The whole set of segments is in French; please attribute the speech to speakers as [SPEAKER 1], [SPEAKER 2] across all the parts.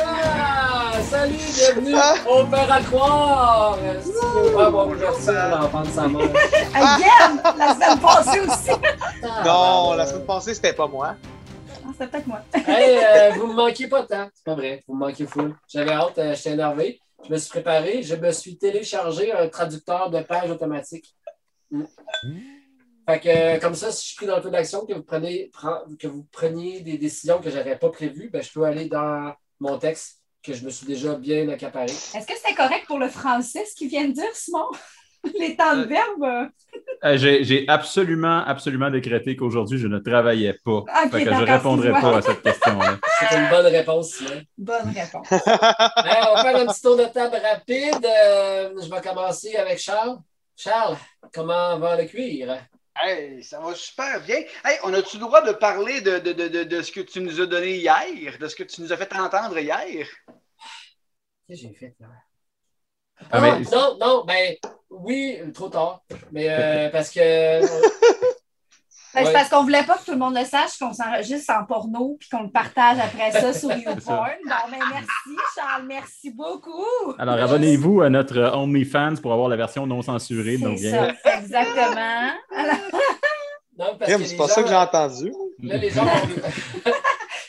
[SPEAKER 1] Ah, Salut, bienvenue au Père à croire! Est-ce qu'il faut pas avoir ouverture l'enfant de sa mort?
[SPEAKER 2] Again! La semaine passée aussi!
[SPEAKER 1] Ah,
[SPEAKER 3] Non,
[SPEAKER 1] ben, euh,
[SPEAKER 3] la semaine passée, c'était pas moi.
[SPEAKER 2] Ah, c'est peut-être moi.
[SPEAKER 1] Hey, euh, vous me manquez pas tant. C'est pas vrai, vous me manquez full. J'avais hâte, euh, j'étais énervé. Je me suis préparé, je me suis téléchargé un traducteur de page automatique. Mm. Fait que, euh, comme ça, si je suis pris dans le feu d'action, que vous prenez, pren- que vous preniez des décisions que j'avais pas prévues, ben, je peux aller dans mon texte que je me suis déjà bien accaparé.
[SPEAKER 2] Est-ce que c'est correct pour le français ce qu'il vient de dire, Simon? Les temps de verbe. euh,
[SPEAKER 4] Euh, J'ai j'ai absolument, absolument décrété qu'aujourd'hui, je ne travaillais pas.
[SPEAKER 2] Ah, Ok,
[SPEAKER 4] Fait que je
[SPEAKER 2] d'accord,
[SPEAKER 4] ne répondrai
[SPEAKER 2] excuse-moi.
[SPEAKER 4] pas à cette question-là.
[SPEAKER 1] C'est une bonne réponse, Simon.
[SPEAKER 2] Bonne réponse. Ben,
[SPEAKER 1] Hey, on va faire un petit tour de table rapide. Euh, je vais commencer avec Charles. Charles, comment va le cuir?
[SPEAKER 3] Hey, ça va super bien. Hey, on a-tu le droit de parler de, de, de, de, de ce que tu nous as donné hier, de ce que tu nous as fait entendre hier?
[SPEAKER 1] Qu'est-ce que j'ai fait là?
[SPEAKER 4] Ah,
[SPEAKER 1] non,
[SPEAKER 4] mais-
[SPEAKER 1] non, non, ben oui, trop tard. Mais euh, parce que.
[SPEAKER 2] Ben,
[SPEAKER 1] Ouais.
[SPEAKER 2] C'est parce qu'on voulait pas que tout le monde le sache, qu'on s'enregistre en porno puis qu'on le partage après ça sur YouPorn. Bon, ben, merci, Charles. Merci beaucoup.
[SPEAKER 4] Alors, abonnez-vous à notre euh, OnlyFans pour avoir la version non censurée de nos
[SPEAKER 2] C'est
[SPEAKER 4] biens.
[SPEAKER 2] ça, exactement. Alors,
[SPEAKER 1] Non, parce que
[SPEAKER 3] C'est pas
[SPEAKER 1] les
[SPEAKER 3] ça que j'ai
[SPEAKER 1] gens-
[SPEAKER 3] entendu.
[SPEAKER 1] Là, les gens vont-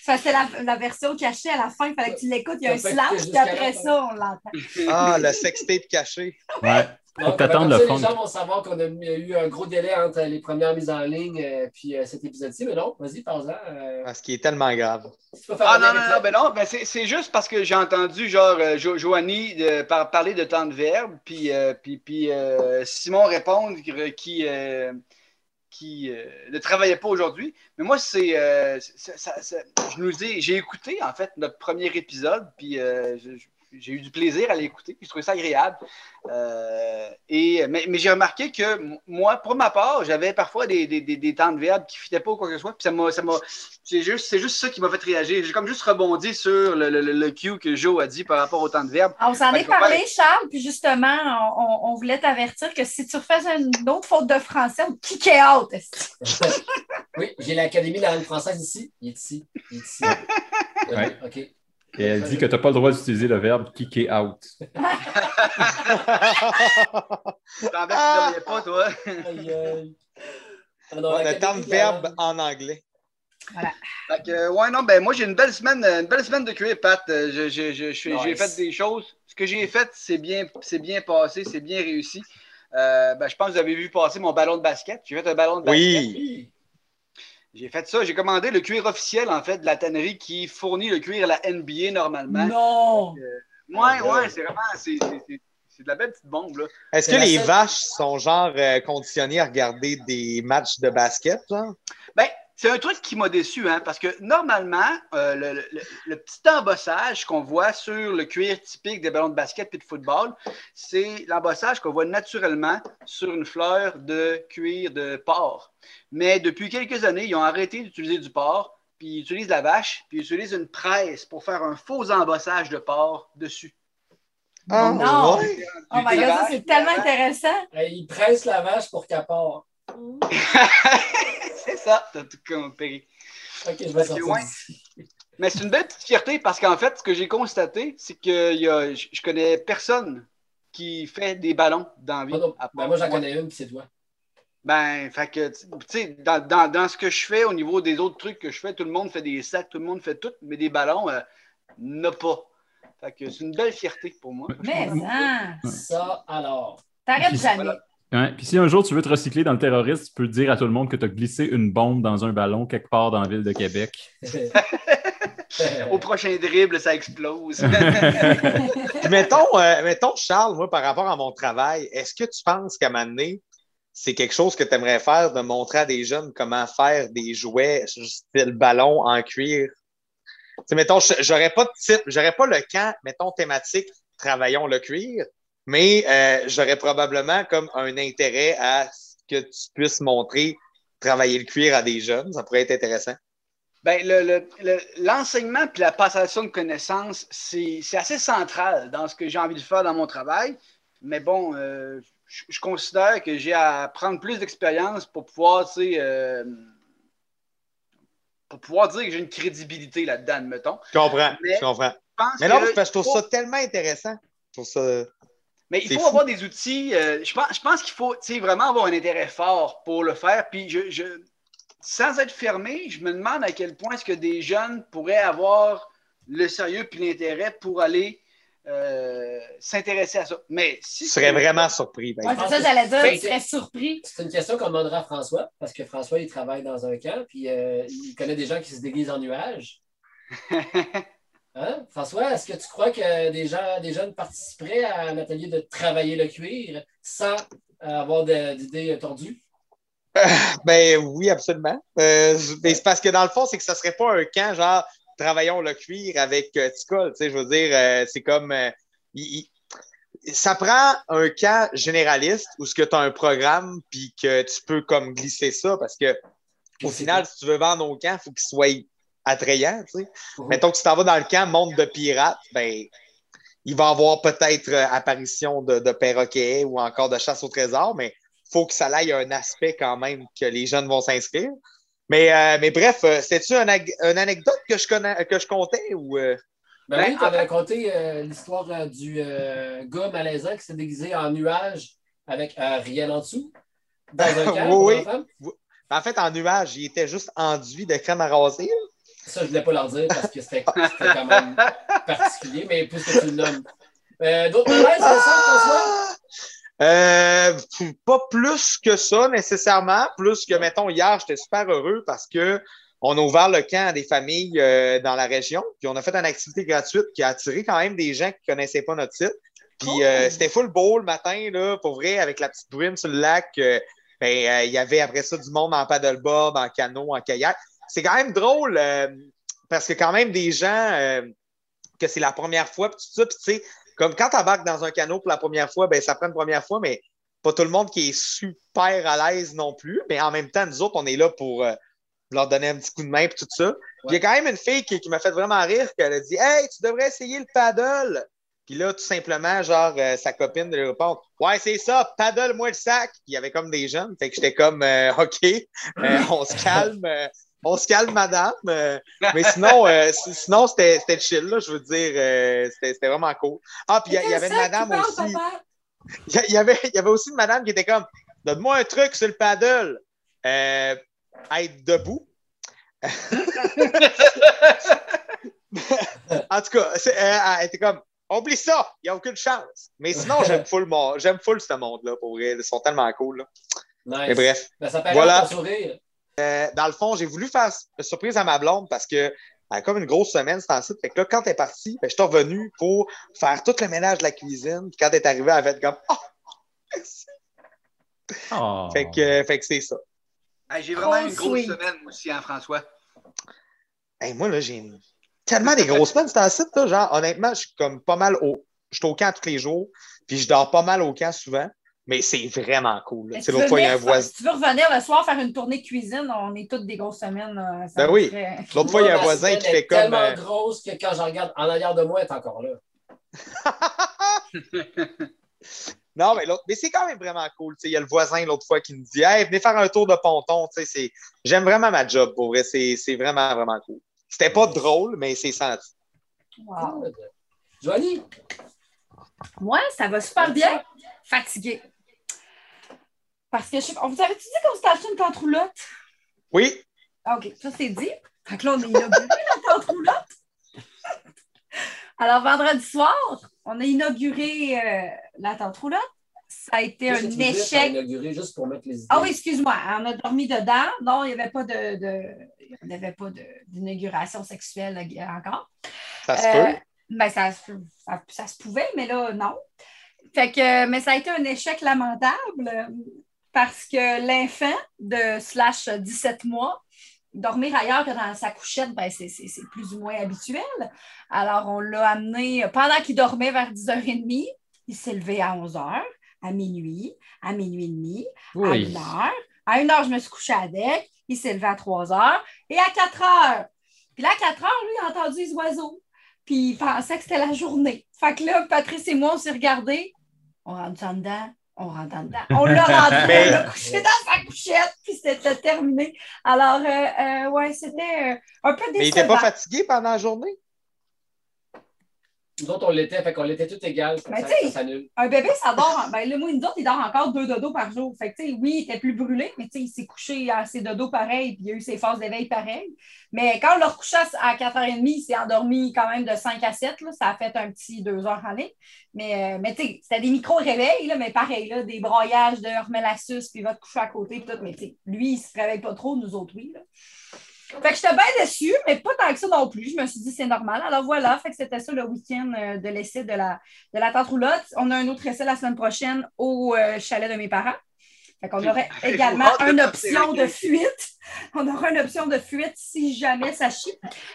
[SPEAKER 2] ça, c'est la, la version cachée à la fin. Il fallait que tu l'écoutes. Il y a un
[SPEAKER 1] Ça fait
[SPEAKER 2] silence,
[SPEAKER 1] que
[SPEAKER 2] puis après
[SPEAKER 1] jusqu'à
[SPEAKER 2] ça, on l'entend.
[SPEAKER 3] Ah, le sextape caché.
[SPEAKER 4] Ouais.
[SPEAKER 1] Non,
[SPEAKER 4] t'attendre
[SPEAKER 1] ben, comme
[SPEAKER 4] le
[SPEAKER 1] ça,
[SPEAKER 4] fond.
[SPEAKER 1] Les gens vont savoir qu'on a mis- eu un gros délai entre les premières mises en ligne et puis euh, cet épisode-ci. Mais non, vas-y, parle-en. euh,
[SPEAKER 3] Ah, ce qui est tellement grave.
[SPEAKER 1] si tu peux faire
[SPEAKER 3] Ah
[SPEAKER 1] un
[SPEAKER 3] non,
[SPEAKER 1] lien
[SPEAKER 3] non,
[SPEAKER 1] avec
[SPEAKER 3] non, ben non, ben c'est c'est juste parce que j'ai entendu, genre, euh, Jo- Joanie euh, par- parler de temps de verbe, puis, euh, puis, puis euh, Simon répondre qui- qui, euh, qui euh, ne travaillait pas aujourd'hui. Mais moi, c'est. euh, ça- ça- ça- je nous ai- j'ai écouté, en fait, notre premier épisode, puis euh, je- je- j'ai eu du plaisir à l'écouter, puis je trouvais ça agréable. Euh, et, mais mais j'ai remarqué que m- moi, pour ma part, j'avais parfois des, des, des, des temps de verbe qui ne fitaient pas ou quoi que ce soit, puis ça m'a. ça m'a- c'est juste, c'est juste ça qui m'a fait réagir. J'ai comme juste rebondi sur le, le, le- le cue que Joe a dit par rapport au temps de verbe.
[SPEAKER 2] Ah, On s'en
[SPEAKER 3] Fait
[SPEAKER 2] est
[SPEAKER 3] que faut
[SPEAKER 2] parlé, Charles, puis justement, on, on- on voulait t'avertir que si tu refaisais une autre faute de français, on te kickait out. esti.
[SPEAKER 1] oui, j'ai l'Académie de la langue française ici. Il est ici. Il est ici.
[SPEAKER 4] Ouais.
[SPEAKER 1] OK.
[SPEAKER 4] Et elle dit que tu n'as pas le droit d'utiliser le verbe kicker out.
[SPEAKER 3] Temps de verbe, tu travaillais pas, toi.
[SPEAKER 1] Aïe, aïe. Ah non,
[SPEAKER 3] Le
[SPEAKER 1] l'Académie
[SPEAKER 3] temps de
[SPEAKER 1] de la-
[SPEAKER 3] verbe en anglais.
[SPEAKER 2] Voilà.
[SPEAKER 3] Fait que, euh, ouais, non, ben moi j'ai une belle semaine, euh, une belle semaine de cuir, Pat. Euh, je- je- je- je suis- J'ai
[SPEAKER 1] Nice.
[SPEAKER 3] fait des choses. Ce que j'ai fait, c'est bien, c'est bien passé, c'est bien réussi. Euh, ben, je pense que vous avez vu passer mon ballon de basket. J'ai fait un ballon de basket.
[SPEAKER 1] Oui.
[SPEAKER 3] J'ai fait ça. J'ai commandé le cuir officiel, en fait, de la tannerie qui fournit le cuir à la NBA
[SPEAKER 5] Ben,
[SPEAKER 3] normalement.
[SPEAKER 2] Non!
[SPEAKER 3] Ouais, ouais, c'est vraiment. C'est c'est- c'est- c'est de la belle petite bombe, là.
[SPEAKER 5] Est-ce
[SPEAKER 1] C'est
[SPEAKER 5] que
[SPEAKER 1] la
[SPEAKER 5] les
[SPEAKER 1] seule-
[SPEAKER 5] vaches sont genre euh, conditionnées à regarder des matchs de basket, genre?
[SPEAKER 3] Ben, c'est un truc qui m'a déçu, hein, parce que normalement, euh, le, le- le- le petit embossage qu'on voit sur le cuir typique des ballons de basket et de football, c'est l'embossage qu'on voit naturellement sur une fleur de cuir de porc. Mais depuis quelques années, ils ont arrêté d'utiliser du porc, puis ils utilisent la vache, puis ils utilisent une presse pour faire un faux embossage de porc dessus.
[SPEAKER 5] Ah,
[SPEAKER 2] Non.
[SPEAKER 5] ouais.
[SPEAKER 2] Oh my god, ça c'est tellement intéressant!
[SPEAKER 1] Hey, Il presse la vache pour qu'elle part.
[SPEAKER 3] C'est ça, t'as tout compris.
[SPEAKER 1] Ok, je vais sortir.
[SPEAKER 3] Ouais.
[SPEAKER 1] d'ici.
[SPEAKER 3] Mais c'est une belle petite fierté parce qu'en fait, ce que j'ai constaté, c'est que il y a- je je connais personne qui fait des ballons dans la vie.
[SPEAKER 1] Moi, non.
[SPEAKER 3] à part
[SPEAKER 1] Ben, moi, j'en
[SPEAKER 3] moi.
[SPEAKER 1] connais une, puis c'est toi.
[SPEAKER 3] Ben, fait que, tu sais, dans, dans- dans ce que je fais, au niveau des autres trucs que je fais, tout le monde fait des sacs, tout le monde fait tout, mais des ballons, euh, n'a pas. Fait que c'est une belle fierté pour moi.
[SPEAKER 2] Mais hein,
[SPEAKER 1] Ça, alors.
[SPEAKER 2] t'arrêtes jamais.
[SPEAKER 4] Ouais. Puis si un jour tu veux te recycler dans le terrorisme, tu peux dire à tout le monde que tu as glissé une bombe dans un ballon quelque part dans la ville de Québec.
[SPEAKER 3] Au prochain dribble, ça explose.
[SPEAKER 5] Puis mettons, euh, mettons, Charles, moi, par rapport à mon travail, est-ce que tu penses qu'à un moment donné, c'est quelque chose que tu aimerais faire de montrer à des jeunes comment faire des jouets, style ballon en cuir? sais, mettons, je- j'aurais pas de type, j'aurais pas le camp, mettons, thématique, travaillons le cuir, mais euh, j'aurais probablement comme un intérêt à ce que tu puisses montrer travailler le cuir à des jeunes. Ça pourrait être intéressant.
[SPEAKER 3] Ben, le- le- le- l'enseignement puis la passation de connaissances, c'est c'est assez central dans ce que j'ai envie de faire dans mon travail. Mais bon, euh, je je considère que j'ai à prendre plus d'expérience pour pouvoir, tu sais, euh, pour pouvoir dire que j'ai une crédibilité là-dedans, admettons.
[SPEAKER 5] Je comprends,
[SPEAKER 3] Mais-
[SPEAKER 5] je comprends.
[SPEAKER 3] Je pense
[SPEAKER 5] Mais non,
[SPEAKER 3] que-
[SPEAKER 5] c'est parce que je trouve ça tellement intéressant. Je trouve ça...
[SPEAKER 3] Mais il
[SPEAKER 5] C'est
[SPEAKER 3] faut
[SPEAKER 5] fou.
[SPEAKER 3] avoir des outils. euh, je pense, je pense qu'il faut tu sais, vraiment avoir un intérêt fort pour le faire. Puis je, je- sans être fermé, je me demande à quel point est-ce que des jeunes pourraient avoir le sérieux puis l'intérêt pour aller euh, s'intéresser à ça. Mais si
[SPEAKER 5] Tu serais vraiment surpris. par
[SPEAKER 2] Ouais,
[SPEAKER 5] exemple.
[SPEAKER 2] c'est ça, j'allais dire,
[SPEAKER 1] Ben,
[SPEAKER 2] tu serais surpris.
[SPEAKER 1] C'est une question qu'on demandera à François, parce que François, il travaille dans un camp, puis euh, il connaît des gens qui se déguisent en nuages. Hein? François, est-ce que tu crois que des, gens, des jeunes participeraient à un atelier de travailler le cuir sans euh, avoir de- d'idées tordues?
[SPEAKER 5] Ben oui, absolument. Euh, mais c'est parce que dans le fond, c'est que ça serait pas un camp genre travaillons le cuir avec euh, Ticol. Tu sais, je veux dire, euh, c'est comme euh, il- il- ça prend un camp généraliste où ce que tu as un programme puis que tu peux comme glisser ça parce que au final, si tu veux vendre au camp, il faut qu'il soit attrayant. tu sais.
[SPEAKER 1] Mhm.
[SPEAKER 5] Mettons que tu t'en vas dans le camp monde de pirates, ben il va y avoir peut-être euh, apparition de, de perroquets ou encore de chasse au trésor, mais faut que ça aille un aspect quand même que les jeunes vont s'inscrire. Mais, euh, mais bref, euh, c'était-tu un ag- une anecdote que je, connais, que je comptais ou. euh,
[SPEAKER 1] Ben,
[SPEAKER 3] Ben,
[SPEAKER 1] oui,
[SPEAKER 3] en
[SPEAKER 1] t'avais
[SPEAKER 3] fait-
[SPEAKER 1] raconté euh, l'histoire euh, du euh, gars malaisant qui s'est déguisé en nuage avec euh, rien en dessous dans un camp.
[SPEAKER 5] Oui,
[SPEAKER 1] pour
[SPEAKER 5] oui.
[SPEAKER 1] enfants.
[SPEAKER 5] ben, En fait, en nuage, il était juste enduit de crème à raser.
[SPEAKER 1] Ça, je voulais pas leur dire parce que c'était c'était quand même particulier, mais puisque tu le nommes. Euh, D'autres malaises, ça, François?
[SPEAKER 5] Ah! Euh, p- pas plus que ça nécessairement, plus que mettons hier, j'étais super heureux parce que on a ouvert le camp à des familles euh, dans la région, puis on a fait une activité gratuite qui a attiré quand même des gens qui connaissaient pas notre site. Puis
[SPEAKER 2] Cool.
[SPEAKER 5] euh, c'était full beau le matin là, pour vrai avec la petite bruine sur le lac. euh, ben euh, il y avait après ça du monde en paddleboard, en canot, en kayak. C'est quand même drôle euh, parce que quand même des gens euh, que c'est la première fois puis tout ça, puis tu sais comme quand tu embarques dans un canot pour la première fois, ben ça prend une première fois, mais pas tout le monde qui est super à l'aise non plus. Mais en même temps, nous autres, on est là pour euh, leur donner un petit coup de main et tout ça. Puis Il y a quand même une fille qui, qui m'a fait vraiment rire, qu'elle a dit Hey, tu devrais essayer le paddle. Puis là, tout simplement, genre, euh, sa copine de lui répond Ouais, c'est ça, paddle-moi le sac. Puis il y avait comme des jeunes. Fait que j'étais comme Euh, OK, euh, on se calme, euh, on se calme, madame. Euh, mais sinon, euh, si- sinon c'était c'était chill, là, je veux dire, euh, c'était c'était vraiment cool. Ah, puis il y a- il y, avait une madame aussi. Il y a- il y, avait, il y avait aussi une madame qui était comme Donne-moi un truc sur le paddle. Euh, être debout. en tout cas, c'est- euh, elle était comme Oublie ça, il n'y a aucune chance. Mais sinon, j'aime full, mon- j'aime full ce monde-là pour vrai. Ils sont tellement cool. Là.
[SPEAKER 1] Nice.
[SPEAKER 5] Mais bref.
[SPEAKER 1] Ben, ça paraît
[SPEAKER 5] Voilà.
[SPEAKER 1] dans ton sourire.
[SPEAKER 5] Euh, dans le fond, j'ai voulu faire s- surprise à ma blonde parce que elle a comme une grosse semaine, c'est ensuite. Fait que là, quand elle est partie, ben, je suis revenu pour faire tout le ménage de la cuisine. Puis quand elle est arrivée, elle avait fait comme Ah, merci.
[SPEAKER 4] Ah.
[SPEAKER 5] Fait que, euh, fait que c'est ça.
[SPEAKER 3] Ah, j'ai vraiment
[SPEAKER 2] Trop
[SPEAKER 3] une grosse
[SPEAKER 2] sweet.
[SPEAKER 3] semaine aussi, hein, François.
[SPEAKER 5] Hey, moi, là, j'ai une- tellement des grosses semaines, c'est ensuite, là, genre, honnêtement, je suis comme pas mal au. Je suis au camp tous les jours, puis je dors pas mal au camp souvent, mais c'est vraiment cool. là. Tu
[SPEAKER 2] Si
[SPEAKER 5] sais,
[SPEAKER 2] tu,
[SPEAKER 5] l'autre
[SPEAKER 2] veux
[SPEAKER 5] fois, il y a un
[SPEAKER 2] venir-
[SPEAKER 5] voisin.
[SPEAKER 2] si tu veux revenir le soir faire une tournée cuisine, on est toutes des grosses semaines. là, ça
[SPEAKER 5] Ben
[SPEAKER 2] me
[SPEAKER 5] oui.
[SPEAKER 2] ferait-
[SPEAKER 5] L'autre fois, il y a un
[SPEAKER 1] Ma
[SPEAKER 5] voisin
[SPEAKER 1] semaine
[SPEAKER 5] qui
[SPEAKER 1] est
[SPEAKER 5] fait comme.
[SPEAKER 1] tellement
[SPEAKER 5] euh,
[SPEAKER 1] grosse que quand je regarde en arrière de moi, elle est encore là.
[SPEAKER 5] Non, mais l'autre, mais c'est quand même vraiment cool. tu sais. Il y a le voisin l'autre fois qui nous dit Hey, venez faire un tour de ponton. Tu sais, c'est- J'aime vraiment ma job, pour vrai. C'est c'est vraiment, vraiment cool. C'était pas drôle, mais c'est senti.
[SPEAKER 2] Wow.
[SPEAKER 1] Ah, ben, Joanie,
[SPEAKER 2] Moi, ça va
[SPEAKER 5] Ben,
[SPEAKER 2] super bien. Fatiguée. Parce que je suis. On vous avait-tu dit qu'on s'était acheté une tente roulotte?
[SPEAKER 5] Oui,
[SPEAKER 2] Ah, OK, ça c'est dit. Fait que là, on a inauguré la tente roulotte. Alors, vendredi soir, on a inauguré euh, la tente roulotte. Ça a été
[SPEAKER 1] qu'est-ce que tu
[SPEAKER 2] un
[SPEAKER 1] voulais faire
[SPEAKER 2] échec
[SPEAKER 1] inaugurer juste pour mettre les idées?
[SPEAKER 2] Ah oui, excuse-moi, on a dormi dedans. Non, il n'y avait pas de, de- il n'y avait pas de- d'inauguration sexuelle encore.
[SPEAKER 5] ça se
[SPEAKER 2] Euh,
[SPEAKER 5] peut.
[SPEAKER 2] ben, ça, se- ça- ça se pouvait, mais là, non. Fait que, euh, mais ça a été un échec lamentable euh, parce que l'enfant de slash 17 mois dormir ailleurs que dans sa couchette, ben, c'est, c'est- c'est plus ou moins habituel. Alors, on l'a amené, pendant qu'il dormait vers 10h30, il s'est levé à 11h, à minuit, à minuit et demi, à
[SPEAKER 6] Oui.
[SPEAKER 2] 1h. À 1h, je me suis couchée avec. Il s'est levé à 3h et à 4h. Puis là, à 4h, lui, il a entendu les oiseaux. Puis il pensait que c'était la journée. Fait que là, Patrice et moi, on s'est regardés. On rentre en dedans. On rentre en dedans. On l'a rentré,
[SPEAKER 5] Mais-
[SPEAKER 2] on l'a couché dans sa couchette, puis c'était terminé. Alors, euh, euh, ouais, c'était euh, un peu décevant.
[SPEAKER 5] Mais il n'était pas fatigué pendant la journée?
[SPEAKER 1] Nous autres, on l'était, fait qu'on l'était tout égal.
[SPEAKER 2] Mais
[SPEAKER 1] ça,
[SPEAKER 2] tu sais-
[SPEAKER 1] ça s'annule.
[SPEAKER 2] Un bébé, ça dort. Ben, le mot, nous autres, il dort encore deux dodos par jour. Fait que, tu sais, oui, il était plus brûlé, mais tu sais, il s'est couché à ses dodos pareil, puis il a eu ses phases d'éveil pareil. Mais quand on l'a recouché à 4h30, il s'est endormi quand même de 5 à 7. Là, ça a fait un petit deux heures en ligne. Mais, euh, mais tu sais, c'était des micro-réveils, là, mais pareil, là, des broyages de remets la suce, puis va te coucher à côté, puis tout. Mais tu sais, lui, il se réveille pas trop, nous autres, oui. Là. Fait que j'étais bien déçue, mais pas tant que ça non plus. Je me suis dit, c'est normal. Alors voilà, fait que c'était ça le week-end euh, de l'essai de la de la tente roulotte. On a un autre essai la semaine prochaine au euh, chalet de mes parents. Fait qu'on aurait
[SPEAKER 3] Il faut
[SPEAKER 2] également
[SPEAKER 3] hâte de
[SPEAKER 2] une
[SPEAKER 3] partir
[SPEAKER 2] option
[SPEAKER 3] avec
[SPEAKER 2] de
[SPEAKER 3] eux.
[SPEAKER 2] fuite. On aura une option de fuite si jamais ça chie.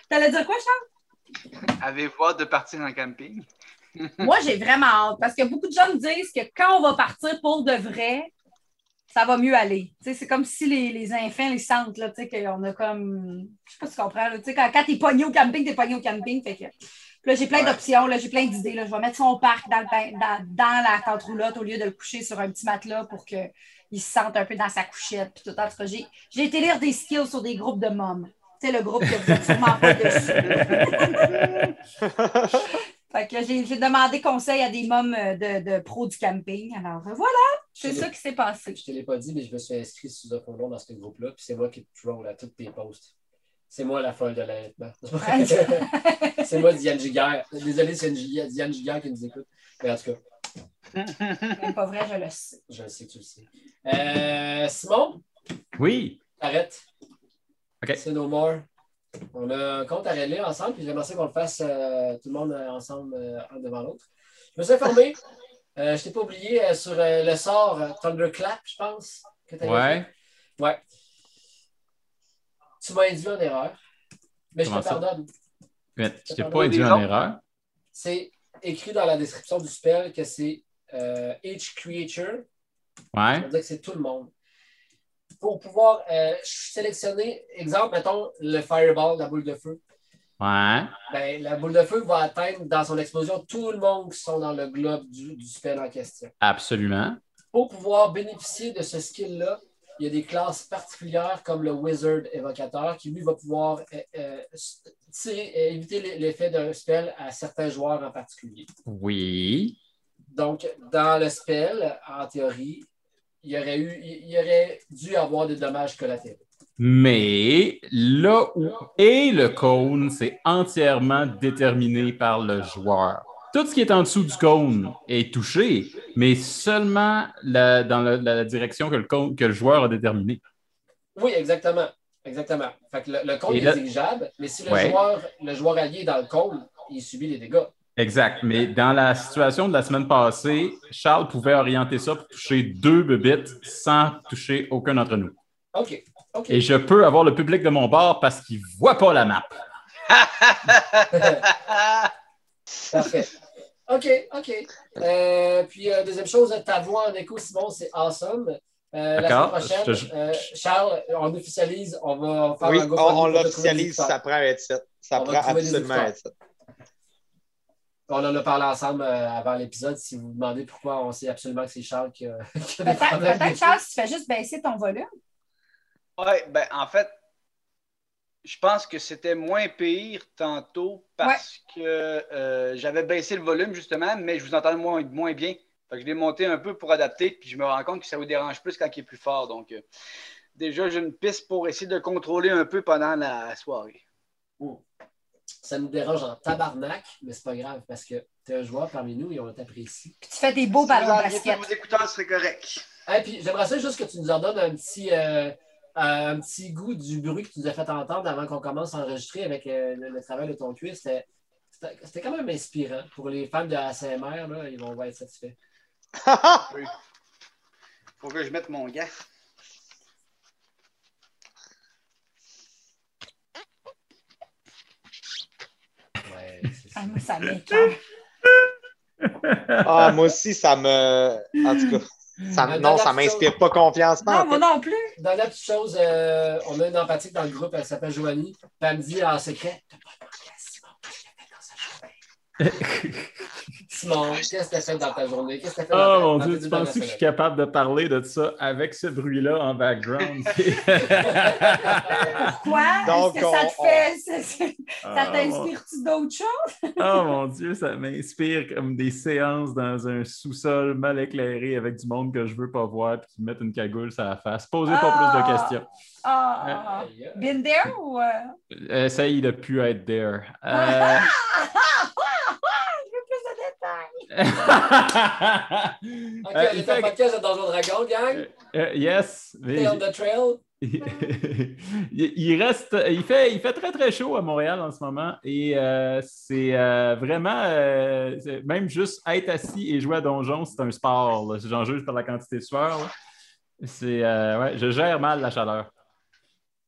[SPEAKER 2] T'allais dire quoi, Charles?
[SPEAKER 3] Avez-vous hâte de partir en camping?
[SPEAKER 2] Moi, j'ai vraiment hâte parce que beaucoup de gens me disent que quand on va partir pour de vrai, ça va mieux aller. Tu sais, c'est comme si les, les enfants les sentent, là, tu sais, qu'on a comme. Je sais pas si tu comprends, là, tu sais, quand, quand t'es pogné au camping, t'es pogné au camping. Fait que. Puis Là, j'ai plein
[SPEAKER 3] Ouais.
[SPEAKER 2] d'options, là, j'ai plein d'idées. là. Je vais mettre son parc dans, le bain- dans, dans la tente roulotte au lieu de le coucher sur un petit matelas pour qu'il se sente un peu dans sa couchette. Puis tout. En tout cas, j'ai, j'ai été lire des skills sur des groupes de mômes. Tu sais, le groupe que vous êtes sûrement pas dessus. Fait que j'ai j'ai demandé conseil à des mômes euh, de, de pros du camping. Alors euh, voilà, c'est
[SPEAKER 1] Je
[SPEAKER 2] ça
[SPEAKER 1] l'ai-
[SPEAKER 2] qui s'est passé.
[SPEAKER 1] Je te l'ai pas dit, mais je me suis inscrit sous un fond dans ce groupe-là, puis c'est moi qui troll à toutes tes posts. C'est moi la folle de l'allaitement. c'est moi Diane Giguère. Désolé, c'est une Giguère- Diane Giguère qui nous écoute. Mais en tout cas,
[SPEAKER 2] C'est pas vrai, je le sais.
[SPEAKER 1] je le sais que tu le sais. Euh, Simon,
[SPEAKER 6] Oui.
[SPEAKER 1] arrête.
[SPEAKER 6] OK.
[SPEAKER 1] C'est no more. On a un compte à régler ensemble, puis j'aimerais ça qu'on le fasse euh, tout le monde euh, ensemble, euh, un devant l'autre. Je me suis informé, euh, je t'ai pas oublié, euh, sur euh, le sort euh, Thunderclap, je pense. que t'avais
[SPEAKER 6] Ouais.
[SPEAKER 1] fait. Ouais. Tu m'as induit en erreur, mais
[SPEAKER 6] Comment
[SPEAKER 1] je te
[SPEAKER 6] ça?
[SPEAKER 1] pardonne.
[SPEAKER 6] Mais je t'ai
[SPEAKER 1] Pardon,
[SPEAKER 6] pas induit en
[SPEAKER 3] disons.
[SPEAKER 6] erreur.
[SPEAKER 1] C'est écrit dans la description du spell que c'est euh, each creature Ça
[SPEAKER 6] Ouais.
[SPEAKER 1] veut dire que c'est tout le monde. Pour pouvoir euh, sélectionner, exemple, mettons le fireball, la boule de feu.
[SPEAKER 6] Ouais.
[SPEAKER 1] Ben, la boule de feu va atteindre dans son explosion tout le monde qui sont dans le globe du, du spell en question.
[SPEAKER 6] Absolument.
[SPEAKER 1] Pour pouvoir bénéficier de ce skill-là, il y a des classes particulières comme le Wizard Évocateur qui, lui, va pouvoir euh, euh, s- tirer- euh, éviter l'e- l'effet d'un spell à certains joueurs en particulier.
[SPEAKER 6] Oui.
[SPEAKER 1] Donc, dans le spell, en théorie, il y aurait, eu, il y aurait dû avoir des dommages collatéraux.
[SPEAKER 6] Mais là où est le cône, c'est entièrement déterminé par le joueur. Tout ce qui est en dessous du cône est touché, mais seulement la- dans la, la direction que le, cône- que le joueur a déterminée.
[SPEAKER 1] Oui, exactement. Exactement. Fait que le, le compte
[SPEAKER 6] Et
[SPEAKER 1] est
[SPEAKER 6] là-
[SPEAKER 1] négligeable, mais si le,
[SPEAKER 6] Ouais.
[SPEAKER 1] joueur, le joueur allié est dans le compte, il subit les dégâts.
[SPEAKER 6] Exact. Mais dans la situation de la semaine passée, Charles pouvait orienter ça pour toucher deux bébites sans toucher aucun d'entre nous.
[SPEAKER 1] OK. OK.
[SPEAKER 6] Et je peux avoir le public de mon bord parce qu'il ne voit pas la map.
[SPEAKER 1] Parfait. OK. OK. Euh, puis, euh, deuxième chose, ta voix en écho, Simon, c'est awesome. Euh, la semaine
[SPEAKER 6] D'accord.
[SPEAKER 1] prochaine,
[SPEAKER 6] Je te-
[SPEAKER 1] euh, Charles, on officialise, on va faire
[SPEAKER 5] oui,
[SPEAKER 1] un
[SPEAKER 5] on,
[SPEAKER 1] gros
[SPEAKER 5] on
[SPEAKER 1] pour te trouver des
[SPEAKER 5] l'officialise,
[SPEAKER 1] auditeurs.
[SPEAKER 5] ça prend un headset. Ça
[SPEAKER 1] On va
[SPEAKER 5] prend
[SPEAKER 1] trouver des
[SPEAKER 5] absolument un
[SPEAKER 1] auditeurs.
[SPEAKER 5] headset.
[SPEAKER 1] On en a parlé ensemble euh, avant l'épisode. Si vous vous demandez pourquoi, on sait absolument que c'est Charles qui a, qui a des
[SPEAKER 2] Peut-être,
[SPEAKER 1] problèmes
[SPEAKER 2] peut-être, Charles, tu fais juste baisser ton volume.
[SPEAKER 3] Ouais, ben en fait, je pense que c'était moins pire tantôt parce que euh, j'avais baissé le volume justement, mais je vous entendais moins, moins bien. Fait que je l'ai monté un peu pour adapter, puis je me rends compte que ça vous dérange plus quand il est plus fort. Donc euh, déjà, j'ai une piste pour essayer de contrôler un peu pendant la soirée.
[SPEAKER 1] Ça nous dérange en tabarnak, mais c'est pas grave parce que t'es un joueur parmi nous et on t'apprécie.
[SPEAKER 2] Puis tu fais des beaux ballons de
[SPEAKER 3] Si vous enlevez
[SPEAKER 2] basket.
[SPEAKER 3] vos écouteurs, ce serait correct.
[SPEAKER 1] Hey, puis j'aimerais ça juste que tu nous en donnes un petit, euh, un petit goût du bruit que tu nous as fait entendre avant qu'on commence à enregistrer avec euh, le, le travail de ton cuir. C'était c'était- c'était quand même inspirant. Pour les fans de ASMR, là, ils vont être satisfaits.
[SPEAKER 3] Faut que je mette mon gars.
[SPEAKER 1] Ouais, c'est ça.
[SPEAKER 2] Ah, moi, ça m'écoeure.
[SPEAKER 5] Ah, moi aussi, ça me. En tout cas, ça, me- non, ça m'inspire pas confiance. pas
[SPEAKER 2] Non,
[SPEAKER 5] en
[SPEAKER 2] moi
[SPEAKER 5] fait.
[SPEAKER 2] non plus.
[SPEAKER 1] Dans la petite chose, euh, on a une empathique dans le groupe, elle s'appelle Joanie. Puis elle me dit en secret T'as pas de podcast, Simon, qu'est-ce que t'as fait dans sa journée? Simon, qu'est-ce que t'as fait dans ta journée? Qu'est-ce que t'as fait
[SPEAKER 6] Oh
[SPEAKER 1] dans
[SPEAKER 6] mon
[SPEAKER 1] ta
[SPEAKER 6] Dieu, tu penses que je suis capable de parler de ça avec ce bruit-là en background?
[SPEAKER 2] Quoi?
[SPEAKER 5] Donc,
[SPEAKER 2] Est-ce que ça te
[SPEAKER 5] on-
[SPEAKER 2] fait. c'est- c'est- Ça
[SPEAKER 6] Ah,
[SPEAKER 2] t'inspire-tu d'autres choses?
[SPEAKER 6] mon- Oh mon Dieu, ça m'inspire comme des séances dans un sous-sol mal éclairé avec du monde que je veux pas voir puis qui mettent une cagoule sur la face. Posez pas
[SPEAKER 2] Ah.
[SPEAKER 6] plus de questions.
[SPEAKER 2] Ah! Been there ou. euh,
[SPEAKER 6] Essaye de plus être there. Euh,
[SPEAKER 2] Je veux plus de détails.
[SPEAKER 1] Ok, on
[SPEAKER 6] Euh, il
[SPEAKER 1] est en
[SPEAKER 6] Euh, fait-
[SPEAKER 1] podcast de Donjon Dragon, gang.
[SPEAKER 6] euh, yes. mais
[SPEAKER 1] Stay on the trail.
[SPEAKER 6] il il reste, il fait, il fait très très chaud à Montréal en ce moment et euh, c'est euh, vraiment euh, c'est- même juste être assis et jouer à donjon, c'est un sport. là. J'en juge par la quantité de sueur. là. C'est euh, ouais, je gère mal la chaleur.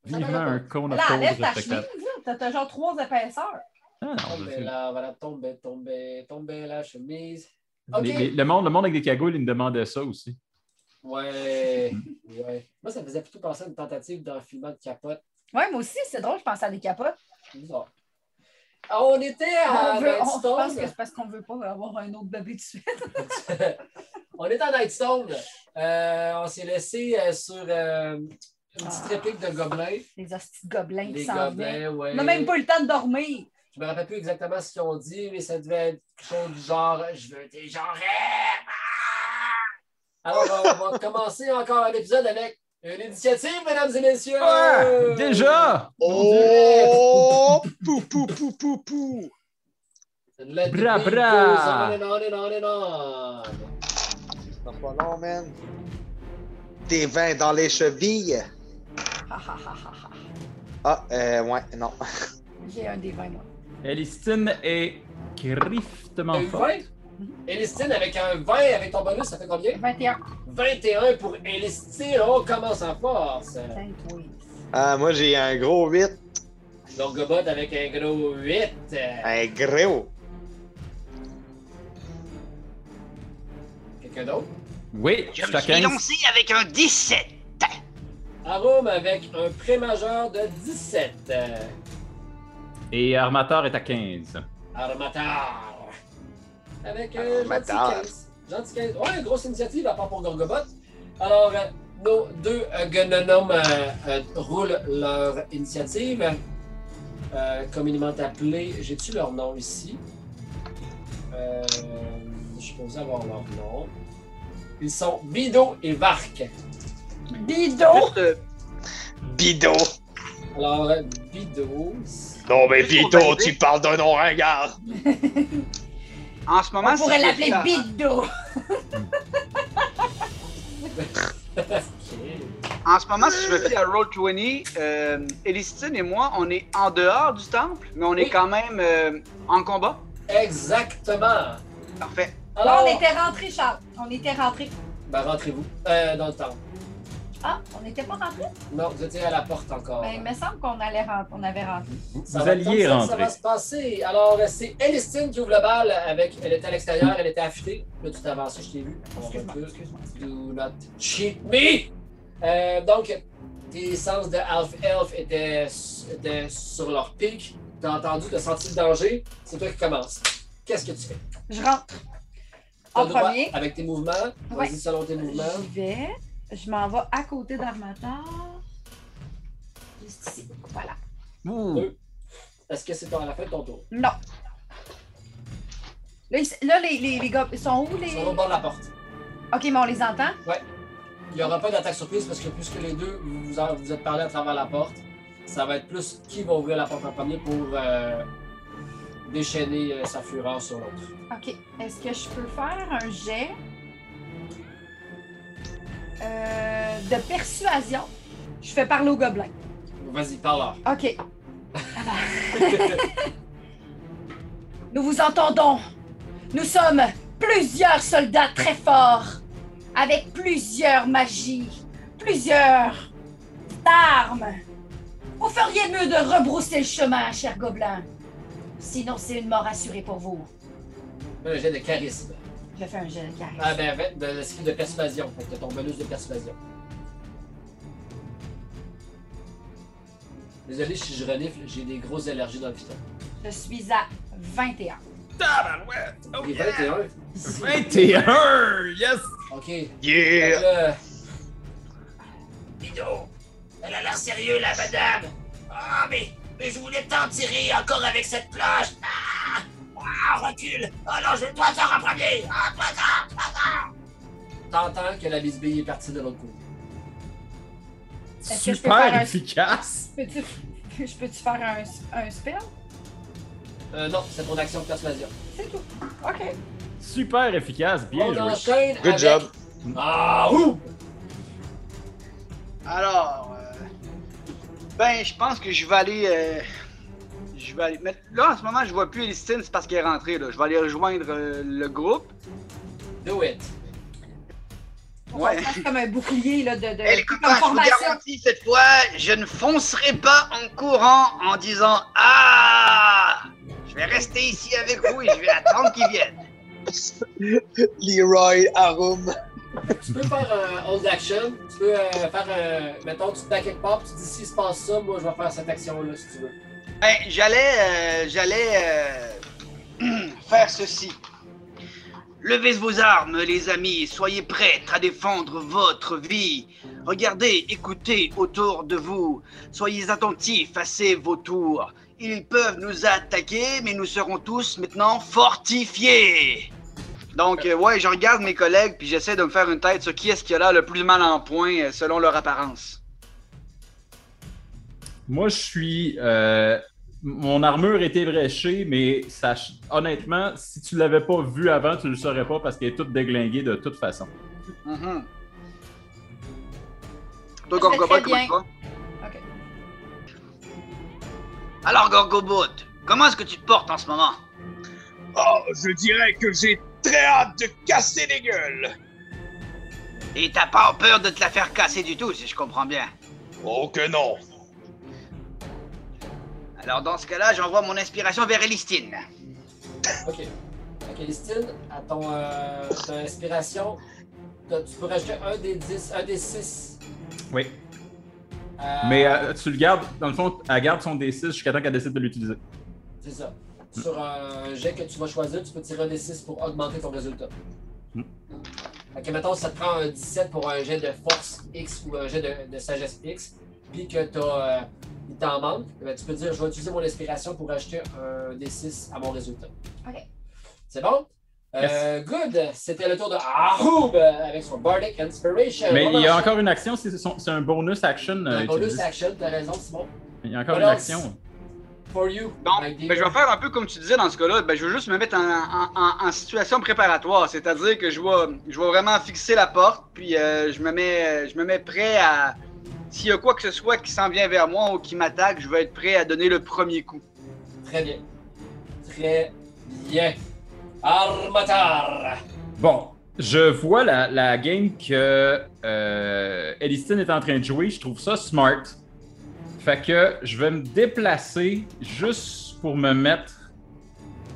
[SPEAKER 6] Vivement un con à
[SPEAKER 2] Là,
[SPEAKER 6] cause
[SPEAKER 2] enlève
[SPEAKER 6] de
[SPEAKER 2] ta chemise. Oh, ben
[SPEAKER 6] spectacle.
[SPEAKER 2] là. T'as t'as genre trois épaisseurs.
[SPEAKER 6] Ah, non, je
[SPEAKER 1] Tomber
[SPEAKER 6] sais.
[SPEAKER 1] là, voilà, tomber, tomber, tomber la chemise.
[SPEAKER 6] Les-
[SPEAKER 1] Ok.
[SPEAKER 6] les- le, monde, le monde avec des cagoules, il me demandait ça aussi.
[SPEAKER 1] Ouais, ouais. Moi, ça me faisait plutôt penser à une tentative d'enfilement de capote.
[SPEAKER 2] Ouais, moi aussi, c'est drôle, je pense à des capotes.
[SPEAKER 1] Bizarre. Ah, On était à
[SPEAKER 2] on veut, on
[SPEAKER 1] Redstone.
[SPEAKER 2] pense que c'est parce qu'on veut pas avoir un autre bébé de suite.
[SPEAKER 1] on est en Nightstone. Euh, on s'est laissé euh, sur euh, une petite
[SPEAKER 2] Ah.
[SPEAKER 1] réplique de gobelins.
[SPEAKER 2] Les hosties de gobelins qui
[SPEAKER 1] Les
[SPEAKER 2] s'en venaient.
[SPEAKER 1] gobelins, ouais.
[SPEAKER 2] On n'a même pas eu le temps de dormir.
[SPEAKER 1] Je me rappelle plus exactement ce qu'ils ont dit, mais ça devait être quelque chose du genre Je veux des gens rêves! Ah! Alors, on va commencer encore un épisode avec une initiative, mesdames et messieurs!
[SPEAKER 6] Ah, déjà!
[SPEAKER 5] Oh! Pou, pou, pou, pou, pou!
[SPEAKER 1] Let
[SPEAKER 6] Bra,
[SPEAKER 1] the beat
[SPEAKER 6] bra.
[SPEAKER 1] goes on and on and on and on.
[SPEAKER 5] C'est pas long, man. Des vins dans les chevilles.
[SPEAKER 2] Ha, ha, ha, ha, ha.
[SPEAKER 5] Ah, euh, ouais, non.
[SPEAKER 2] J'ai un des vins, moi.
[SPEAKER 6] Elistine est griftement
[SPEAKER 1] T'as eu
[SPEAKER 6] forte.
[SPEAKER 1] 20? Elistine, avec un 20 avec ton bonus, ça fait combien?
[SPEAKER 2] 21.
[SPEAKER 1] 21 pour Elistine, on commence en force!
[SPEAKER 2] Cinq, oui.
[SPEAKER 5] Ah, moi, j'ai un gros 8.
[SPEAKER 1] Donc, Gobot avec un gros Euh, 8.
[SPEAKER 5] Un gros.
[SPEAKER 1] Quelqu'un d'autre?
[SPEAKER 6] Oui,
[SPEAKER 3] Je
[SPEAKER 6] je suis
[SPEAKER 3] me
[SPEAKER 6] à
[SPEAKER 3] suis
[SPEAKER 6] 15.
[SPEAKER 3] lancé avec un 17.
[SPEAKER 1] Arôme avec un pré-majeur de 17. Euh,
[SPEAKER 6] Et Armateur est à 15.
[SPEAKER 1] Armatar. Avec euh,
[SPEAKER 5] Armatar.
[SPEAKER 1] Gentil 15. Gentil 15. Ouais, grosse initiative à part pour Gorgobot. Alors, euh, nos deux euh, gunonomes euh, euh, roulent leur initiative. Euh, communément appelée, j'ai-tu leur nom ici? Euh, je suis supposé avoir leur nom. Ils sont Bido et Vark.
[SPEAKER 2] Bidon!
[SPEAKER 3] Euh,
[SPEAKER 5] Bido.
[SPEAKER 1] Alors, euh, Bido. c'est-
[SPEAKER 5] Non, mais
[SPEAKER 3] Juste pour
[SPEAKER 5] Bido,
[SPEAKER 3] valider.
[SPEAKER 5] tu parles d'un nom ringard.
[SPEAKER 3] En ce moment,
[SPEAKER 2] On pourrait
[SPEAKER 3] c'est-
[SPEAKER 2] l'appeler
[SPEAKER 3] ça- Oh.
[SPEAKER 2] Bidon!
[SPEAKER 1] Ok.
[SPEAKER 3] En ce moment, si je me fie à Roll20, euh, Elistine et moi, on est en dehors du temple, mais on est
[SPEAKER 1] Oui.
[SPEAKER 3] quand même euh, en combat.
[SPEAKER 1] Exactement.
[SPEAKER 3] Parfait.
[SPEAKER 2] Là,
[SPEAKER 1] Alors,
[SPEAKER 2] on était rentrés, Charles. On était rentrés.
[SPEAKER 1] ben, rentrez-vous euh, dans le temple.
[SPEAKER 2] Ah, on n'était pas rentrés?
[SPEAKER 1] Non, vous étiez à la porte encore.
[SPEAKER 2] Ben, il me semble qu'on allait rentrer. On avait rentré.
[SPEAKER 6] Vous,
[SPEAKER 1] Ça
[SPEAKER 6] vous
[SPEAKER 1] va être comme
[SPEAKER 6] alliez
[SPEAKER 1] ça que Ça
[SPEAKER 6] rentrer.
[SPEAKER 1] va se passer. Alors, euh, c'est Elistine qui ouvre la balle avec. Elle était à l'extérieur, elle était affûtée. Là, tout avancé, je t'ai vu. On
[SPEAKER 2] Excuse-moi,
[SPEAKER 1] recule.
[SPEAKER 2] excuse-moi.
[SPEAKER 1] Do not cheat me! Euh, donc, tes sens de Half Elf étaient, s- étaient sur leur pic. T'as entendu, t'as senti le danger. C'est toi qui commences. Qu'est-ce que tu fais?
[SPEAKER 2] Je rentre.
[SPEAKER 1] T'as
[SPEAKER 2] En
[SPEAKER 1] le droit,
[SPEAKER 2] premier,
[SPEAKER 1] Avec tes mouvements.
[SPEAKER 2] Ouais.
[SPEAKER 1] Vas-y selon tes mouvements.
[SPEAKER 2] j'y vais. Je m'en vais à côté d'Armatar. Juste ici. Voilà.
[SPEAKER 6] Ouh.
[SPEAKER 1] Est-ce que c'est à la fin de ton tour?
[SPEAKER 2] Non. Là, ils- là, les, les, les gars, ils sont où les.
[SPEAKER 1] Ils sont au bord de la porte.
[SPEAKER 2] Ok, mais on les entend.
[SPEAKER 1] Il n'y aura pas d'attaque surprise parce que puisque les deux vous vous, en- vous êtes parlé à travers la porte, ça va être plus qui va ouvrir la porte en premier pour euh, déchaîner euh, sa fureur sur l'autre.
[SPEAKER 2] Ok. Est-ce que je peux faire un jet euh, de persuasion? Je fais parler au gobelin.
[SPEAKER 1] Vas-y, parle
[SPEAKER 2] Ok. Nous vous entendons. Nous sommes plusieurs soldats très forts, avec plusieurs magies, plusieurs armes. Vous feriez mieux de rebrousser le chemin, cher gobelin. Sinon, c'est une mort assurée pour vous.
[SPEAKER 1] Fais Un jet de charisme.
[SPEAKER 2] Je fais un jet de charisme.
[SPEAKER 1] Ah ben, fait, de, de skill de persuasion. Fait que ton bonus de persuasion. Désolé si je renifle, j'ai des grosses allergies dans le piton.
[SPEAKER 2] Je suis à 21.
[SPEAKER 1] Il est 21.
[SPEAKER 7] 21! Yes!
[SPEAKER 1] Ok.
[SPEAKER 5] Yeah!
[SPEAKER 1] Euh. Bido, elle a l'air sérieux, la madame. Ah, mais, mais je voulais t'en tirer encore avec cette cloche. Ah, ah recule. Ah non, je dois faire en premier. Ah, toi, toi, T'entends que la bisbille est partie de l'autre côté.
[SPEAKER 2] Est-ce que je peux faire
[SPEAKER 7] Super
[SPEAKER 2] un-
[SPEAKER 7] efficace!
[SPEAKER 2] Peux-tu je peux-tu faire un, un spell?
[SPEAKER 1] Euh, non, c'est ton action de persuasion.
[SPEAKER 2] C'est tout. OK.
[SPEAKER 6] Super efficace, bien
[SPEAKER 1] On
[SPEAKER 6] joué.
[SPEAKER 1] enchaîne
[SPEAKER 5] Good
[SPEAKER 1] avec-
[SPEAKER 5] job.
[SPEAKER 1] Ah, ouh!
[SPEAKER 3] Alors, euh, ben, je pense que je vais aller. euh, je vais aller. mais là, en ce moment, je vois plus Elistine, c'est parce qu'elle est rentrée. Là. Je vais aller rejoindre euh, le groupe.
[SPEAKER 1] Do it.
[SPEAKER 2] On
[SPEAKER 3] Ouais.
[SPEAKER 2] va faire comme un bouclier là, de, de
[SPEAKER 3] Elle
[SPEAKER 2] comme
[SPEAKER 3] copains, je vous
[SPEAKER 2] formation.
[SPEAKER 3] garantis cette fois, je ne foncerai pas en courant en disant Ah Je vais rester ici avec vous et je vais attendre qu'ils viennent.
[SPEAKER 5] Leroy Arum.
[SPEAKER 1] Tu peux faire un hold action. Tu peux euh, faire un. Mettons, tu te bats quelque part, puis tu dis s'il se passe ça, moi je vais faire cette action-là si tu veux.
[SPEAKER 3] Ben, j'allais. euh, j'allais. euh, faire ceci. Levez vos armes, les amis, soyez prêts à défendre votre vie. Regardez, écoutez autour de vous. Soyez attentifs à ces vautours. Ils peuvent nous attaquer, mais nous serons tous maintenant fortifiés. Donc, euh, ouais, je regarde mes collègues, puis j'essaie de me faire une tête sur qui est-ce qui a là le plus mal en point euh, selon leur apparence.
[SPEAKER 6] Moi, je suis. euh, mon armure est ébréchée, mais ça, honnêtement, si tu l'avais pas vue avant, tu le saurais pas parce qu'elle est toute déglinguée de toute façon.
[SPEAKER 3] Mhm. Toi,
[SPEAKER 2] Je fais
[SPEAKER 3] Gorgobot,
[SPEAKER 2] très
[SPEAKER 3] comment
[SPEAKER 2] bien.
[SPEAKER 3] tu vas?
[SPEAKER 2] Ok.
[SPEAKER 3] Alors, Gorgobot, comment est-ce que tu te portes en ce moment?
[SPEAKER 5] Oh, je dirais que j'ai très hâte de casser des gueules.
[SPEAKER 3] Et t'as pas peur de te la faire casser du tout, si je comprends bien.
[SPEAKER 5] Oh que non.
[SPEAKER 3] Alors, dans ce cas-là, j'envoie mon inspiration vers Elistine.
[SPEAKER 1] Ok. Ok, Listine, à ton euh, ton inspiration, t'as- tu peux rajouter un des 10, un des 6.
[SPEAKER 6] Oui. Mais euh, tu le gardes, dans le fond, elle garde son D6 jusqu'à temps qu'elle décide de l'utiliser.
[SPEAKER 2] Euh,
[SPEAKER 1] C'est ça. Sur un jet que tu vas choisir, tu peux tirer un des 6 pour augmenter ton résultat.
[SPEAKER 6] Hmm.
[SPEAKER 1] Ok, mettons, ça te prend un 17 pour un jet de force X ou un jet de, de sagesse X, puis que t'as, euh, il t'en manque, eh ben, tu peux dire je vais utiliser mon inspiration pour acheter un des 6 à mon résultat.
[SPEAKER 2] Ok.
[SPEAKER 1] C'est bon? Euh, Good! C'était le tour de Aroub avec son Bardic Inspiration.
[SPEAKER 6] Mais
[SPEAKER 1] On
[SPEAKER 6] il y a
[SPEAKER 1] enchaîne.
[SPEAKER 6] encore une action, c'est son- c'est un bonus action. euh,
[SPEAKER 1] Un bonus
[SPEAKER 6] utilisé.
[SPEAKER 1] action, t'as raison, Simon.
[SPEAKER 6] Il y a encore une
[SPEAKER 1] Bonus.
[SPEAKER 6] action.
[SPEAKER 1] For you.
[SPEAKER 3] Bon,
[SPEAKER 1] my
[SPEAKER 3] ben,
[SPEAKER 1] dear.
[SPEAKER 3] je vais faire un peu comme tu disais dans ce cas-là. Ben, je veux juste me mettre en, en- en- en situation préparatoire, c'est-à-dire que je vais, je vais vraiment fixer la porte, puis euh, je, me mets, je me mets prêt à. S'il y a quoi que ce soit qui s'en vient vers moi ou qui m'attaque, je vais être prêt à donner le premier coup.
[SPEAKER 1] Très bien. Très bien. Armatar!
[SPEAKER 6] Bon, je vois la, la game que euh, Elistine est en train de jouer. Je trouve ça smart. Fait que je vais me déplacer juste pour me mettre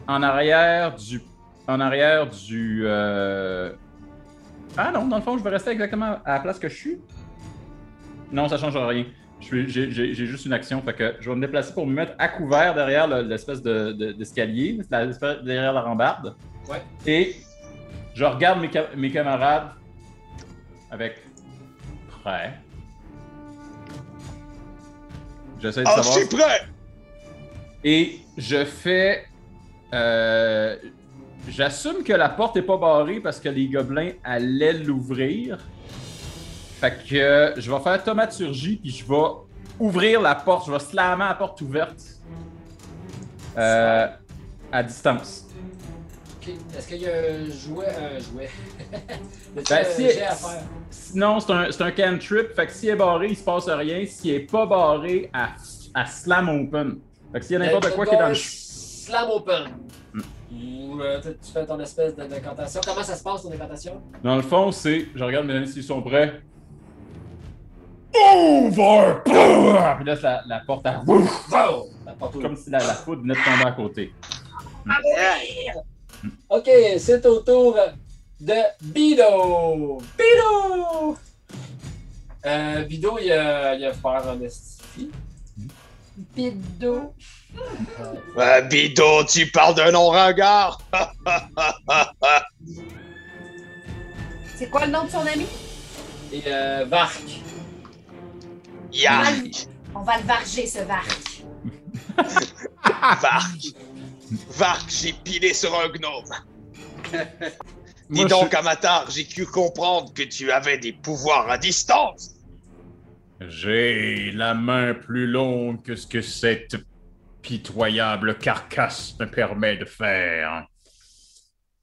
[SPEAKER 6] en arrière du. En arrière du. euh, Ah non, dans le fond, je vais rester exactement à la place que je suis. Non, ça change rien. Je suis- J'ai j'ai- j'ai juste une action. Fait que je vais me déplacer pour me mettre à couvert derrière le- l'espèce de- de- d'escalier, la- l'espèce- derrière la rambarde.
[SPEAKER 1] Ouais.
[SPEAKER 6] Et je regarde mes, ca- mes camarades avec prêt. J'essaie de
[SPEAKER 5] Oh, je
[SPEAKER 6] savoir.
[SPEAKER 5] suis prêt.
[SPEAKER 6] Et je fais. euh, J'assume que la porte n'est pas barrée parce que les gobelins allaient l'ouvrir. Fait que je vais faire tomaturgie puis je vais ouvrir la porte. Je vais slammer la porte ouverte euh, à distance.
[SPEAKER 1] Ok, Est-ce qu'il y a un jouet? Un jouet. Y a-t-il
[SPEAKER 6] Ben,
[SPEAKER 1] un
[SPEAKER 6] si-
[SPEAKER 1] jet à faire?
[SPEAKER 6] Sinon, c'est un, c'est un cantrip. Fait que s'il est barré, il se passe rien. S'il est pas barré, à, à slam open. Fait que s'il y a n'importe
[SPEAKER 1] Le
[SPEAKER 6] quoi qui est dans le
[SPEAKER 1] door
[SPEAKER 6] ch-
[SPEAKER 1] Slam open.
[SPEAKER 6] Hmm.
[SPEAKER 1] Ou euh, tu tu fais ton espèce de- d'incantation. Comment ça se passe ton incantation?
[SPEAKER 6] Dans le fond, c'est. Je regarde mes amis s'ils sont prêts. Over! Pouah! Puis là, la, la porte, elle- Ouf! Wow! La porte,
[SPEAKER 1] ouvre.
[SPEAKER 6] comme si la, la foudre venait de tomber à côté.
[SPEAKER 1] OK, c'est au tour de Bido. Bido! Euh, Bido, il a, il a peur en esti.
[SPEAKER 2] Bido.
[SPEAKER 5] Euh, Bido, tu parles d'un non-regard!
[SPEAKER 2] C'est quoi le nom de son ami?
[SPEAKER 1] Et euh, Vark.
[SPEAKER 5] Yark!
[SPEAKER 2] On va le varger, ce varc.
[SPEAKER 5] Vark! Vark, j'ai pilé sur un gnome! Dis
[SPEAKER 6] Moi,
[SPEAKER 5] donc, Amatar, j'ai cru comprendre que tu avais des pouvoirs à distance!
[SPEAKER 6] J'ai la main plus longue que ce que cette pitoyable carcasse me permet de faire.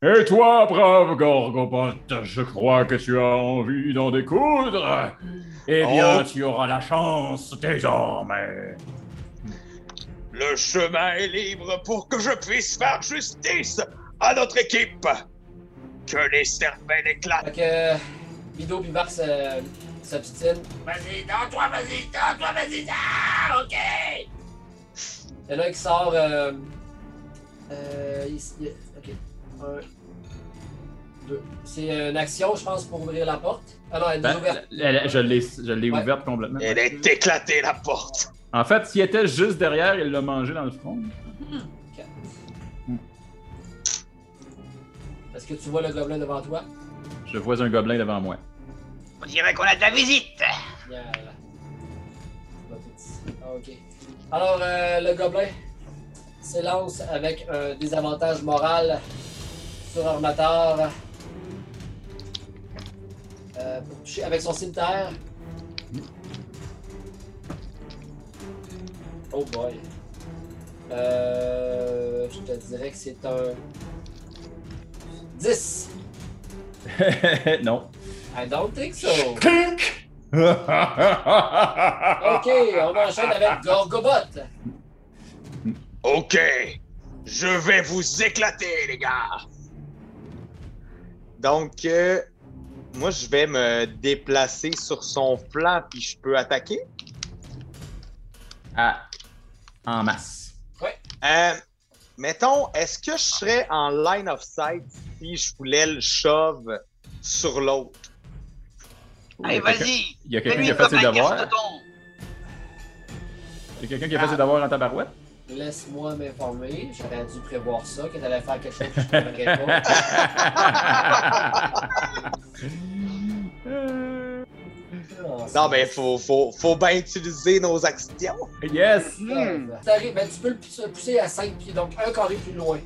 [SPEAKER 6] Et toi, brave Gorgobot, je crois que tu as envie d'en découdre. Eh bien,
[SPEAKER 5] Oh.
[SPEAKER 6] tu auras la chance désormais.
[SPEAKER 5] Le chemin est libre pour que je puisse faire justice à notre équipe! Que les cervelles éclatent!
[SPEAKER 1] Fait que euh, Bido puis Vark se- s'obstinent. Vas-y, non, toi, vas-y, non, toi, vas-y, non, OK! Et là, il sort... Euh, euh, il s- il- OK. Un, deux. C'est euh, une action, je pense, pour ouvrir la porte. Ah non, elle est
[SPEAKER 6] Ben,
[SPEAKER 1] ouverte.
[SPEAKER 6] elle- elle- je l'ai, je l'ai
[SPEAKER 1] Ouais.
[SPEAKER 6] ouverte complètement.
[SPEAKER 5] Elle est éclatée, la porte!
[SPEAKER 6] En fait, s'il était juste derrière, il l'a mangé dans le front.
[SPEAKER 1] Est-ce que tu vois le gobelin devant toi?
[SPEAKER 6] Je vois un gobelin devant moi.
[SPEAKER 3] On dirait qu'on a de la visite.
[SPEAKER 1] Il y a- Pas tout ici. Ah, ok. Alors, euh, le gobelin s'élance avec un désavantage moral sur Armator. Euh, pour toucher avec son cimetière. Oh boy. Euh, je te dirais que c'est un 10.
[SPEAKER 6] non.
[SPEAKER 1] I don't think so. Ok,
[SPEAKER 6] ok,
[SPEAKER 1] on enchaîne avec Gorgobot.
[SPEAKER 5] Ok, je vais vous éclater, les gars. Donc, euh, moi, je vais me déplacer sur son flanc, puis je peux attaquer.
[SPEAKER 6] Ah, en masse.
[SPEAKER 5] Euh, mettons, est-ce que je serais en line of sight si je voulais le shove sur l'autre?
[SPEAKER 6] Il y
[SPEAKER 3] Allez,
[SPEAKER 6] a quelqu'un-
[SPEAKER 3] vas-y.
[SPEAKER 6] Il y a quelqu'un
[SPEAKER 3] Fais-lui
[SPEAKER 6] qui a
[SPEAKER 3] une
[SPEAKER 6] fait ses
[SPEAKER 3] copain qui
[SPEAKER 6] devoirs.
[SPEAKER 3] reste ton.
[SPEAKER 6] Il y a quelqu'un qui a fait ses devoirs en tabarouette.
[SPEAKER 1] Laisse-moi m'informer. J'aurais dû prévoir ça, que t'allais faire quelque chose que je ne prévoirais pas.
[SPEAKER 5] Non, mais faut, faut, faut bien utiliser nos actions.
[SPEAKER 6] yes!
[SPEAKER 1] Hmm. T'arrives- ben, tu peux le pousser- pousser à 5 pieds, donc un carré plus loin.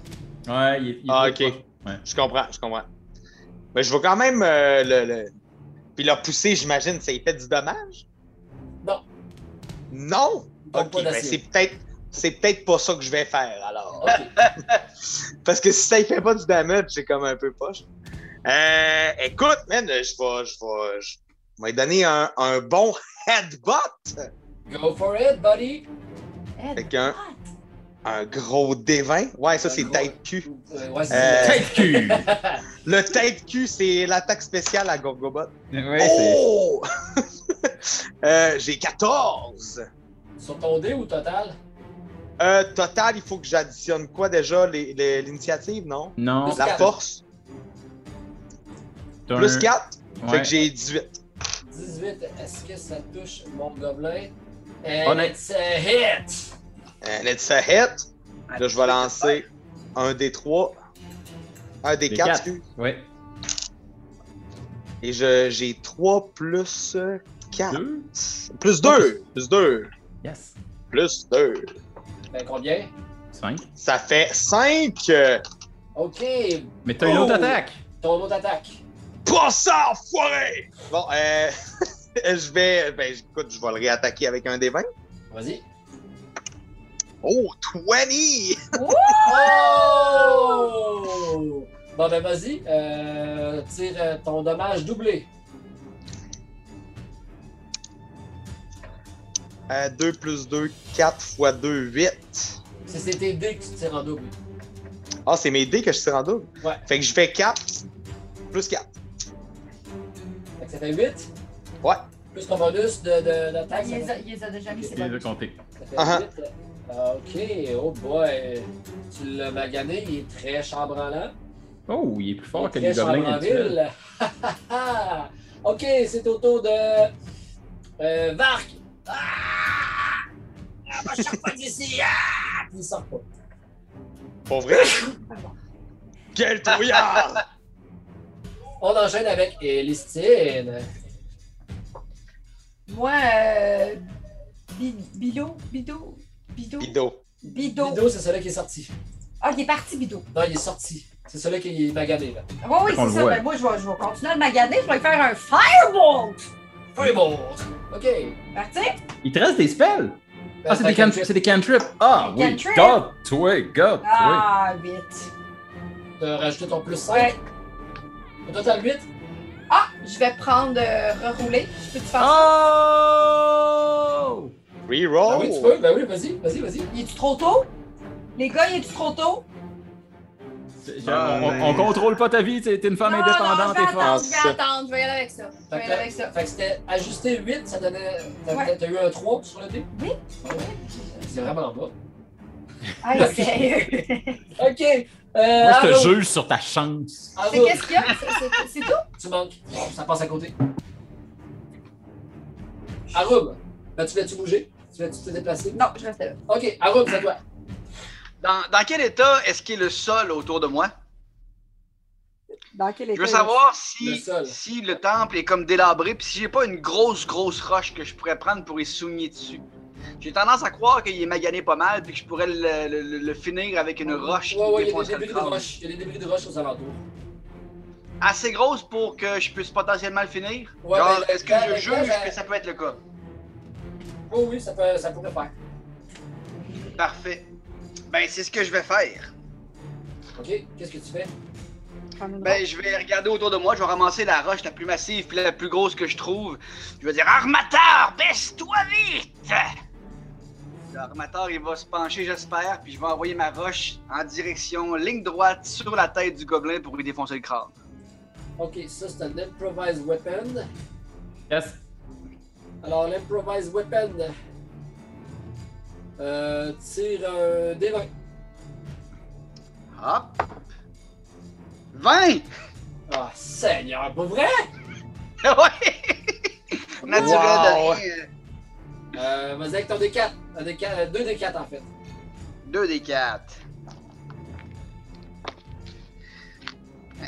[SPEAKER 6] Ouais, il est. il est
[SPEAKER 5] Ah,
[SPEAKER 6] trop
[SPEAKER 5] ok.
[SPEAKER 6] proche. Ouais.
[SPEAKER 5] Je comprends, je comprends. Mais je vais quand même euh, le, le- Puis le pousser, j'imagine, ça y fait du dommage?
[SPEAKER 1] Non.
[SPEAKER 5] Non?
[SPEAKER 1] Donc,
[SPEAKER 5] Ok,
[SPEAKER 1] pas
[SPEAKER 5] ben
[SPEAKER 1] d'acier.
[SPEAKER 5] c'est peut-être c'est peut-être pas ça que je vais faire alors.
[SPEAKER 1] Ok.
[SPEAKER 5] Parce que si ça y fait pas du damage, c'est comme un peu poche. Euh, écoute, man, je vais je vais je vais lui donner un, un bon headbutt.
[SPEAKER 1] Go for it, buddy.
[SPEAKER 2] Ed. ben,
[SPEAKER 5] Fait qu'un un gros dévin. Ouais, ça
[SPEAKER 1] Un
[SPEAKER 5] c'est
[SPEAKER 1] gros-
[SPEAKER 5] tête cul.
[SPEAKER 1] Euh, ouais,
[SPEAKER 5] Euh,
[SPEAKER 1] c'est
[SPEAKER 6] Tête cul!
[SPEAKER 5] Le tête cul, c'est l'attaque spéciale à Gorgobot.
[SPEAKER 6] Ouais, c'est-
[SPEAKER 5] oh! Euh, j'ai 14.
[SPEAKER 1] Sur ton dé ou total?
[SPEAKER 5] Euh, total, il faut que j'additionne quoi déjà? les- les- L'initiative, non?
[SPEAKER 6] Non,
[SPEAKER 1] Plus
[SPEAKER 5] La
[SPEAKER 1] quatre.
[SPEAKER 5] force.
[SPEAKER 6] t'as
[SPEAKER 5] Plus
[SPEAKER 6] un-
[SPEAKER 5] 4. Fait
[SPEAKER 6] ouais.
[SPEAKER 5] que j'ai 18.
[SPEAKER 1] 18. Est-ce que ça touche mon gobelin? And
[SPEAKER 6] On a-
[SPEAKER 1] it's a hit!
[SPEAKER 5] And it's a hit. Là, je vais lancer un des trois. Un des
[SPEAKER 6] Des
[SPEAKER 5] quatre,
[SPEAKER 6] quatre.
[SPEAKER 5] excuse.
[SPEAKER 6] Ouais.
[SPEAKER 5] Et je- j'ai 3 plus euh, 4.
[SPEAKER 6] Deux?
[SPEAKER 5] Plus 2. Plus 2.
[SPEAKER 6] Yes.
[SPEAKER 5] Plus 2.
[SPEAKER 1] Ben combien?
[SPEAKER 6] Cinq.
[SPEAKER 5] Ça fait euh, 5.
[SPEAKER 1] Ok,
[SPEAKER 6] Mais t'as une autre
[SPEAKER 1] Oh!
[SPEAKER 6] attaque!
[SPEAKER 1] ton autre attaque.
[SPEAKER 5] Pas ça, enfoiré! Bon, euh, je vais. Ben, écoute, je vais le réattaquer avec un des 20.
[SPEAKER 1] Vas-y.
[SPEAKER 5] Oh, 20!
[SPEAKER 1] Oh! Bon ben vas-y, euh, tire euh, ton dommage doublé.
[SPEAKER 5] Euh, 2 plus 2, 4 fois 2, 8.
[SPEAKER 1] C'est c'est tes dés que tu tires en double.
[SPEAKER 5] Ah, c'est mes dés que je tire en double.
[SPEAKER 1] Ouais.
[SPEAKER 5] Fait que je fais 4 plus 4.
[SPEAKER 1] Fait que ça fait 8.
[SPEAKER 5] Ouais.
[SPEAKER 1] Plus ton bonus de, de, d'attaque.
[SPEAKER 2] Il
[SPEAKER 1] ça
[SPEAKER 2] les
[SPEAKER 1] fait-
[SPEAKER 2] a- il les a déjà mis, c'est
[SPEAKER 6] Il
[SPEAKER 2] bon.
[SPEAKER 6] les a comptés.
[SPEAKER 1] ça fait
[SPEAKER 5] Ah ah.
[SPEAKER 1] huit. Ah, ok, oh boy. Tu l'as magané, il est très chambranlant.
[SPEAKER 6] Oh, il est plus fort que
[SPEAKER 1] Il est
[SPEAKER 6] les
[SPEAKER 1] très
[SPEAKER 6] gobelins habituels.
[SPEAKER 1] chambranville. ok, c'est au tour de. Euh, Vark. Ah! Ah, moi, je sors pas d'ici. Ah! Puis Il sort pas.
[SPEAKER 5] Pour vrai? Quel trouillard!
[SPEAKER 1] On enchaîne avec euh, Elistine.
[SPEAKER 2] Moi, euh, Bi- Bilo, Bido, Bido,
[SPEAKER 5] Bido.
[SPEAKER 2] Bido.
[SPEAKER 1] Bido, c'est celui qui est sorti.
[SPEAKER 2] Ah, il est parti, Bido.
[SPEAKER 1] Non, il est sorti. C'est celui qui est magané, là.
[SPEAKER 2] Oui, oui,
[SPEAKER 6] qu'on
[SPEAKER 2] c'est
[SPEAKER 6] le
[SPEAKER 2] ça.
[SPEAKER 6] voit.
[SPEAKER 2] Ben, moi, je vais, je vais continuer à le maganer. Je vais lui faire un fireball.
[SPEAKER 1] Peu bon! OK. Ben,
[SPEAKER 2] Parti?
[SPEAKER 6] Il te reste des spells? Ah, c'est des, can- c'est des cantrips. Ah oui,
[SPEAKER 2] Cantrips.
[SPEAKER 6] God, toi, God, toi.
[SPEAKER 2] Ah, vite.
[SPEAKER 1] Tu as rajouté ton plus 5.
[SPEAKER 2] Ouais.
[SPEAKER 1] Au total 8.
[SPEAKER 2] Ah, je vais prendre euh, rerouler. Je peux te faire ça?
[SPEAKER 6] Oh!
[SPEAKER 1] Ah oui, tu peux.
[SPEAKER 5] Reroll!
[SPEAKER 1] Ben oui, vas-y, vas-y, vas-y.
[SPEAKER 2] Il est-tu trop tôt? Les gars, il est-tu trop tôt?
[SPEAKER 6] C'est-
[SPEAKER 3] Ah,
[SPEAKER 6] on,
[SPEAKER 3] ouais.
[SPEAKER 6] on contrôle pas ta vie, t'es t'es une femme
[SPEAKER 2] Non, non,
[SPEAKER 6] indépendante
[SPEAKER 2] je
[SPEAKER 6] et
[SPEAKER 2] vais
[SPEAKER 6] forte.
[SPEAKER 2] attendre, je vais attendre. Je vais y aller avec ça. Je vais y aller avec ça.
[SPEAKER 1] Fait que c'était ajusté 8, ça donnait. T'as
[SPEAKER 2] Ouais.
[SPEAKER 1] t'as eu un 3 sur le dé?
[SPEAKER 2] Oui.
[SPEAKER 1] Ah ouais. C'est vraiment en bas.
[SPEAKER 2] Hey, sérieux.
[SPEAKER 1] OK. Euh,
[SPEAKER 6] Moi, je te
[SPEAKER 1] Arnaud.
[SPEAKER 6] juge sur ta chance.
[SPEAKER 2] C'est
[SPEAKER 1] Arnaud,
[SPEAKER 2] qu'est-ce qu'il y a? C'est- c'est- C'est tout?
[SPEAKER 1] tu manques. Ça passe à côté. Arum, ben, tu vas-tu bouger? Tu vas-tu te déplacer?
[SPEAKER 2] Non, je reste là.
[SPEAKER 1] OK, Arum, c'est à toi.
[SPEAKER 3] Dans, dans quel état est-ce qu'il est le sol autour de moi?
[SPEAKER 2] Dans quel
[SPEAKER 3] Je veux savoir
[SPEAKER 1] Le
[SPEAKER 3] si
[SPEAKER 1] sol.
[SPEAKER 3] si le temple est comme délabré, puis si j'ai pas une grosse, grosse roche que je pourrais prendre pour y soigner dessus. J'ai tendance à croire qu'il est magané pas mal, puis que je pourrais le, le- le- le finir avec une roche
[SPEAKER 1] Ouais, ouais, il y a des
[SPEAKER 3] défoncerait le
[SPEAKER 1] débris de
[SPEAKER 3] crâne.
[SPEAKER 1] roche. Il y a des débris de roche aux alentours.
[SPEAKER 3] Assez grosse pour que je puisse potentiellement le finir?
[SPEAKER 1] Ouais,
[SPEAKER 3] Genre,
[SPEAKER 1] ben,
[SPEAKER 3] est-ce que
[SPEAKER 1] ben,
[SPEAKER 3] je
[SPEAKER 1] ben,
[SPEAKER 3] juge
[SPEAKER 1] ben,
[SPEAKER 3] que ça peut être le cas?
[SPEAKER 1] Oh oui, ça, peut, ça pourrait faire.
[SPEAKER 3] Parfait. Ben, c'est ce que je vais faire.
[SPEAKER 1] OK, qu'est-ce que tu fais?
[SPEAKER 3] Ben, je vais regarder autour de moi, je vais ramasser la roche la plus massive puis la plus grosse que je trouve. Je vais dire Armateur, baisse-toi vite! L'armateur, il va se pencher, j'espère, puis je vais envoyer ma roche en direction ligne droite sur la tête du gobelin pour lui défoncer le crâne.
[SPEAKER 1] Ok, ça c'est un improvised weapon.
[SPEAKER 6] Yes.
[SPEAKER 1] Alors l'improvised weapon euh, tire un D20.
[SPEAKER 3] Hop! 20!
[SPEAKER 1] Ah Seigneur, pas vrai?
[SPEAKER 3] ouais! Naturel
[SPEAKER 5] Wow.
[SPEAKER 3] de rien.
[SPEAKER 1] Euh, Vas-y avec ton D4. Un D4 euh, deux D4 en fait.
[SPEAKER 3] 2 des 4.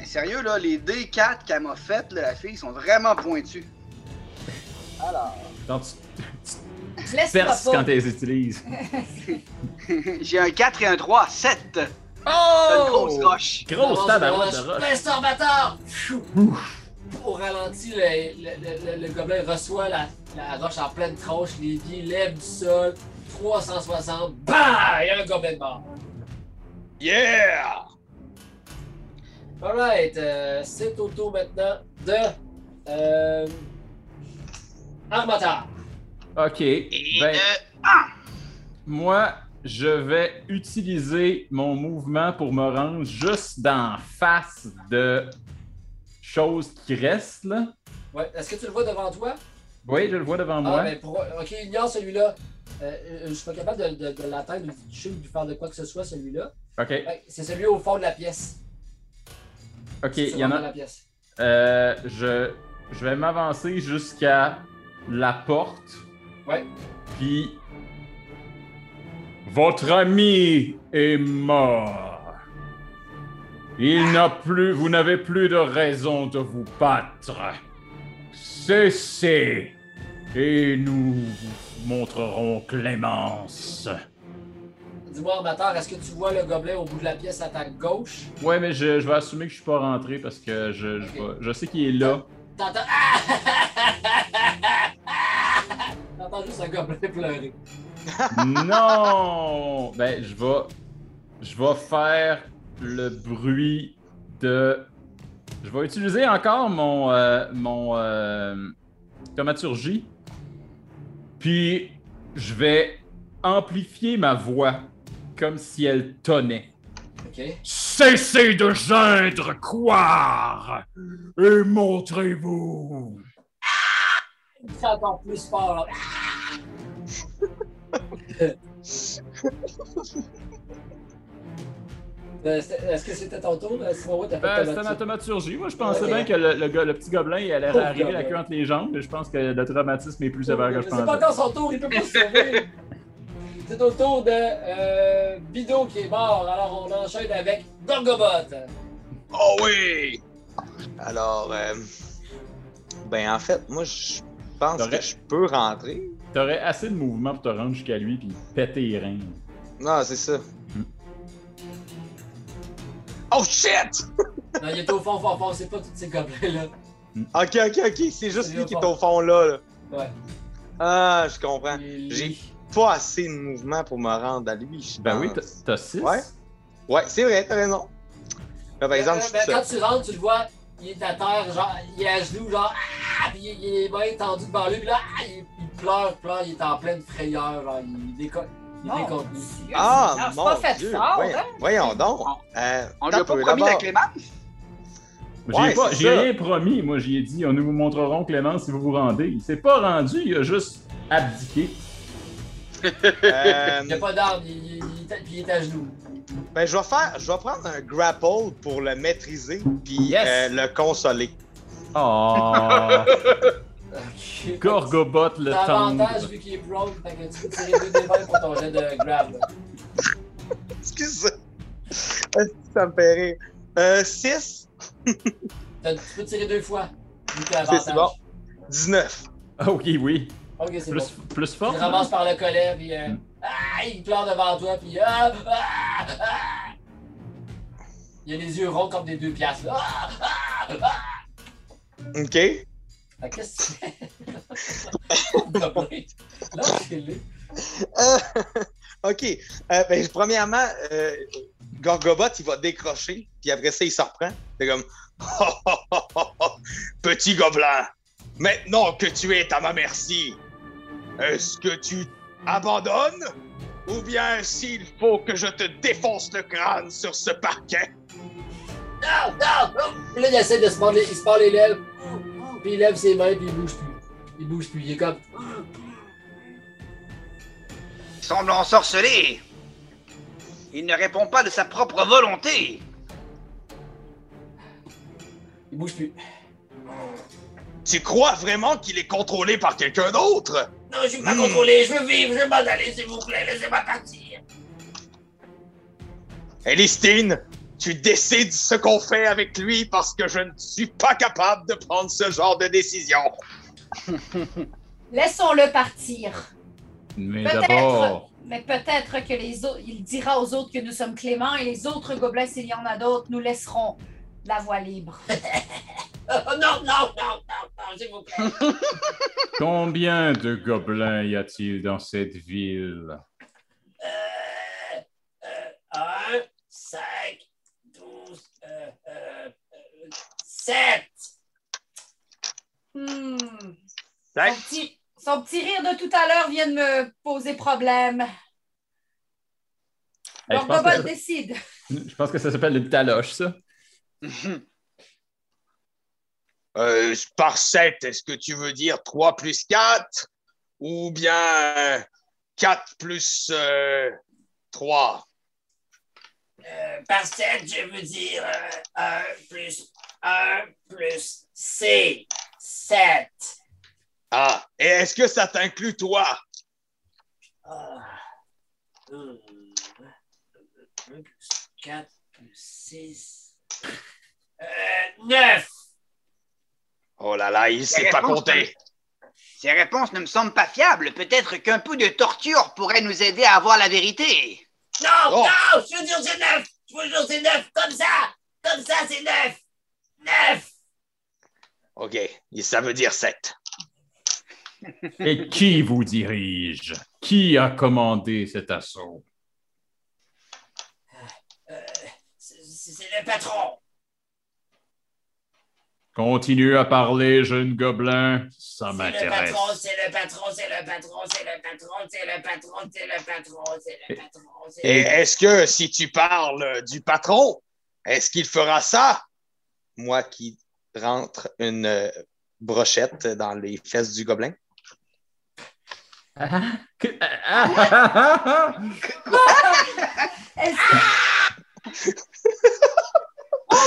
[SPEAKER 3] sérieux, là, les D4 qu'elle m'a faites, là, la fille, sont vraiment pointus.
[SPEAKER 6] Donc, tu
[SPEAKER 2] Je laisse
[SPEAKER 6] perces
[SPEAKER 2] pas.
[SPEAKER 6] quand tu les utilises.
[SPEAKER 3] J'ai un 4 et un 3, 7. C'est une grosse roche.
[SPEAKER 6] Grosse
[SPEAKER 1] Avance,
[SPEAKER 6] table à route de
[SPEAKER 1] avance,
[SPEAKER 6] roche.
[SPEAKER 1] pince ton bâtard! Pfiou! Au ralenti, le, le- le- le- le gobelin reçoit la, la roche en pleine tronche, les pieds lèvent du sol, 360, BAM! Il y a un gobelin de mort.
[SPEAKER 5] Yeah!
[SPEAKER 1] Alright, euh, c'est au tour maintenant de euh, Armatar.
[SPEAKER 6] Ok.
[SPEAKER 3] Et
[SPEAKER 6] Ben,
[SPEAKER 3] de-
[SPEAKER 6] moi, je vais utiliser mon mouvement pour me rendre juste dans face de choses qui restent, là.
[SPEAKER 1] Ouais, est-ce que tu le vois devant toi?
[SPEAKER 6] Oui, je le vois devant
[SPEAKER 1] Ah,
[SPEAKER 6] moi.
[SPEAKER 1] ben pour... Ok, ignore celui-là. Euh, euh, je suis pas capable de, de- de l'atteindre, ou de toucher ou de faire de quoi que ce soit, celui-là.
[SPEAKER 6] Ok,
[SPEAKER 1] Ouais, c'est celui au fond de la pièce.
[SPEAKER 6] ok,
[SPEAKER 1] C'est
[SPEAKER 6] il y en
[SPEAKER 1] vraiment
[SPEAKER 6] a.
[SPEAKER 1] la pièce.
[SPEAKER 6] Euh, je, je vais m'avancer jusqu'à la porte.
[SPEAKER 1] Ouais.
[SPEAKER 6] Puis. Votre ami est mort. Il n'a plus. Vous n'avez plus de raison de vous battre. Cessez. Et nous vous montrerons clémence.
[SPEAKER 1] Dis-moi, Armatar, est-ce que tu vois le gobelin au bout de la pièce à ta gauche?
[SPEAKER 6] Ouais, mais je, je vais assumer que je suis pas rentré parce que je, je,
[SPEAKER 1] Ok.
[SPEAKER 6] vais- je sais qu'il est là.
[SPEAKER 1] T'entends. Ah! T'entends juste un gobelin pleurer.
[SPEAKER 6] non! Ben, je vais. Je vais faire le bruit de. Je vais utiliser encore mon. euh, mon. euh, thaumaturgie. Puis, je vais amplifier ma voix comme si elle tonnait.
[SPEAKER 1] Ok.
[SPEAKER 6] Cessez de geindre, croire et montrez-vous.
[SPEAKER 1] Il fait encore plus fort. là. Euh, c'est- Est-ce que c'était ton tour? euh, Simon Wood, t'as fait
[SPEAKER 6] Ben, c'est
[SPEAKER 1] ton
[SPEAKER 6] une
[SPEAKER 1] automatique?
[SPEAKER 6] automaturgie. Moi, je pensais
[SPEAKER 1] Ok.
[SPEAKER 6] bien que le, le gars- le petit gobelin, il allait
[SPEAKER 1] Oh,
[SPEAKER 6] arriver la
[SPEAKER 1] gobelin.
[SPEAKER 6] queue entre les jambes, mais je pense que le traumatisme est plus sévère que je
[SPEAKER 1] C'est pas
[SPEAKER 6] pensais.
[SPEAKER 1] encore son tour, il peut pas se sauver. C'est au tour de euh, Bido qui est mort, alors on enchaîne avec Gorgobot.
[SPEAKER 5] Oh oui! Alors, euh, ben en fait, moi, je pense
[SPEAKER 6] Correct.
[SPEAKER 5] que je peux rentrer.
[SPEAKER 6] T'aurais assez de mouvement pour te rendre jusqu'à lui puis péter les reins.
[SPEAKER 5] Non, c'est ça. Mm. Oh shit!
[SPEAKER 1] Non, il est au fond, fond, fond, c'est pas tous ces gobelins-là.
[SPEAKER 5] Ok, ok, ok, c'est juste lui qui est au fond là. là.
[SPEAKER 1] Ouais.
[SPEAKER 5] Ah, je comprends.
[SPEAKER 1] Il-
[SPEAKER 5] J'ai pas assez de mouvement pour me rendre à lui. je
[SPEAKER 6] Ben oui,
[SPEAKER 5] pense.
[SPEAKER 6] t'as- t'as 6.
[SPEAKER 5] Ouais. Ouais, c'est vrai, t'as raison. Là, par exemple,
[SPEAKER 1] Euh,
[SPEAKER 5] je suis
[SPEAKER 1] ben,
[SPEAKER 5] tout seul.
[SPEAKER 1] quand tu rentres, tu le vois, il est à terre, genre, il est à genoux, genre, ah, puis il, il est bien tendu devant lui, puis là, ah, il, il pleure, pleure, il est en pleine frayeur, genre, il déco- il est
[SPEAKER 2] Mon
[SPEAKER 1] décontenu.
[SPEAKER 2] Dieu,
[SPEAKER 5] Ah,
[SPEAKER 2] c'est
[SPEAKER 5] mon
[SPEAKER 2] pas fait
[SPEAKER 5] Dieu!
[SPEAKER 2] fort,
[SPEAKER 5] voyons,
[SPEAKER 2] hein?
[SPEAKER 5] voyons donc! Euh,
[SPEAKER 3] On lui
[SPEAKER 5] t'as
[SPEAKER 3] a pas
[SPEAKER 5] peu,
[SPEAKER 3] promis la
[SPEAKER 5] d'abord.
[SPEAKER 3] Clément?
[SPEAKER 6] J'ai
[SPEAKER 5] Ouais,
[SPEAKER 6] pas-
[SPEAKER 5] c'est
[SPEAKER 6] j'ai
[SPEAKER 5] ça.
[SPEAKER 6] rien promis. Moi, j'y ai dit, on nous vous montrerons Clément si vous vous rendez. Il s'est pas rendu, il a juste abdiqué.
[SPEAKER 5] Euh,
[SPEAKER 1] Il n'y a pas d'arme, il, il- il est à- puis il est à genoux.
[SPEAKER 5] ben, je vais faire, je vais prendre un grapple pour le maîtriser puis
[SPEAKER 6] Yes.
[SPEAKER 5] euh, le consoler. Ah.
[SPEAKER 6] Oh,
[SPEAKER 1] Ok.
[SPEAKER 6] Gorgobot le
[SPEAKER 1] T'as avantage
[SPEAKER 6] tendre.
[SPEAKER 1] vu qu'il est broke, fait que tu peux tirer deux des vingt pour ton jet de grab.
[SPEAKER 5] Excuse. Est-ce que ça me fait rire? Euh, 6,
[SPEAKER 1] T'as- Tu peux tirer deux fois, vu que t'as
[SPEAKER 5] Ok,
[SPEAKER 1] avantage.
[SPEAKER 5] c'est bon. 19.
[SPEAKER 6] Ah, Ok, oui.
[SPEAKER 1] Ok, c'est bon.
[SPEAKER 6] Plus, plus fort.
[SPEAKER 1] Il ramasse par le collet, puis euh, ah, il pleure devant toi, puis ah, ah, ah. il a les yeux ronds comme des deux piastres. là. Ah!
[SPEAKER 5] OK.
[SPEAKER 1] Fait que Qu'est-ce que tu fais? Là, c'est lui.
[SPEAKER 5] Euh, OK. Euh, ben, premièrement, euh, Gorgobot, il va décrocher, puis après ça, il se reprend. C'est comme Petit gobelin, maintenant que tu es à ma merci, est-ce que tu abandonnes ou bien s'il faut que je te défonce le crâne sur ce parquet?
[SPEAKER 1] Non, non, non. Puis Là, il essaie de se mordre, les- il se mord les lèvres, puis il lève ses mains, puis il bouge plus. Il bouge plus, il est comme.
[SPEAKER 3] Il semble ensorcelé. Il ne répond pas de sa propre volonté.
[SPEAKER 1] Il bouge plus.
[SPEAKER 5] Tu crois vraiment qu'il est contrôlé par quelqu'un d'autre?
[SPEAKER 1] Non, je suis pas contrôlé, je veux vivre, je veux m'en aller, s'il vous plaît, laissez-moi partir.
[SPEAKER 5] Elistine, tu décides ce qu'on fait avec lui parce que je ne suis pas capable de prendre ce genre de décision.
[SPEAKER 2] Laissons-le partir.
[SPEAKER 6] Mais
[SPEAKER 2] Peut-être,
[SPEAKER 6] d'abord,
[SPEAKER 2] mais peut-être que les autres, il dira aux autres que nous sommes cléments et les autres gobelins, s'il y en a d'autres, nous laisserons la voie libre.
[SPEAKER 1] Oh, non, non, non, non, non, s'il vous plaît.
[SPEAKER 6] combien de gobelins y a-t-il dans cette ville?
[SPEAKER 1] Un, cinq, douze, euh, euh, euh, sept.
[SPEAKER 2] Hmm.
[SPEAKER 5] Ouais.
[SPEAKER 2] Son, petit, son petit rire de tout à l'heure vient de me poser problème.
[SPEAKER 6] Eh,
[SPEAKER 2] Leur
[SPEAKER 6] je, pense que ça,
[SPEAKER 2] décide.
[SPEAKER 6] je pense que ça s'appelle le taloche, ça.
[SPEAKER 5] Euh, par 7, est-ce que tu veux dire 3 plus 4 ou bien 4 plus euh, 3?
[SPEAKER 1] Euh, Par sept, je veux dire euh, un plus un plus C. Sept.
[SPEAKER 5] Ah, et est-ce que ça t'inclut toi?
[SPEAKER 1] Ah. Hum. Un plus quatre plus six. Euh, neuf.
[SPEAKER 5] Oh là là, il sait
[SPEAKER 3] La
[SPEAKER 5] pas
[SPEAKER 3] réponse,
[SPEAKER 5] compter.
[SPEAKER 3] Ces réponses ne me semblent pas fiables. Peut-être qu'un peu de torture pourrait nous aider à avoir la vérité.
[SPEAKER 1] Non,
[SPEAKER 5] Oh.
[SPEAKER 1] non, je veux dire c'est neuf. Je veux dire c'est neuf. Comme ça. Comme ça, c'est neuf. Neuf.
[SPEAKER 5] OK, et ça veut dire 7.
[SPEAKER 6] Et qui vous dirige? Qui a commandé cet assaut?
[SPEAKER 1] Euh, c'est c'est le patron.
[SPEAKER 6] Continue à parler, jeune gobelin.
[SPEAKER 1] C'est
[SPEAKER 6] Ça
[SPEAKER 1] le
[SPEAKER 6] m'intéresse.
[SPEAKER 1] patron, c'est le patron, c'est le patron, c'est le patron, c'est le patron, c'est le patron, c'est le patron, c'est
[SPEAKER 5] Et
[SPEAKER 1] le patron.
[SPEAKER 5] est-ce que si tu parles du patron, est-ce qu'il fera ça? Moi qui rentre une euh, brochette dans les fesses du gobelin.
[SPEAKER 2] Est-ce que-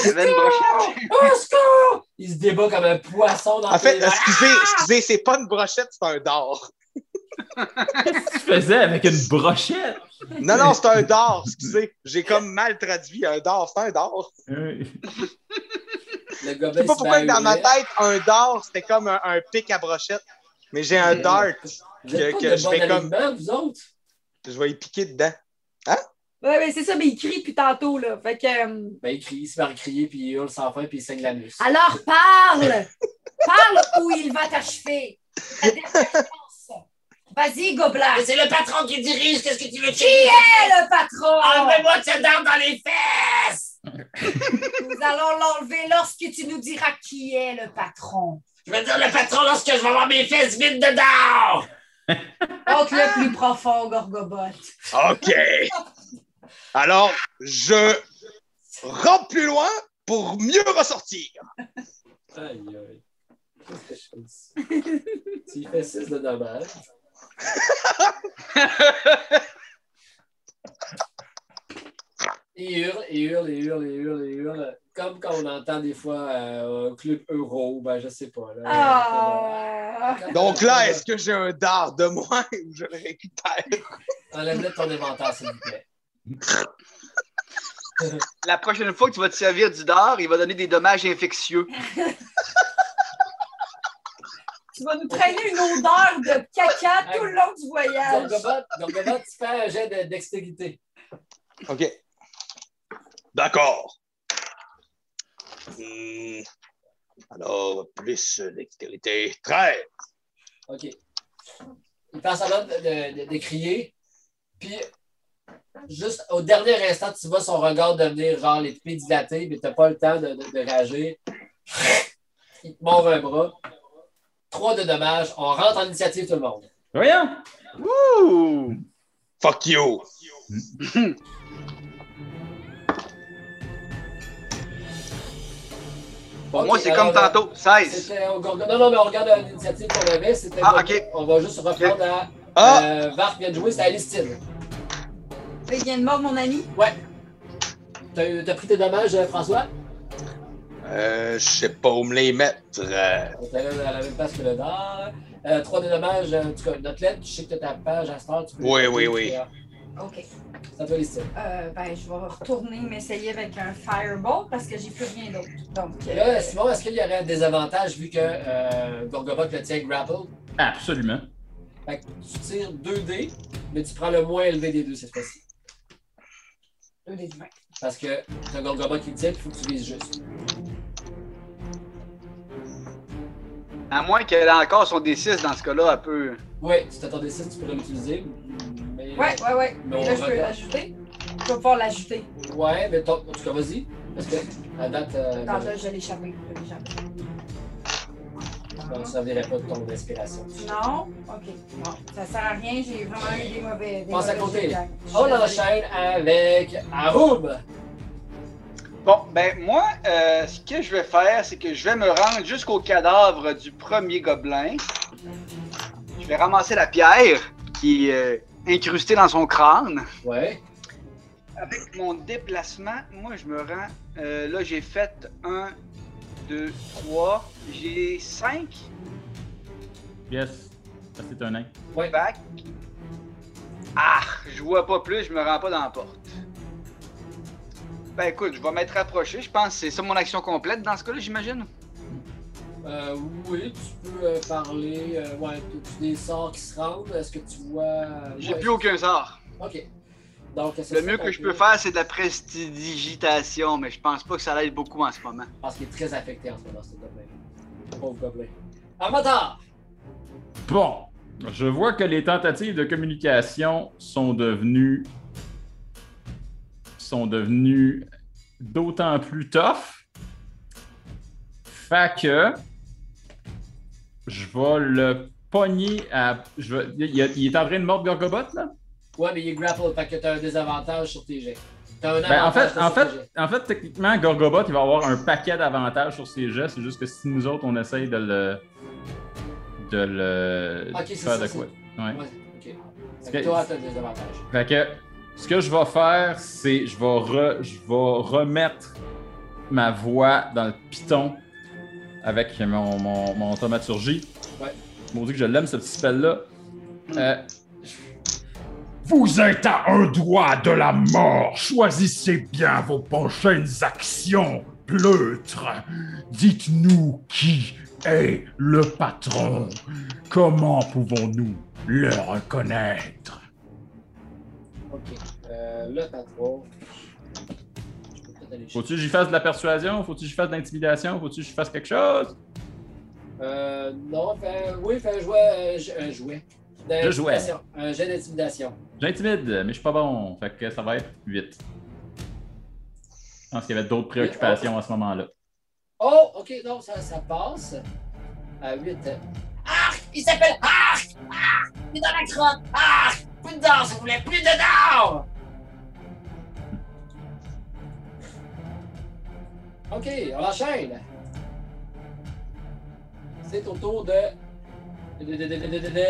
[SPEAKER 3] Il y avait une brochette.
[SPEAKER 1] Au secours! Il se débat comme un poisson dans
[SPEAKER 5] En fait,
[SPEAKER 1] tes mains.
[SPEAKER 5] excusez, excusez, c'est pas une brochette, c'est un dard.
[SPEAKER 6] tu faisais avec une brochette?
[SPEAKER 5] Non, non, c'est un dard, excusez. J'ai comme mal traduit un dard, c'est un dard.
[SPEAKER 6] Euh,
[SPEAKER 1] Le
[SPEAKER 5] Je
[SPEAKER 1] gobelin
[SPEAKER 5] sais pas
[SPEAKER 1] se
[SPEAKER 5] pourquoi
[SPEAKER 1] bat
[SPEAKER 5] dans ma
[SPEAKER 1] à huit.
[SPEAKER 5] tête, un dard, c'était comme un, un pic à brochette. Mais j'ai un dart,
[SPEAKER 1] Vous êtes
[SPEAKER 5] que-
[SPEAKER 1] pas
[SPEAKER 5] que
[SPEAKER 1] de
[SPEAKER 5] je
[SPEAKER 1] bon
[SPEAKER 5] fais comme-
[SPEAKER 1] alignement, vous autres?
[SPEAKER 5] je vais y piquer dedans.
[SPEAKER 2] Ouais, mais c'est ça, mais il crie depuis tantôt, là. Fait que. euh,
[SPEAKER 1] Ben, il crie, il se met à crier, puis il hurle sans fin, puis il saigne l'anus.
[SPEAKER 2] Alors parle! Parle ou il va t'achever! La dernière chance! Vas-y, gobelin!
[SPEAKER 1] C'est le patron qui dirige, qu'est-ce que tu veux
[SPEAKER 2] Qui est le patron?
[SPEAKER 1] Enlevez-moi cette dame dans les fesses!
[SPEAKER 2] Nous allons l'enlever lorsque tu nous diras qui est le patron.
[SPEAKER 1] Je veux dire le patron lorsque je vais avoir mes fesses vides dedans!
[SPEAKER 2] Donc le plus profond, Gorgobot.
[SPEAKER 5] OK. Alors, je rentre plus loin pour mieux ressortir.
[SPEAKER 1] Aïe, aïe. Qu'est-ce que je fais ici? Tu y fais 6 de dommage. Il hurle, il hurle, il hurle, il hurle, il hurle. Comme quand on entend des fois euh, au club euro, ben je sais pas. Là,
[SPEAKER 2] Ah!
[SPEAKER 5] Donc
[SPEAKER 1] Euh,
[SPEAKER 5] là, est-ce que j'ai un dard de moi ou je le récupère?
[SPEAKER 1] Enlève-le de ton inventaire, s'il vous plaît.
[SPEAKER 3] La prochaine fois que tu vas te servir du dard, il va donner des dommages infectieux.
[SPEAKER 2] Tu vas nous traîner une odeur de caca tout le long du voyage.
[SPEAKER 1] Gorgobot, Gorgobot, tu fais un jet de dextérité.
[SPEAKER 5] OK. D'accord. Hmm. Alors, plus dextérité. 13.
[SPEAKER 1] OK. Il pense à l'autre de, de- de crier. Puis, juste au dernier instant, tu vois son regard devenir genre les pieds dilatés, mais t'as pas le temps de, de, de réagir. Il te mord un bras. Trois de dommages. On rentre en initiative, tout le monde.
[SPEAKER 6] Voyons!
[SPEAKER 3] Ouh!
[SPEAKER 5] Fuck you.
[SPEAKER 3] Pour
[SPEAKER 1] Ok,
[SPEAKER 3] moi, c'est
[SPEAKER 1] alors,
[SPEAKER 3] comme tantôt, 16.
[SPEAKER 1] C'était au Gorgon- Non, non, mais on regarde euh, l'initiative qu'on avait. C'était
[SPEAKER 3] Ah,
[SPEAKER 1] Gorgon.
[SPEAKER 3] ok.
[SPEAKER 1] On va juste reprendre à.
[SPEAKER 5] Ah!
[SPEAKER 1] Euh, Vark vient de jouer, c'est Alistine.
[SPEAKER 2] Euh, Il vient de mort, mon ami.
[SPEAKER 1] Ouais. T'as t'as pris tes dommages, euh, François?
[SPEAKER 5] Euh, je sais pas où me les mettre. Euh,
[SPEAKER 1] On était à la même place que le dard. Euh, trois de dommages, euh, en tout cas, notre lettre, je sais que t'as ta page à cette heure, tu peux
[SPEAKER 5] Oui,
[SPEAKER 1] l'écouter,
[SPEAKER 5] oui, oui.
[SPEAKER 1] euh,
[SPEAKER 2] OK.
[SPEAKER 1] C'est à toi, Lisa.
[SPEAKER 2] Euh, ben, je vais retourner m'essayer avec un fireball parce que j'ai plus rien d'autre. Donc, euh,
[SPEAKER 1] Là, Simon, est-ce qu'il y aurait des avantages vu que euh, Gorgobot le tient grapple?
[SPEAKER 6] Absolument.
[SPEAKER 1] Fait que tu tires 2 dés, mais tu prends le moins élevé des deux cette fois-ci.
[SPEAKER 2] deux des vingt.
[SPEAKER 1] Parce que t'as Gorgobot qui le tient, il faut que tu vises juste.
[SPEAKER 3] À moins qu'elle ait encore son D6 dans ce cas-là, un peu.
[SPEAKER 1] Ouais, si t'attendais 6, tu peux l'utiliser. Mais...
[SPEAKER 2] Ouais, ouais, ouais.
[SPEAKER 1] Non,
[SPEAKER 2] Mais là, je peux
[SPEAKER 1] regarde.
[SPEAKER 2] l'ajouter. Je vais pouvoir l'ajouter.
[SPEAKER 1] Ouais, mais ton- en tout cas, vas-y. Parce que à date, euh,
[SPEAKER 2] Attends, là, je l'ai échappé. Je l'ai échappé.
[SPEAKER 1] on ne servirait pas de ton inspiration.
[SPEAKER 2] Non? OK. Non, ça sert à rien. J'ai vraiment eu des mauvais. Des
[SPEAKER 1] Pense à
[SPEAKER 2] mauvais
[SPEAKER 1] côté. Oh,
[SPEAKER 2] jets de
[SPEAKER 1] On
[SPEAKER 2] dague.
[SPEAKER 1] enchaîne avec Arum!
[SPEAKER 3] Bon, ben moi, euh, ce que je vais faire, c'est que je vais me rendre jusqu'au cadavre du premier gobelin. Je vais ramasser la pierre qui est euh, incrustée dans son crâne.
[SPEAKER 1] Ouais.
[SPEAKER 3] Avec mon déplacement, moi je me rends. euh, là, j'ai fait 1, 2, 3. J'ai 5
[SPEAKER 6] Yes. Ça, c'est un nain.
[SPEAKER 1] Ouais.
[SPEAKER 3] back. Ah, je vois pas plus, je me rends pas dans la porte. Ben écoute, je vais m'être rapproché. Je pense que c'est ça mon action complète dans ce cas-là, j'imagine.
[SPEAKER 1] Euh, oui, tu peux euh, parler. euh, ouais, tu des sorts qui se rendent. Est-ce que tu vois. euh,
[SPEAKER 3] J'ai
[SPEAKER 1] ouais.
[SPEAKER 3] plus aucun sort.
[SPEAKER 1] Ok. Donc, est-ce
[SPEAKER 3] Le
[SPEAKER 1] c'est
[SPEAKER 3] mieux
[SPEAKER 1] ton
[SPEAKER 3] que je
[SPEAKER 1] tour?
[SPEAKER 3] peux faire, c'est de la prestidigitation, mais je pense pas que ça l'aide beaucoup en ce moment.
[SPEAKER 1] Parce qu'il est très affecté en ce moment, ce gobelin. Pauvre gobelin. Avatar!
[SPEAKER 6] Bon, je vois que les tentatives de communication sont devenues sont devenues d'autant plus tough. Fait que je vais le pogner à. je vais- il, il est en train de mordre Gorgobot, là?
[SPEAKER 1] Ouais, mais il est grapple, fait que t'as un désavantage sur tes jets. T'as un
[SPEAKER 6] Ben, en,
[SPEAKER 1] avantage
[SPEAKER 6] fait,
[SPEAKER 1] sur
[SPEAKER 6] en,
[SPEAKER 1] ce
[SPEAKER 6] fait,
[SPEAKER 1] sujet.
[SPEAKER 6] en fait, techniquement, Gorgobot, il va avoir un paquet d'avantages sur ses gestes. C'est juste que si nous autres, on essaye de le. de le.
[SPEAKER 1] Ok,
[SPEAKER 6] de
[SPEAKER 1] c'est
[SPEAKER 6] faire
[SPEAKER 1] ça,
[SPEAKER 6] de
[SPEAKER 1] c'est-
[SPEAKER 6] quoi. Ouais.
[SPEAKER 1] Ouais, ok. Fait
[SPEAKER 6] que-
[SPEAKER 1] que Toi, t'as des avantages.
[SPEAKER 6] Fait que ce que je vais faire, c'est je vais, re- je vais remettre ma voix dans le piton avec mon, mon, mon thaumaturgie.
[SPEAKER 1] Ouais.
[SPEAKER 6] Maudit que je l'aime, ce petit spell-là. Euh, vous êtes à un doigt de la mort. Choisissez bien vos prochaines actions, pleutre. Dites-nous qui est le patron. Comment pouvons-nous le reconnaître?
[SPEAKER 1] Ok. Euh, le patron. Je peux peut-être aller
[SPEAKER 6] Faut-tu que j'y fasse de la persuasion? Faut-tu que j'y fasse de l'intimidation? Faut-tu que j'y fasse quelque chose?
[SPEAKER 1] Euh, non, fais, oui, fais un jouet. Euh, j- un jouet.
[SPEAKER 6] Je jouais.
[SPEAKER 1] D'intimidation. Un jeu d'intimidation.
[SPEAKER 6] J'intimide, mais je suis pas bon. Fait que ça va être 8. Je pense qu'il y avait d'autres préoccupations à ce moment-là.
[SPEAKER 1] Oh, ok, non, ça, ça passe. Ah, À 8. Arc! Il s'appelle Arc! Arc! Il est dans la crotte! Arc! Plus de dents, si vous voulez, plus de dents! Ok, on enchaîne. C'est au tour de... de, de, de, de, de, de- de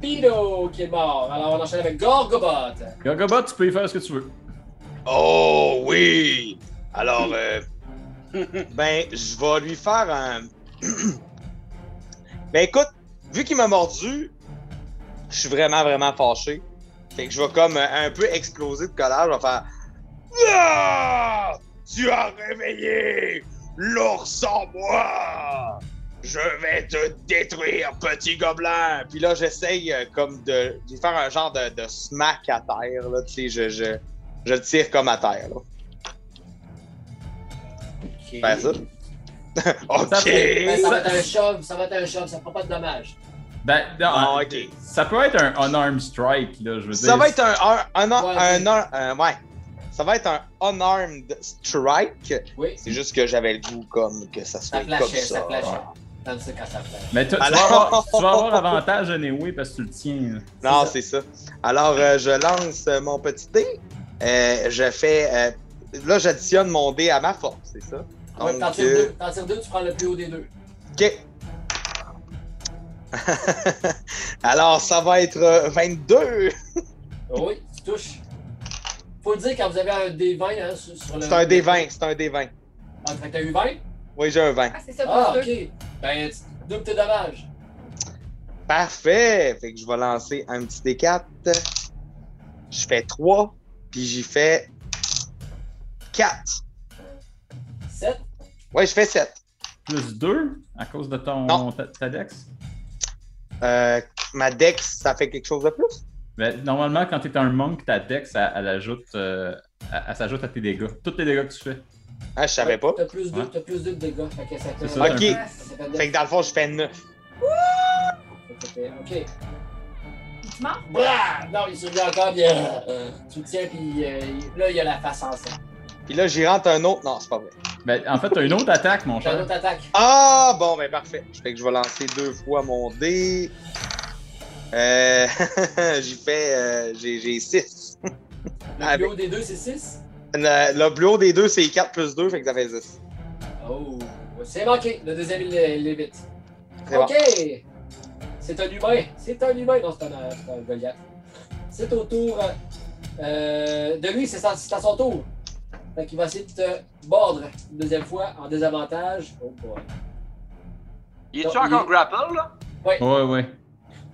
[SPEAKER 1] Bido qui est mort. Alors, on enchaîne avec Gorgobot.
[SPEAKER 6] Gorgobot, tu peux y faire ce que tu veux.
[SPEAKER 5] Oh oui! Alors, euh, ben, je vais lui faire un. ben écoute, vu qu'il m'a mordu, je suis vraiment, vraiment fâché. Fait que je vais comme euh, un peu exploser de colère. Je vais faire. Ah! Tu as réveillé l'ours en moi! Je vais te détruire, petit gobelin! Puis là, j'essaye euh, comme de, de lui faire un genre de, de smack à terre. Là, tu sais, je- je je le tire comme à terre. Là. Faire Ben, ça.
[SPEAKER 6] Ça
[SPEAKER 1] Ben,
[SPEAKER 5] ok.
[SPEAKER 6] fait-
[SPEAKER 1] ça va être un shove, ça va être un shove, ça fera pas de dommages.
[SPEAKER 6] Ben, non,
[SPEAKER 5] Ah,
[SPEAKER 6] hein,
[SPEAKER 5] ok.
[SPEAKER 6] Ça peut être un unarmed strike, là, je veux
[SPEAKER 5] Ça
[SPEAKER 6] dire.
[SPEAKER 5] va être un un un,
[SPEAKER 1] Ouais,
[SPEAKER 5] un,
[SPEAKER 1] ok.
[SPEAKER 5] un- un- ouais. Ça va être un unarmed strike.
[SPEAKER 1] Oui,
[SPEAKER 5] C'est juste que j'avais le goût comme que ça
[SPEAKER 1] ça
[SPEAKER 5] soit comme
[SPEAKER 1] flashait, ça
[SPEAKER 5] ça.
[SPEAKER 1] flashait.
[SPEAKER 5] Ouais.
[SPEAKER 1] Dans le cas, ça flashait.
[SPEAKER 6] Mais tu- tu,
[SPEAKER 5] Alors-
[SPEAKER 6] vas avoir, tu vas avoir avantage anyway parce que tu le tiens. là.
[SPEAKER 5] Non, c'est ça. Alors euh, je lance euh, mon petit dé. Euh, je fais euh, là j'additionne mon dé à ma force, c'est ça.
[SPEAKER 1] Ouais, T'en
[SPEAKER 5] Donc,
[SPEAKER 1] tires
[SPEAKER 5] euh,
[SPEAKER 1] deux. T'en tires deux, tu prends le plus haut des deux.
[SPEAKER 5] ok. Alors ça va être euh, 22. Oh.
[SPEAKER 1] Oui, tu touches. Faut le dire quand vous avez un D20 hein, sur, sur le.
[SPEAKER 5] C'est un D20, c'est un D20.
[SPEAKER 1] Ah, fait que t'as eu 20?
[SPEAKER 5] Oui, j'ai un 20.
[SPEAKER 2] Ah, c'est ça,
[SPEAKER 1] Ah,
[SPEAKER 2] plus deux.
[SPEAKER 1] ok. Ben, tu- double tes dommages.
[SPEAKER 5] Parfait! Fait que je vais lancer un petit D4. Je fais 3, puis j'y fais 4.
[SPEAKER 1] 7?
[SPEAKER 5] Ouais, je fais 7.
[SPEAKER 6] Plus 2 à cause de ton
[SPEAKER 5] Non.
[SPEAKER 6] ta, ta dex.
[SPEAKER 5] Euh, ma Dex, ça fait quelque chose de plus?
[SPEAKER 6] Ben, normalement, quand tu es un monk, ta dex, elle, elle ajoute, euh, elle- elle s'ajoute à tes dégâts. Tous les dégâts que tu fais.
[SPEAKER 5] Ah, je savais pas.
[SPEAKER 1] T'as plus deux,
[SPEAKER 6] Ouais.
[SPEAKER 1] t'as plus deux de dégâts. Fait que ça fait.
[SPEAKER 6] C'est ça,
[SPEAKER 5] Ok,
[SPEAKER 2] Ah,
[SPEAKER 1] ça fait neuf.
[SPEAKER 5] fait que dans le fond, je fais 9.
[SPEAKER 1] Ça fait- Ok.
[SPEAKER 2] Tu meurs?
[SPEAKER 1] Blah! Non, il se souvient encore, puis euh, tu le tiens, puis euh, il- là, il a la face en sang.
[SPEAKER 5] Puis là, j'y rentre un autre. Non, c'est pas vrai.
[SPEAKER 6] Ben, en fait, t'as une autre attaque, mon
[SPEAKER 1] T'as une
[SPEAKER 6] cher.
[SPEAKER 1] autre attaque.
[SPEAKER 5] Ah, bon, ben parfait. Fait que je vais lancer deux fois mon dé. Euh, j'y fais. euh, j'ai 6.
[SPEAKER 1] Le
[SPEAKER 5] Avec-
[SPEAKER 1] plus haut des deux, c'est 6?
[SPEAKER 5] Le, le plus haut des deux, c'est 4 plus 2, fait que ça fait 10.
[SPEAKER 1] Oh, c'est manqué. Le deuxième, il il l'évite.
[SPEAKER 5] C'est bon.
[SPEAKER 1] Ok! C'est un humain! C'est un humain! Non, c'est un, euh, c'est un Goliath. C'est au tour euh, euh, de lui, c'est sa- c'est à son tour. Fait qu'il va essayer de te mordre une deuxième fois en désavantage. Oh boy.
[SPEAKER 3] Il est-tu
[SPEAKER 1] Non,
[SPEAKER 3] encore
[SPEAKER 1] il-
[SPEAKER 3] grapple, là?
[SPEAKER 6] Ouais, ouais.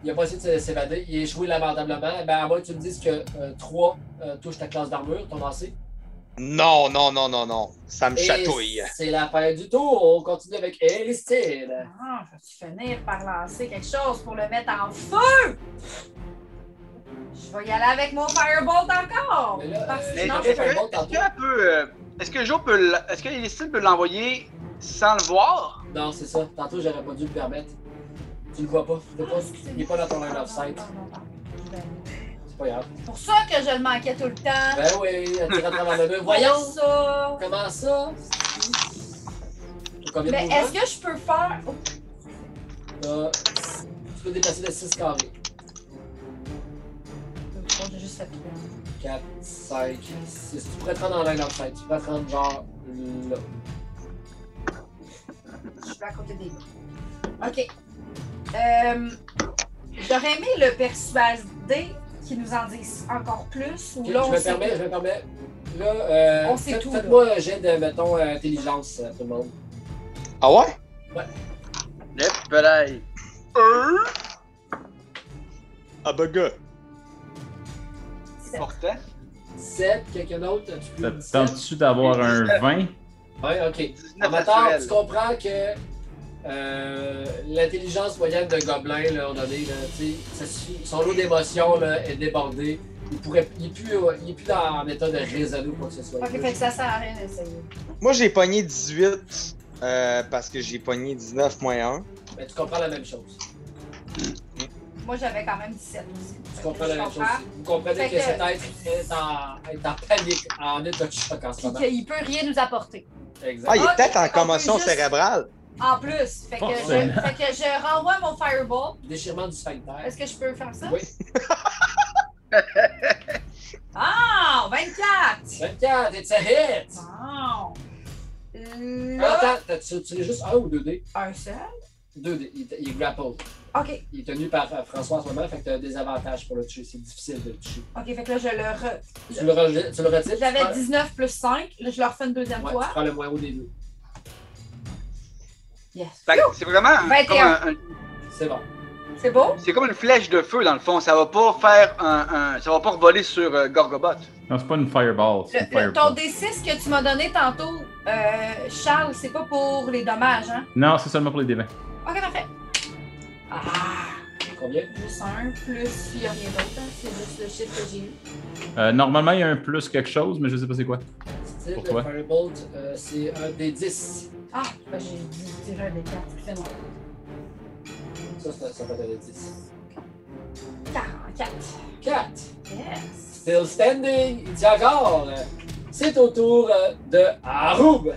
[SPEAKER 1] Il a pas essayé de s'évader, il a échoué lamentablement. Ben, à moins que tu me dises que euh, 3 touche ta classe d'armure, ton lancé.
[SPEAKER 5] Non, non, non, non, non. Ça me
[SPEAKER 1] Et
[SPEAKER 5] chatouille.
[SPEAKER 1] C'est la fin du tour. On continue avec Elistine.
[SPEAKER 2] Ah, je vais finir par lancer quelque chose pour le mettre en feu? Je vais y aller avec mon Firebolt encore!
[SPEAKER 1] Mais là,
[SPEAKER 2] Parce que
[SPEAKER 1] euh,
[SPEAKER 2] sinon,
[SPEAKER 1] non,
[SPEAKER 2] je
[SPEAKER 3] est-ce
[SPEAKER 1] c'est un
[SPEAKER 3] que,
[SPEAKER 2] peux...
[SPEAKER 1] bon
[SPEAKER 3] est-ce
[SPEAKER 1] tantôt.
[SPEAKER 3] qu'elle peut, euh, est-ce que Joe peut, l- est-ce que Elistine peut l'envoyer sans le voir?
[SPEAKER 1] Non, c'est ça. Tantôt, j'aurais pas dû le permettre. Tu le vois pas. Tu le vois pas. Il n'est pas dans ton line of sight. C'est pas grave.
[SPEAKER 2] C'est pour ça que je le manquais tout le temps.
[SPEAKER 1] Ben oui, elle tire à travers le mur. Voyons!
[SPEAKER 2] ça.
[SPEAKER 1] Comment ça? T'as combien de
[SPEAKER 2] Mais
[SPEAKER 1] mouvements?
[SPEAKER 2] est-ce que je peux faire. Oh,
[SPEAKER 1] T'as- Tu peux dépasser de 6 carrés.
[SPEAKER 2] deux, trois, j'ai Oh, juste fait trois.
[SPEAKER 1] 4, 5, 6. Tu pourrais te rendre en ligne en fait. Tu pourrais te rendre genre là.
[SPEAKER 2] Je suis à côté des gars. OK. Euh, J'aurais aimé le persuader qui nous en dise encore plus. Ou
[SPEAKER 1] Ok,
[SPEAKER 2] là,
[SPEAKER 1] je
[SPEAKER 2] on
[SPEAKER 1] me
[SPEAKER 2] sait-
[SPEAKER 1] permets, je me permets. Là, euh,
[SPEAKER 2] On sait
[SPEAKER 1] faites-
[SPEAKER 2] tout,
[SPEAKER 1] Faites-moi un jet de, mettons, euh, intelligence, euh, tout le monde.
[SPEAKER 5] Ah ouais?
[SPEAKER 3] Lep, balaye.
[SPEAKER 5] Ah bah gars.
[SPEAKER 2] c'est-
[SPEAKER 3] Important.
[SPEAKER 1] 7, quelqu'un d'autre, tu
[SPEAKER 6] Ça
[SPEAKER 1] peux.
[SPEAKER 6] te tente-tu d'avoir un 20?
[SPEAKER 1] Ouais, ok.
[SPEAKER 3] 19
[SPEAKER 1] Amateur,
[SPEAKER 3] naturel.
[SPEAKER 1] tu comprends que euh, l'intelligence moyenne d'un gobelin, là, on a dit, là, tu sais, ça suffit. son lot d'émotions là, est débordé. Il pourrait, il est plus, euh, il est plus dans en état de raisonner ou quoi que ce soit.
[SPEAKER 2] OK, fait que ça sert à rien d'essayer.
[SPEAKER 5] Moi, j'ai pogné 18 euh, parce que j'ai pogné 19 moins
[SPEAKER 1] Mais tu comprends la même chose.
[SPEAKER 2] Moi, j'avais quand même 17 aussi.
[SPEAKER 1] Tu
[SPEAKER 2] Fait que
[SPEAKER 1] comprends la
[SPEAKER 2] je
[SPEAKER 1] même chose. Vous comprenez
[SPEAKER 2] Fait
[SPEAKER 1] que,
[SPEAKER 2] que-
[SPEAKER 1] cet être est en, est en panique, en état de choc en ce
[SPEAKER 2] Puis
[SPEAKER 1] moment.
[SPEAKER 2] qu'il peut rien nous apporter.
[SPEAKER 1] Exact.
[SPEAKER 5] Ah, il est
[SPEAKER 2] Ok,
[SPEAKER 5] peut-être en
[SPEAKER 2] on peut
[SPEAKER 5] commotion
[SPEAKER 2] juste-
[SPEAKER 5] cérébrale.
[SPEAKER 2] En plus, fait que, je,
[SPEAKER 6] Forcément.
[SPEAKER 2] fait que je renvoie mon fireball.
[SPEAKER 1] Déchirement du sphincter.
[SPEAKER 2] Ah. Est-ce que je peux faire ça?
[SPEAKER 1] Oui.
[SPEAKER 2] Ah, 24!
[SPEAKER 1] 24, it's a hit!
[SPEAKER 2] Wow! Là,
[SPEAKER 1] Attends, t'as- tu tiré juste un ou deux dés?
[SPEAKER 2] un seul.
[SPEAKER 1] Deux dés, il, il grapple.
[SPEAKER 2] OK.
[SPEAKER 1] Il est tenu par euh, François en ce moment, fait que t'as des avantages pour le tuer. C'est difficile de le tuer.
[SPEAKER 2] OK, fait que là, je le re...
[SPEAKER 1] Tu le, rejettes- tu le retires. tu prends-
[SPEAKER 2] J'avais 19 plus 5. Là, je le refais une deuxième
[SPEAKER 1] Ouais, tu
[SPEAKER 2] fois.
[SPEAKER 1] prends le moins haut des deux.
[SPEAKER 2] Yes.
[SPEAKER 3] Fait que C'est vraiment un-
[SPEAKER 2] 21.
[SPEAKER 3] comme, un- un-
[SPEAKER 1] C'est bon.
[SPEAKER 2] C'est beau?
[SPEAKER 3] c'est comme une flèche de feu dans le fond. Ça va pas faire un, un- ça va pas revoler sur euh, Gorgobot.
[SPEAKER 6] Non, c'est pas une fireball.
[SPEAKER 2] Le-
[SPEAKER 6] C'est une
[SPEAKER 2] le- ton
[SPEAKER 6] fireball.
[SPEAKER 2] D6 que tu m'as donné tantôt, euh, Charles, c'est pas pour les dommages, hein?
[SPEAKER 6] Non, c'est seulement pour les dévins.
[SPEAKER 2] OK, parfait. Ah!
[SPEAKER 1] Combien?
[SPEAKER 2] Juste un, plus il n'y a rien d'autre, hein. c'est juste le chiffre que j'ai eu.
[SPEAKER 6] Euh, normalement, il y a un plus quelque chose, mais je sais pas c'est quoi.
[SPEAKER 1] C'est
[SPEAKER 6] Pour
[SPEAKER 1] le
[SPEAKER 6] toi.
[SPEAKER 1] Firebolt, euh, c'est un des 10.
[SPEAKER 2] Ah, ben, j'ai dit déjà un des quatre, excusez-moi.
[SPEAKER 1] Ça, ça, ça va donner 10.
[SPEAKER 2] 44.
[SPEAKER 1] 4.
[SPEAKER 2] Yes!
[SPEAKER 1] Still standing. Il dit encore. euh, C'est au tour euh, de Haroub.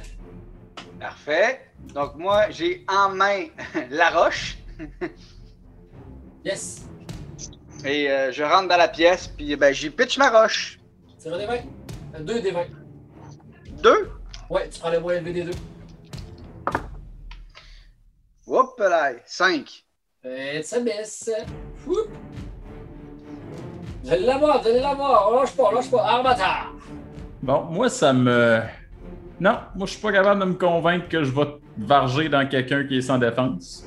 [SPEAKER 3] Parfait. Donc moi, j'ai en main la roche
[SPEAKER 1] Yes.
[SPEAKER 3] et euh, je rentre dans la pièce puis ben j'y pitch ma roche.
[SPEAKER 1] Tire un des 20. Euh, Deux des 20.
[SPEAKER 3] Deux.
[SPEAKER 1] Ouais, tu prends le moins élevé des deux.
[SPEAKER 3] Hop là, cinq.
[SPEAKER 1] Euh, It's a miss. Oup. Je la mort, je la mort. On lâche pas, on lâche pas. Armatar.
[SPEAKER 6] Bon, moi, ça me. Non, moi, je suis pas capable de me convaincre que je vais varger dans quelqu'un qui est sans défense.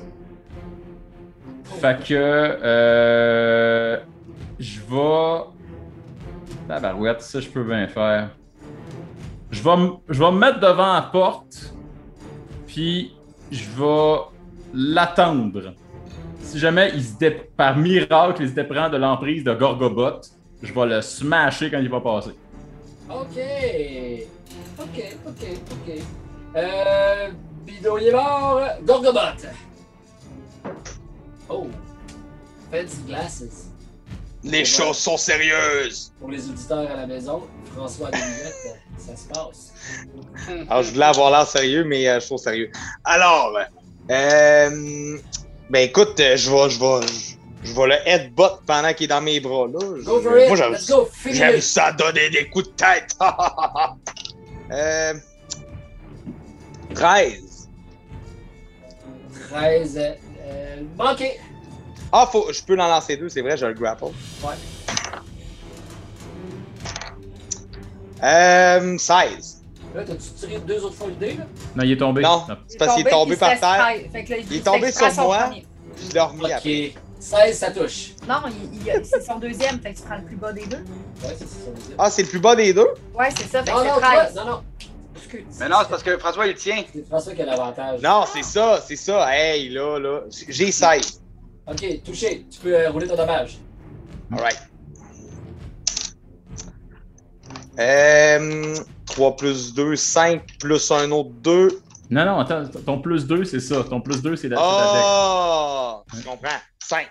[SPEAKER 6] Fait que. euh, je vais. Tabarouette, ça, je peux bien faire. Je vais, m- je vais me mettre devant la porte, puis je vais l'attendre. Si jamais il se dé- par miracle, il se déprend de l'emprise de Gorgobot, je vais le smasher quand il va passer.
[SPEAKER 1] Ok. Ok, ok, ok. Euh, Bidon il est mort. Gorgobot. Oh. Fancy glasses.
[SPEAKER 5] Les choses sont sérieuses.
[SPEAKER 1] Pour les auditeurs à la maison, François Deluette, ça se passe.
[SPEAKER 5] Alors, Ah, je voulais avoir l'air sérieux, mais euh, je suis trop sérieux. Alors, euh, ben écoute, euh, je vais, je vais, je- je vais le headbutt pendant qu'il est dans mes bras. Là. Je-
[SPEAKER 1] Go for it.
[SPEAKER 5] Moi, j'aime
[SPEAKER 1] Let's go. Finish.
[SPEAKER 5] J'aime ça donner des coups de tête. euh, 13.
[SPEAKER 1] 13. Euh, manqué.
[SPEAKER 5] Ah, faut, je peux l'en lancer deux, c'est vrai, je le grapple.
[SPEAKER 1] Ouais.
[SPEAKER 5] Euh, 16.
[SPEAKER 1] Là, t'as-tu tiré deux autres fois le dé, là?
[SPEAKER 6] Non, il est tombé.
[SPEAKER 5] Non. C'est parce qu'il est tombé
[SPEAKER 2] puis
[SPEAKER 5] par
[SPEAKER 2] il se
[SPEAKER 5] terre.
[SPEAKER 2] laisse traîner. Fait que là,
[SPEAKER 5] Il est
[SPEAKER 2] fait
[SPEAKER 5] tombé
[SPEAKER 2] que tu prends
[SPEAKER 5] sur
[SPEAKER 2] son
[SPEAKER 5] moi.
[SPEAKER 2] premier.
[SPEAKER 5] Je l'ai remis après.
[SPEAKER 1] Ok. 16, ça touche.
[SPEAKER 2] Non, il- il- c'est son deuxième, fait que tu prends le plus bas des deux.
[SPEAKER 1] Ouais, c'est ça. on dit.
[SPEAKER 5] Ah, c'est le plus bas des deux?
[SPEAKER 2] Ouais, c'est ça, fait que
[SPEAKER 1] Oh Non, non,
[SPEAKER 2] c'est
[SPEAKER 1] toi,
[SPEAKER 2] 13.
[SPEAKER 1] non, non.
[SPEAKER 2] Excuse.
[SPEAKER 3] Mais non, c'est parce que François il tient.
[SPEAKER 1] C'est François qui a l'avantage.
[SPEAKER 5] Non, c'est ça, c'est ça. Hey, là, là. J'ai 16.
[SPEAKER 1] Ok, touché. Tu peux euh, rouler ton dommage.
[SPEAKER 5] Alright. Euh, 3 plus 2, 5 plus un autre 2.
[SPEAKER 6] Non, non, attends, t- ton plus 2, c'est ça. Ton plus 2, c'est la c'est
[SPEAKER 5] Oh! Je comprends. 5.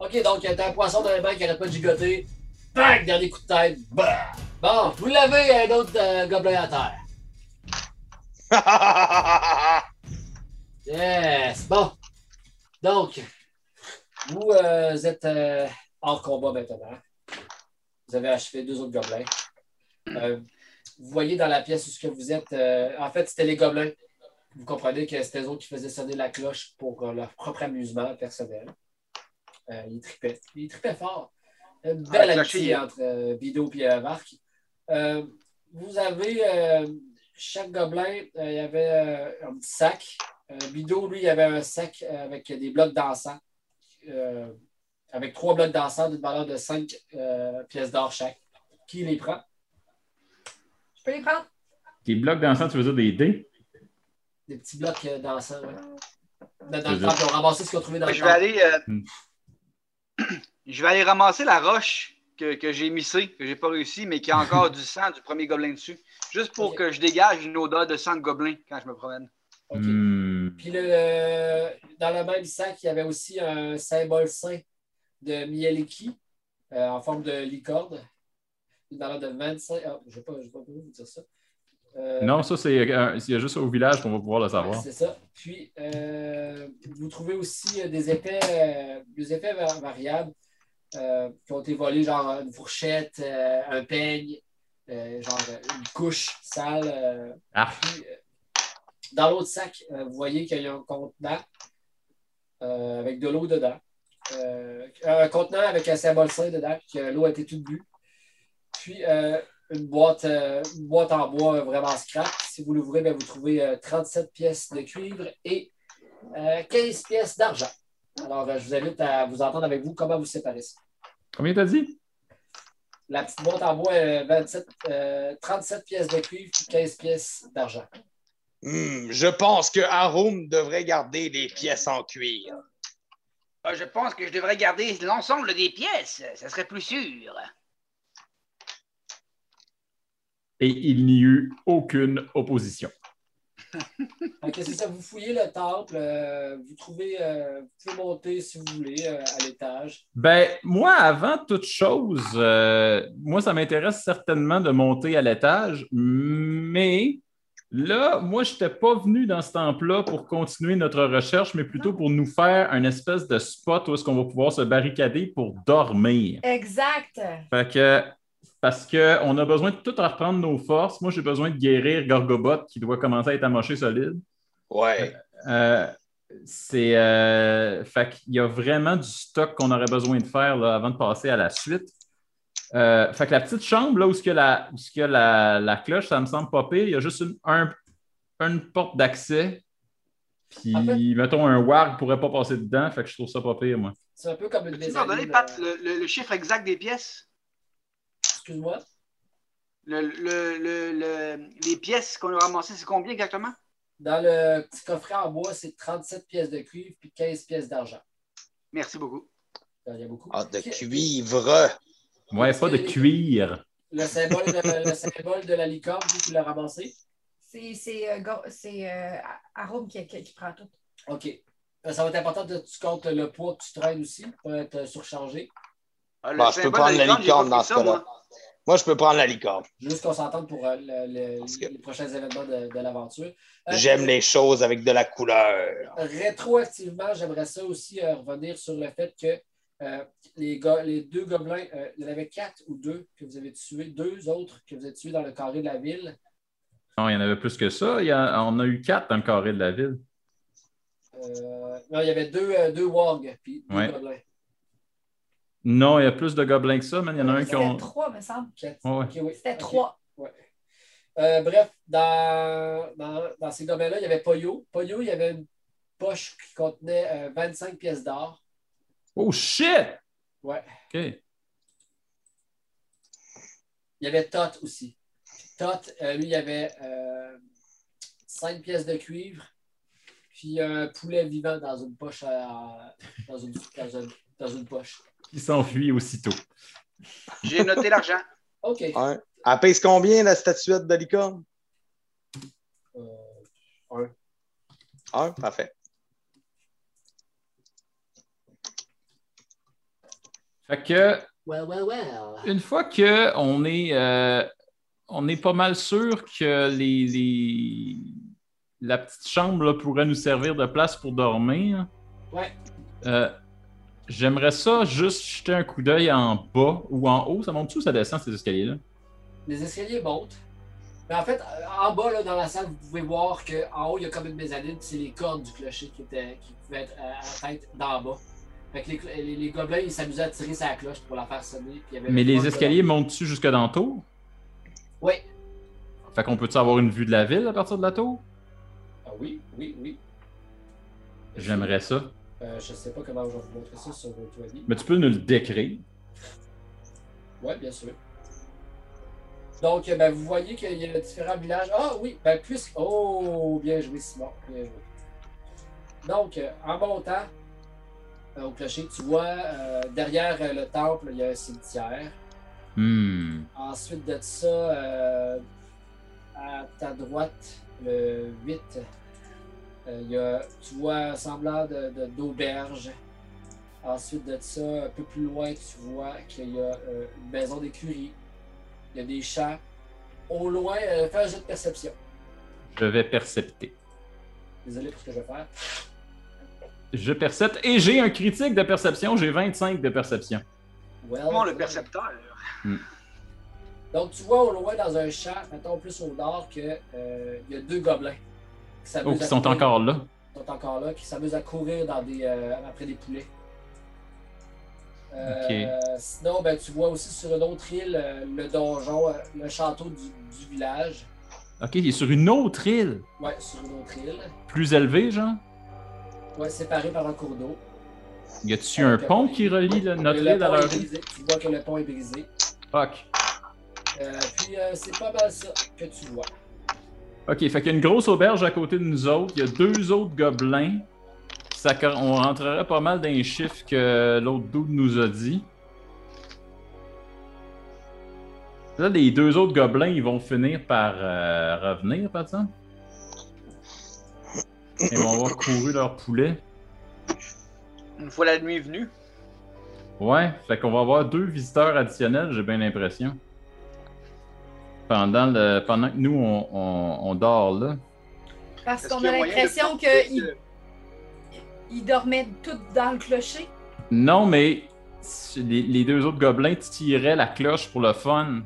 [SPEAKER 1] Ok, donc euh, t'as un poisson dans les mains qui arrête pas de gigoter. Bang! Dernier coup de tête. Bah! Bon, vous l'avez, un autre euh, gobelin à terre. Yes! Bon. Donc, vous euh, êtes euh, hors combat maintenant. Vous avez achevé deux autres gobelins.
[SPEAKER 3] Hmm.
[SPEAKER 1] Euh, vous voyez dans la pièce où ce que vous êtes. euh, en fait, c'était les gobelins. Vous comprenez que c'était eux autres qui faisaient sonner la cloche pour euh, leur propre amusement personnel. Euh, ils tripaient. Ils tripaient fort. Une belle
[SPEAKER 3] Ah, la cloche,
[SPEAKER 1] amitié
[SPEAKER 3] il-
[SPEAKER 1] entre euh, Bido et euh, Marc. Euh, vous avez euh, chaque gobelin, euh, il y avait euh, un petit sac. Euh, Bido, lui, il avait un sac avec des blocs d'encens. Euh, avec trois blocs d'encens d'une valeur de cinq euh, pièces d'or chaque. Qui les prend?
[SPEAKER 2] Je peux les prendre?
[SPEAKER 6] Des blocs d'encens, tu veux dire des dés?
[SPEAKER 1] Des petits blocs euh, d'encens. ouais. Dans, dans
[SPEAKER 6] C'est
[SPEAKER 1] le
[SPEAKER 6] ça.
[SPEAKER 1] temple, ils ont ramassé ce qu'ils ont trouvé dans le
[SPEAKER 3] Je vais
[SPEAKER 1] temple.
[SPEAKER 3] aller. euh,
[SPEAKER 6] Hmm.
[SPEAKER 3] Je vais aller ramasser la roche que, que j'ai missée, que j'ai pas réussi, mais qui a encore du sang du premier gobelin dessus. Juste pour
[SPEAKER 1] Ok.
[SPEAKER 3] que je dégage une odeur de sang de gobelin quand je me promène.
[SPEAKER 1] Ok.
[SPEAKER 6] Hmm.
[SPEAKER 1] Puis le- le- dans le même sac, il y avait aussi un symbole saint de Mieliki euh, en forme de licorne. Une valeur de 25. Ah, je ne vais pas voulu vous dire ça. Euh,
[SPEAKER 6] Non, ça, c'est euh, il y a juste au village qu'on va pouvoir le
[SPEAKER 1] Ouais,
[SPEAKER 6] savoir.
[SPEAKER 1] C'est ça. Puis, euh, vous trouvez aussi euh, des effets, euh, des effets va- variables euh, qui ont été volés, genre une fourchette, euh, un peigne, euh, genre euh, une couche sale. euh.
[SPEAKER 6] Ah.
[SPEAKER 1] Puis, euh, dans l'autre sac, euh, vous voyez qu'il y a un contenant euh, avec de l'eau dedans. Euh, un contenant avec un symbole sain dedans, puis que l'eau a été toute bue. Puis, euh, une boîte, euh, une boîte en bois euh, vraiment scrap. Si vous l'ouvrez, ben, vous trouvez euh, 37 pièces de cuivre et euh, 15 pièces d'argent. Alors, euh, je vous invite à vous entendre avec vous comment vous séparez ça.
[SPEAKER 6] Combien t'as dit?
[SPEAKER 1] La petite boîte en bois, euh, 27, euh, 37 pièces de cuivre et 15 pièces d'argent.
[SPEAKER 5] Hmm, je pense que Harum devrait garder les pièces en cuir.
[SPEAKER 3] Ah, je pense que je devrais garder l'ensemble des pièces. Ça serait plus sûr.
[SPEAKER 6] Et il n'y eut aucune opposition.
[SPEAKER 1] Donc, c'est ça, vous fouillez le temple, euh, vous trouvez, euh, vous pouvez monter si vous voulez euh, à l'étage.
[SPEAKER 6] Ben, moi, avant toute chose, euh, moi, ça m'intéresse certainement de monter à l'étage, mais là, moi, je n'étais pas venu dans ce temple-là pour continuer notre recherche, mais plutôt pour nous faire un espèce de spot où est-ce qu'on va pouvoir se barricader pour dormir.
[SPEAKER 2] Exact.
[SPEAKER 6] Fait que, parce qu'on a besoin de tout reprendre nos forces. Moi, j'ai besoin de guérir Gorgobot qui doit commencer à être amoché solide.
[SPEAKER 5] Ouais.
[SPEAKER 6] Euh, c'est. euh, fait qu'il y a vraiment du stock qu'on aurait besoin de faire là, avant de passer à la suite. Euh, fait que la petite chambre, là où ce que la, où ce que la, la cloche, ça me semble pas pire. Il y a juste une, un- une porte d'accès. Puis,
[SPEAKER 1] En fait-
[SPEAKER 6] mettons, un warg pourrait pas passer dedans. Fait que je trouve ça pas pire, moi.
[SPEAKER 1] C'est un peu comme une
[SPEAKER 3] Peux-tu m'en donner,
[SPEAKER 1] mezzanine.
[SPEAKER 3] Pat,
[SPEAKER 1] euh,
[SPEAKER 3] le, le- le chiffre exact des pièces?
[SPEAKER 1] Excuse-moi.
[SPEAKER 3] Le- le- le- le- les pièces qu'on a ramassées, c'est combien exactement?
[SPEAKER 1] Dans le petit coffret en bois, c'est 37 pièces de cuivre puis 15 pièces d'argent. Euh,
[SPEAKER 3] Merci beaucoup.
[SPEAKER 1] Il y a beaucoup.
[SPEAKER 5] Ah, de
[SPEAKER 1] Qui-
[SPEAKER 5] cuivre.
[SPEAKER 6] Ouais, pas de cuir.
[SPEAKER 1] Le symbole de, le symbole de la licorne, vu qu'il l'a ramassé.
[SPEAKER 2] C'est- C'est euh, Go- c'est, euh, Arôme qui, qui- qui prend tout.
[SPEAKER 1] OK. Euh, Ça va être important que tu comptes le poids que tu traînes aussi pour être euh, surchargé.
[SPEAKER 3] Ah, le
[SPEAKER 5] Bon, Bah, je peux
[SPEAKER 3] symbole
[SPEAKER 5] prendre
[SPEAKER 3] de
[SPEAKER 5] la
[SPEAKER 3] j'ai
[SPEAKER 5] licorne
[SPEAKER 3] pas
[SPEAKER 5] dans
[SPEAKER 3] pris
[SPEAKER 5] ce
[SPEAKER 3] ça,
[SPEAKER 5] cas-là.
[SPEAKER 3] moi.
[SPEAKER 5] Moi, je peux prendre la licorne.
[SPEAKER 1] Juste qu'on s'entende pour euh, le- le-
[SPEAKER 5] Parce que-
[SPEAKER 1] les prochains événements de, de l'aventure. Euh,
[SPEAKER 5] J'aime les choses avec de la couleur.
[SPEAKER 1] Rétroactivement, j'aimerais ça aussi euh, revenir sur le fait que euh, les, go- les deux gobelins, euh, il y en avait quatre ou deux que vous avez tués, deux autres que vous avez tués dans le carré de la ville.
[SPEAKER 6] Non, il y en avait plus que ça. Il y en- on a eu quatre dans le carré de la ville.
[SPEAKER 1] Euh, non, il y avait deux, euh, deux wargs, puis deux
[SPEAKER 6] Ouais.
[SPEAKER 1] gobelins.
[SPEAKER 6] Non, il y a plus de gobelins que ça, mais il y en a un qui
[SPEAKER 2] C'était
[SPEAKER 6] ont.
[SPEAKER 2] trois, me semble.
[SPEAKER 1] Quatre.
[SPEAKER 6] Ouais, ouais.
[SPEAKER 1] Ok, oui.
[SPEAKER 2] C'était
[SPEAKER 1] Ok.
[SPEAKER 2] trois.
[SPEAKER 1] Euh, bref, dans, dans, dans ces domaines-là, il y avait Poyo. Poyo, il y avait une poche qui contenait euh, 25 pièces d'or.
[SPEAKER 6] Oh shit!
[SPEAKER 1] Ouais.
[SPEAKER 6] OK.
[SPEAKER 1] Il y avait Tot aussi. Tot, euh, lui, il y avait euh, 5 pièces de cuivre, puis un poulet vivant dans une poche. à- dans, une, dans, une, dans une poche.
[SPEAKER 6] Qui s'enfuit aussitôt.
[SPEAKER 3] J'ai noté l'argent.
[SPEAKER 1] OK.
[SPEAKER 5] Elle pèse combien la statuette de licorne?
[SPEAKER 1] Euh,
[SPEAKER 5] Un, parfait.
[SPEAKER 6] Fait que
[SPEAKER 1] well, well, well.
[SPEAKER 6] Une fois qu'on est, euh, on est pas mal sûr que les, les- la petite chambre là, pourrait nous servir de place pour dormir,
[SPEAKER 1] Ouais.
[SPEAKER 6] euh, J'aimerais ça juste jeter un coup d'œil en bas ou en haut. Ça monte-tu ou ça descend ces escaliers-là?
[SPEAKER 1] Les escaliers montent. Mais en fait, euh, en bas, là, dans la salle, vous pouvez voir qu'en haut, il y a comme une mezzanine, puis c'est les cordes du clocher qui, étaient, qui pouvaient être euh, à la tête d'en bas. Fait que les, cl- les, les gobelins, ils s'amusaient à tirer sa cloche pour la faire sonner. puis il y avait
[SPEAKER 6] Mais
[SPEAKER 1] le
[SPEAKER 6] les
[SPEAKER 1] corps de-
[SPEAKER 6] escaliers montent-tu jusque dans la tour?
[SPEAKER 1] Oui.
[SPEAKER 6] Fait qu'on peut-tu avoir une vue de la ville à partir de la tour?
[SPEAKER 1] Ah oui, oui, oui.
[SPEAKER 6] J'aimerais ça.
[SPEAKER 1] Euh, je sais pas comment je vais vous montrer ça sur euh, Twenty.
[SPEAKER 6] Mais tu peux nous le décrire.
[SPEAKER 1] Ouais, bien sûr. Donc, euh, ben, vous voyez qu'il y a différents villages. Ah oui, ben puisque. Oh, bien joué, Simon. Bien joué. Donc, euh, en montant euh, au clocher, tu vois euh, derrière euh, le temple, il y a un cimetière.
[SPEAKER 6] Hmm.
[SPEAKER 1] Ensuite de ça, euh, à ta droite, le 8, euh, il y a, tu vois un semblant de- de- d'auberge. Ensuite de ça, un peu plus loin, tu vois qu'il y a euh, une maison d'écurie. Il y a des champs. Au loin, euh, fais un jeu de perception.
[SPEAKER 6] Je vais percepter.
[SPEAKER 1] Désolé pour ce que je vais faire.
[SPEAKER 6] Je percepte et j'ai un critique de perception. J'ai 25 de perception.
[SPEAKER 1] Well,
[SPEAKER 3] Comment le
[SPEAKER 1] done.
[SPEAKER 3] percepteur? euh,
[SPEAKER 1] Donc, tu vois au loin dans un champ, mettons plus au nord, qu'il y a deux gobelins. qui
[SPEAKER 6] Oh,
[SPEAKER 1] s'amusent
[SPEAKER 6] qui
[SPEAKER 1] à
[SPEAKER 6] sont
[SPEAKER 1] courir.
[SPEAKER 6] encore là.
[SPEAKER 1] sont encore là, qui s'amusent à courir dans des, euh, après des poulets. Euh, Sinon, ben, tu vois aussi sur une autre île euh, le donjon, euh, le château du, du village.
[SPEAKER 6] OK, il est sur une autre île.
[SPEAKER 1] Ouais, sur une autre île.
[SPEAKER 6] Plus élevée, genre.
[SPEAKER 1] Ouais, séparé par un cours d'eau.
[SPEAKER 6] Y a-tu un pont qui relie le- notre
[SPEAKER 1] Le
[SPEAKER 6] île à
[SPEAKER 1] pont est
[SPEAKER 6] leur île?
[SPEAKER 1] brisé. Tu vois que le pont est brisé.
[SPEAKER 6] Fuck.
[SPEAKER 1] Euh, puis euh, c'est pas mal ça que tu vois.
[SPEAKER 6] OK, fait qu'il y a une grosse auberge à côté de nous autres. Il y a deux autres gobelins. Ça, cor- on rentrerait pas mal dans les chiffres que l'autre dude nous a dit. Là, les deux autres gobelins, ils vont finir par euh, revenir, par exemple. Ils vont avoir couru leur poulet.
[SPEAKER 3] Une fois la nuit venue.
[SPEAKER 6] Ouais, fait qu'on va avoir deux visiteurs additionnels, j'ai bien l'impression. Pendant, le, pendant que nous, on, on- on dort là.
[SPEAKER 2] Parce
[SPEAKER 3] Est-ce
[SPEAKER 2] qu'on
[SPEAKER 3] qu'il y
[SPEAKER 2] a
[SPEAKER 3] moyen de
[SPEAKER 2] l'impression
[SPEAKER 3] profiter
[SPEAKER 2] qu'ils
[SPEAKER 3] de-
[SPEAKER 2] dormaient tous dans le clocher.
[SPEAKER 6] Non, mais les, les deux autres gobelins tiraient la cloche pour le fun.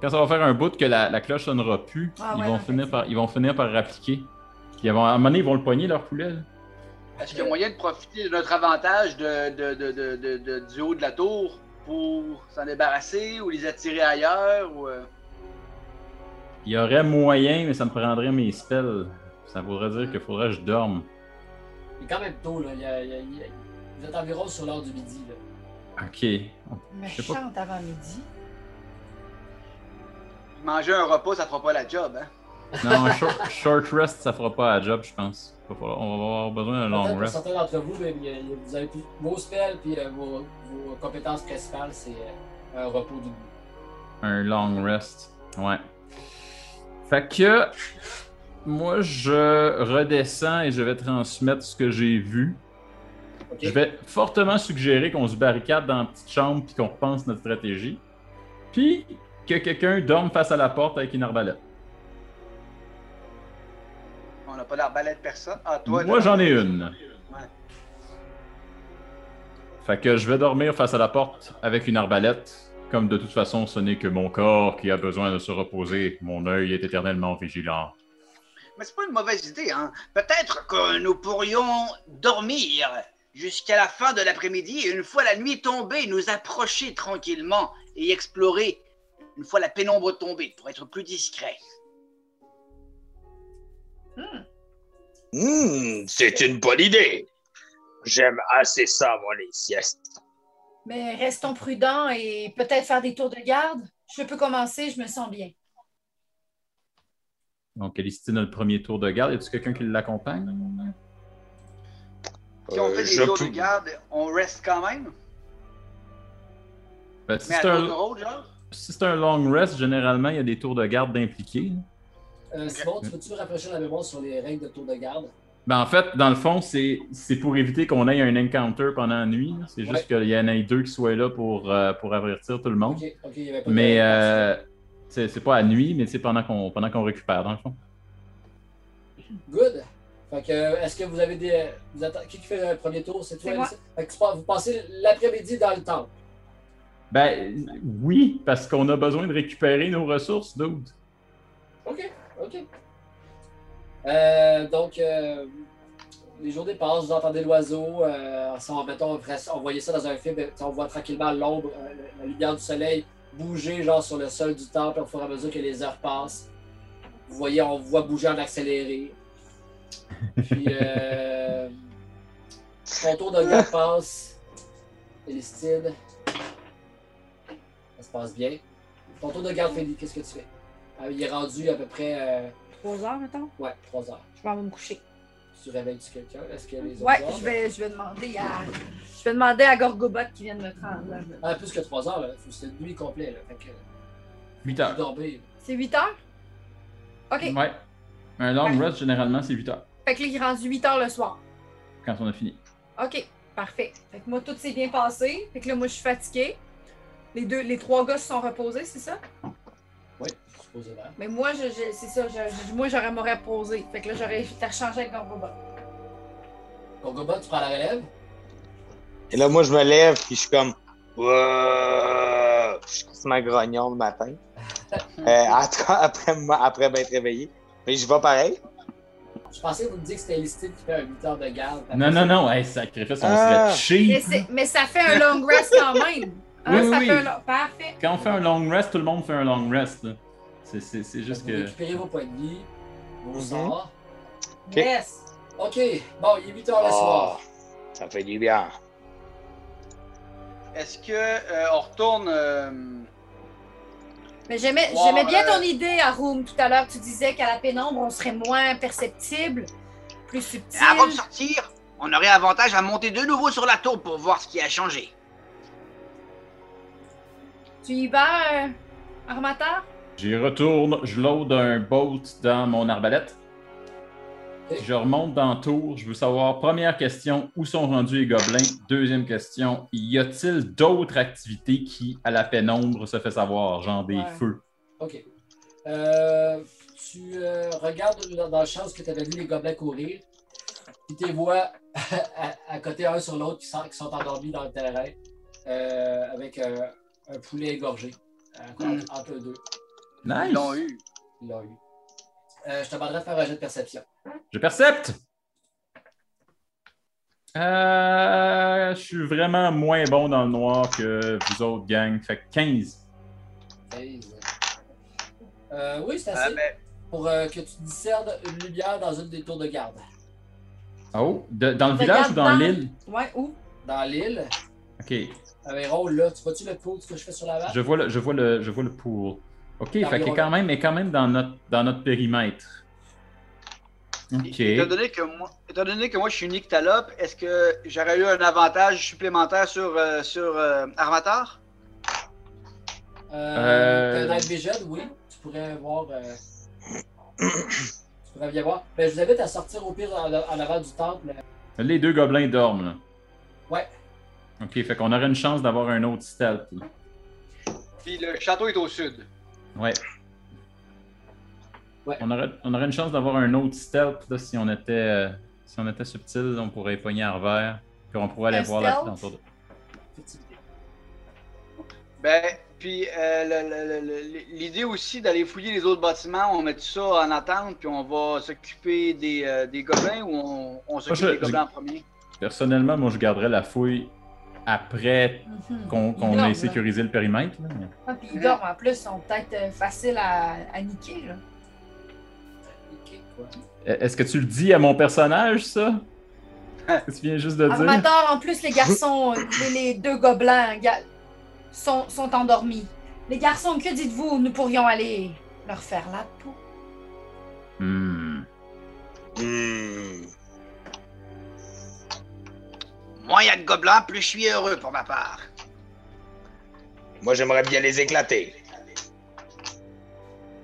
[SPEAKER 6] Quand ça va faire un bout que la, la cloche sonnera plus,
[SPEAKER 2] Ah
[SPEAKER 6] ils,
[SPEAKER 2] ouais,
[SPEAKER 6] vont
[SPEAKER 2] en
[SPEAKER 6] finir
[SPEAKER 2] fait.
[SPEAKER 6] par, ils vont finir par appliquer. Puis ils vont- à un moment donné, ils vont le poigner, leur poulet. là.
[SPEAKER 3] Est-ce qu'il y a moyen de profiter de notre avantage de, de- de- de- de- de- du haut de la tour pour s'en débarrasser ou les attirer ailleurs? Ou, euh,
[SPEAKER 6] Il y aurait moyen, mais ça me prendrait mes spells. Ça voudrait dire qu'il faudrait que je dorme.
[SPEAKER 1] Il est quand même tôt, là. Il y a- il y a- il y a- vous êtes environ sur l'heure du midi, là.
[SPEAKER 6] Ok.
[SPEAKER 2] Mais
[SPEAKER 6] Je sais pas.
[SPEAKER 2] chante avant midi.
[SPEAKER 3] Manger un repas, ça fera pas la job. Hein?
[SPEAKER 6] Non, un short, short rest, ça fera pas la job, je pense. Va falloir- Ah on va avoir besoin d'un long
[SPEAKER 1] Peut-être pour
[SPEAKER 6] rest.
[SPEAKER 1] certains d'entre vous, mais, mais, euh, vous avez plus, vos spells puis euh, vos, vos compétences principales, c'est euh, un repos d'une nuit.
[SPEAKER 6] Un long rest. Ouais. Fait que moi je redescends et je vais transmettre ce que j'ai vu.
[SPEAKER 1] Ok?
[SPEAKER 6] Je vais fortement suggérer qu'on se barricade dans la petite chambre puis qu'on repense notre stratégie. Puis que quelqu'un dorme face à la porte avec une arbalète.
[SPEAKER 3] On n'a pas d'arbalète personne. Ah, toi,
[SPEAKER 6] Moi
[SPEAKER 3] t'as-
[SPEAKER 6] j'en ai une.
[SPEAKER 3] Ouais.
[SPEAKER 6] Fait que je vais dormir face à la porte avec une arbalète. Comme de toute façon, ce n'est que mon corps qui a besoin de se reposer. Mon œil est éternellement vigilant.
[SPEAKER 3] Mais c'est pas une mauvaise idée, hein. Peut-être que nous pourrions dormir jusqu'à la fin de l'après-midi et une fois la nuit tombée, nous approcher tranquillement et explorer une fois la pénombre tombée pour être plus discret.
[SPEAKER 8] Hmm, c'est une bonne idée. J'aime assez ça, moi, les siestes.
[SPEAKER 2] Mais restons prudents et peut-être faire des tours de garde. Je peux commencer, je me sens bien.
[SPEAKER 6] Donc, Elistine a le premier tour de garde. Y a-t-il quelqu'un qui l'accompagne?
[SPEAKER 3] Si on
[SPEAKER 8] Euh,
[SPEAKER 3] fait des
[SPEAKER 8] je
[SPEAKER 3] tours
[SPEAKER 8] peux-
[SPEAKER 3] de garde, on reste quand même.
[SPEAKER 6] Ben, si
[SPEAKER 3] Mais à
[SPEAKER 6] c'est
[SPEAKER 3] tour
[SPEAKER 6] un,
[SPEAKER 3] de rôle, genre.
[SPEAKER 6] si c'est un long rest, généralement, il y a des tours de garde d'impliqués.
[SPEAKER 1] Euh, Simon, tu peux-tu rafraîchir la mémoire sur les règles de tour de garde?
[SPEAKER 6] Ben, en fait, dans le fond, c'est c'est pour éviter qu'on ait un encounter pendant la nuit. là. C'est juste qu'il y en ait deux qui soient là pour, euh, pour avertir tout le monde.
[SPEAKER 1] Ok, ok, il y avait pas de-
[SPEAKER 6] Mais euh, c'est c'est pas à nuit, mais c'est pendant qu'on pendant qu'on récupère, dans le fond.
[SPEAKER 1] Good. Fait que, euh, est-ce que vous avez des. Vous atta- Qui qui fait le premier tour C'est toi,
[SPEAKER 2] C'est moi.
[SPEAKER 1] Alicia? Fait que tu pars- vous passez l'après-midi dans le temple.
[SPEAKER 6] Ben oui, parce qu'on a besoin de récupérer nos ressources, dude.
[SPEAKER 1] OK, OK. Euh, donc, euh, les journées passent, vous entendez l'oiseau. Euh, ça, on- mettons, on, ferait ça- on voyait ça dans un film, euh, on voit tranquillement l'ombre, euh, la lumière du soleil bouger genre sur le sol du temple au fur et à mesure que les heures passent. Vous voyez, on voit bouger en accéléré. Puis, euh, son tour de garde passe. Elistine, ça se passe bien. Ton tour de garde, Félix, qu'est-ce que tu fais? Ah, il est rendu à peu près euh,
[SPEAKER 2] Trois heures, mettons.
[SPEAKER 1] ouais, 3 heures.
[SPEAKER 2] Je vais aller me coucher.
[SPEAKER 1] Tu réveilles-tu quelqu'un? Est-ce que les autres
[SPEAKER 2] Ouais,
[SPEAKER 1] heures-
[SPEAKER 2] je vais, je vais demander à. Je vais demander à Gorgobot qui vient de me prendre. là.
[SPEAKER 1] Ah, plus que 3 heures, là. Faut- C'est une nuit complète. Là. Fait que, euh, vous
[SPEAKER 6] 8 heures.
[SPEAKER 1] dormez.
[SPEAKER 2] C'est 8 heures? OK.
[SPEAKER 6] Ouais. Un long rest, généralement, c'est 8 heures
[SPEAKER 2] Fait que là, il est rendu 8 heures le soir.
[SPEAKER 6] quand on a fini.
[SPEAKER 2] OK, parfait. Fait que moi, tout s'est bien passé. Fait que là, moi, je suis fatiguée. Les, deux, les trois gars se sont reposés, c'est ça?
[SPEAKER 1] supposément.
[SPEAKER 2] Mais moi, je, je- c'est ça. je- je- moi, j'aurais me reposé. Fait que là, j'aurais changé avec Gorgobot.
[SPEAKER 1] Gorgobot, tu prends la relève?
[SPEAKER 5] Et là, moi, je me lève, puis je suis comme, euh,
[SPEAKER 9] Wow.
[SPEAKER 5] je suis complètement grognon le matin. Euh, après après, m- après m'être réveillé. Mais je vais pareil.
[SPEAKER 1] Je pensais que vous me disiez que c'était Elistine qui fait un 8 heures de garde.
[SPEAKER 6] Non, non, non, hey, sacrifice, on
[SPEAKER 5] Ah.
[SPEAKER 6] serait cheap.
[SPEAKER 2] Mais, c'est- mais ça fait un long rest quand même. Ah,
[SPEAKER 6] Oui, oui,
[SPEAKER 2] ça
[SPEAKER 6] oui.
[SPEAKER 2] fait un long- Parfait.
[SPEAKER 6] Quand on fait un long rest, tout le monde fait un long rest. là. C'est- C'est c'est juste
[SPEAKER 1] Vous
[SPEAKER 6] que.
[SPEAKER 1] récupérez vos points de vie, vos
[SPEAKER 5] Mhm.
[SPEAKER 1] sorts.
[SPEAKER 5] Ok.
[SPEAKER 2] Yes.
[SPEAKER 1] OK, bon, il est 8
[SPEAKER 5] Ah,
[SPEAKER 1] heures le soir.
[SPEAKER 9] ça fait du bien.
[SPEAKER 3] Est-ce que euh, on retourne euh,
[SPEAKER 2] Mais j'aimais
[SPEAKER 3] Wow,
[SPEAKER 2] j'aimais bien
[SPEAKER 3] euh,
[SPEAKER 2] ton idée, Arum. Tout à l'heure, tu disais qu'à la pénombre, on serait moins perceptible, plus subtil.
[SPEAKER 3] avant de sortir On aurait avantage à monter de nouveau sur la tour pour voir ce qui a changé.
[SPEAKER 2] Tu y vas, euh, Armateur?
[SPEAKER 6] J'y retourne, je load un bolt dans mon arbalète.
[SPEAKER 1] Ok.
[SPEAKER 6] Je remonte dans le tour. Je veux savoir, première question, où sont rendus les gobelins? Deuxième question, y a-t-il d'autres activités qui, à la pénombre, se fait savoir, genre des
[SPEAKER 2] Ouais.
[SPEAKER 6] feux?
[SPEAKER 1] OK. Euh, tu euh, regardes dans, dans le champ ce que tu avais vu les gobelins courir. Tu les vois à, à côté un sur l'autre qui, sont- qui sont endormis dans le terrain euh, avec euh, un poulet égorgé euh,
[SPEAKER 3] Mm.
[SPEAKER 1] entre, entre eux deux.
[SPEAKER 3] Ils l'ont eu.
[SPEAKER 1] Ils l'ont eu. Euh, je te demanderais de faire un jet de perception.
[SPEAKER 6] Je percepte! Euh, je suis vraiment moins bon dans le noir que vous autres, gang. Fait que 15.
[SPEAKER 1] 15. Euh, oui, c'est
[SPEAKER 3] Ah,
[SPEAKER 1] assez
[SPEAKER 3] ben,
[SPEAKER 1] pour euh, que tu discernes une lumière dans une des tours de garde.
[SPEAKER 6] Oh, de- dans le
[SPEAKER 2] Regarde
[SPEAKER 6] village ou dans
[SPEAKER 2] dans-
[SPEAKER 6] l'île?
[SPEAKER 2] Ouais, où?
[SPEAKER 1] Dans l'île,
[SPEAKER 6] Ok,
[SPEAKER 1] Améron, là, tu vois-tu le pot que je fais sur la map?
[SPEAKER 6] je vois le, je vois le, je vois le pool. Ok, fait qu'il est
[SPEAKER 1] Environ.
[SPEAKER 6] quand même, il est quand même dans notre, dans notre périmètre. Ok.
[SPEAKER 3] étant, donné que moi, étant donné que moi je suis une Talope, est-ce que j'aurais eu un avantage supplémentaire sur, euh, sur euh, Armatar?
[SPEAKER 1] Euh,
[SPEAKER 6] Euh.
[SPEAKER 1] T'as un Night Vision, oui. Tu pourrais voir. euh, tu pourrais bien voir. Ben, je vous invite à sortir au pire en, en avant du temple. euh,
[SPEAKER 6] Les deux gobelins dorment là.
[SPEAKER 1] Ouais.
[SPEAKER 6] Ok, fait qu'on aurait une chance d'avoir un autre stealth. là.
[SPEAKER 3] Puis le château est au sud.
[SPEAKER 6] Ouais.
[SPEAKER 1] Ouais.
[SPEAKER 6] On, aurait, on aurait une chance d'avoir un autre stealth là, si on était euh, si on était subtil, on pourrait pogner à revers. Puis on pourrait aller
[SPEAKER 2] Un
[SPEAKER 6] voir la
[SPEAKER 2] stealth?
[SPEAKER 6] dans le tour de-
[SPEAKER 1] Effectivité.
[SPEAKER 3] Ben, puis euh, le- le- le- le- l'idée aussi d'aller fouiller les autres bâtiments, on met tout ça en attente, puis on va s'occuper des, euh, des gobelins ou on, on s'occupe
[SPEAKER 6] Moi, je-
[SPEAKER 3] des gobelins en premier?
[SPEAKER 6] Personnellement, moi je garderais la fouille après
[SPEAKER 2] Mhm.
[SPEAKER 6] qu'on qu'on
[SPEAKER 2] Énorme, là.
[SPEAKER 6] ait sécurisé le périmètre. là.
[SPEAKER 2] Ah, puis ils dorment en plus, ils sont peut-être euh, faciles à, à niquer. Là.
[SPEAKER 1] Ok, quoi.
[SPEAKER 6] Euh, Est-ce que tu le dis à mon personnage, ça? que tu viens juste de
[SPEAKER 2] Ah,
[SPEAKER 6] dire?
[SPEAKER 2] Armateur, en plus, les garçons, euh, les, les deux gobelins ga- sont, sont endormis. Les garçons, que dites-vous? Nous pourrions aller leur faire la peau.
[SPEAKER 6] Hmm.
[SPEAKER 9] Hmm.
[SPEAKER 3] Moins il y a de gobelins, plus je suis heureux pour ma part.
[SPEAKER 9] Moi, j'aimerais bien les éclater.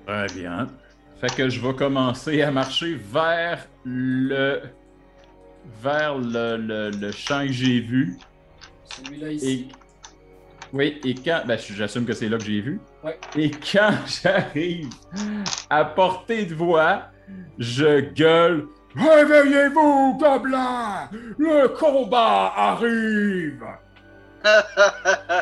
[SPEAKER 6] Très bien. Fait que je vais commencer à marcher vers le vers le, le- le champ que j'ai vu.
[SPEAKER 1] Celui-là
[SPEAKER 6] Et
[SPEAKER 1] ici.
[SPEAKER 6] oui, et quand. Ben, je- j'assume que c'est là que j'ai vu.
[SPEAKER 1] Ouais.
[SPEAKER 6] Et quand j'arrive à portée de voix, je gueule
[SPEAKER 10] Réveillez-vous, gobelins! Le combat arrive!
[SPEAKER 1] euh,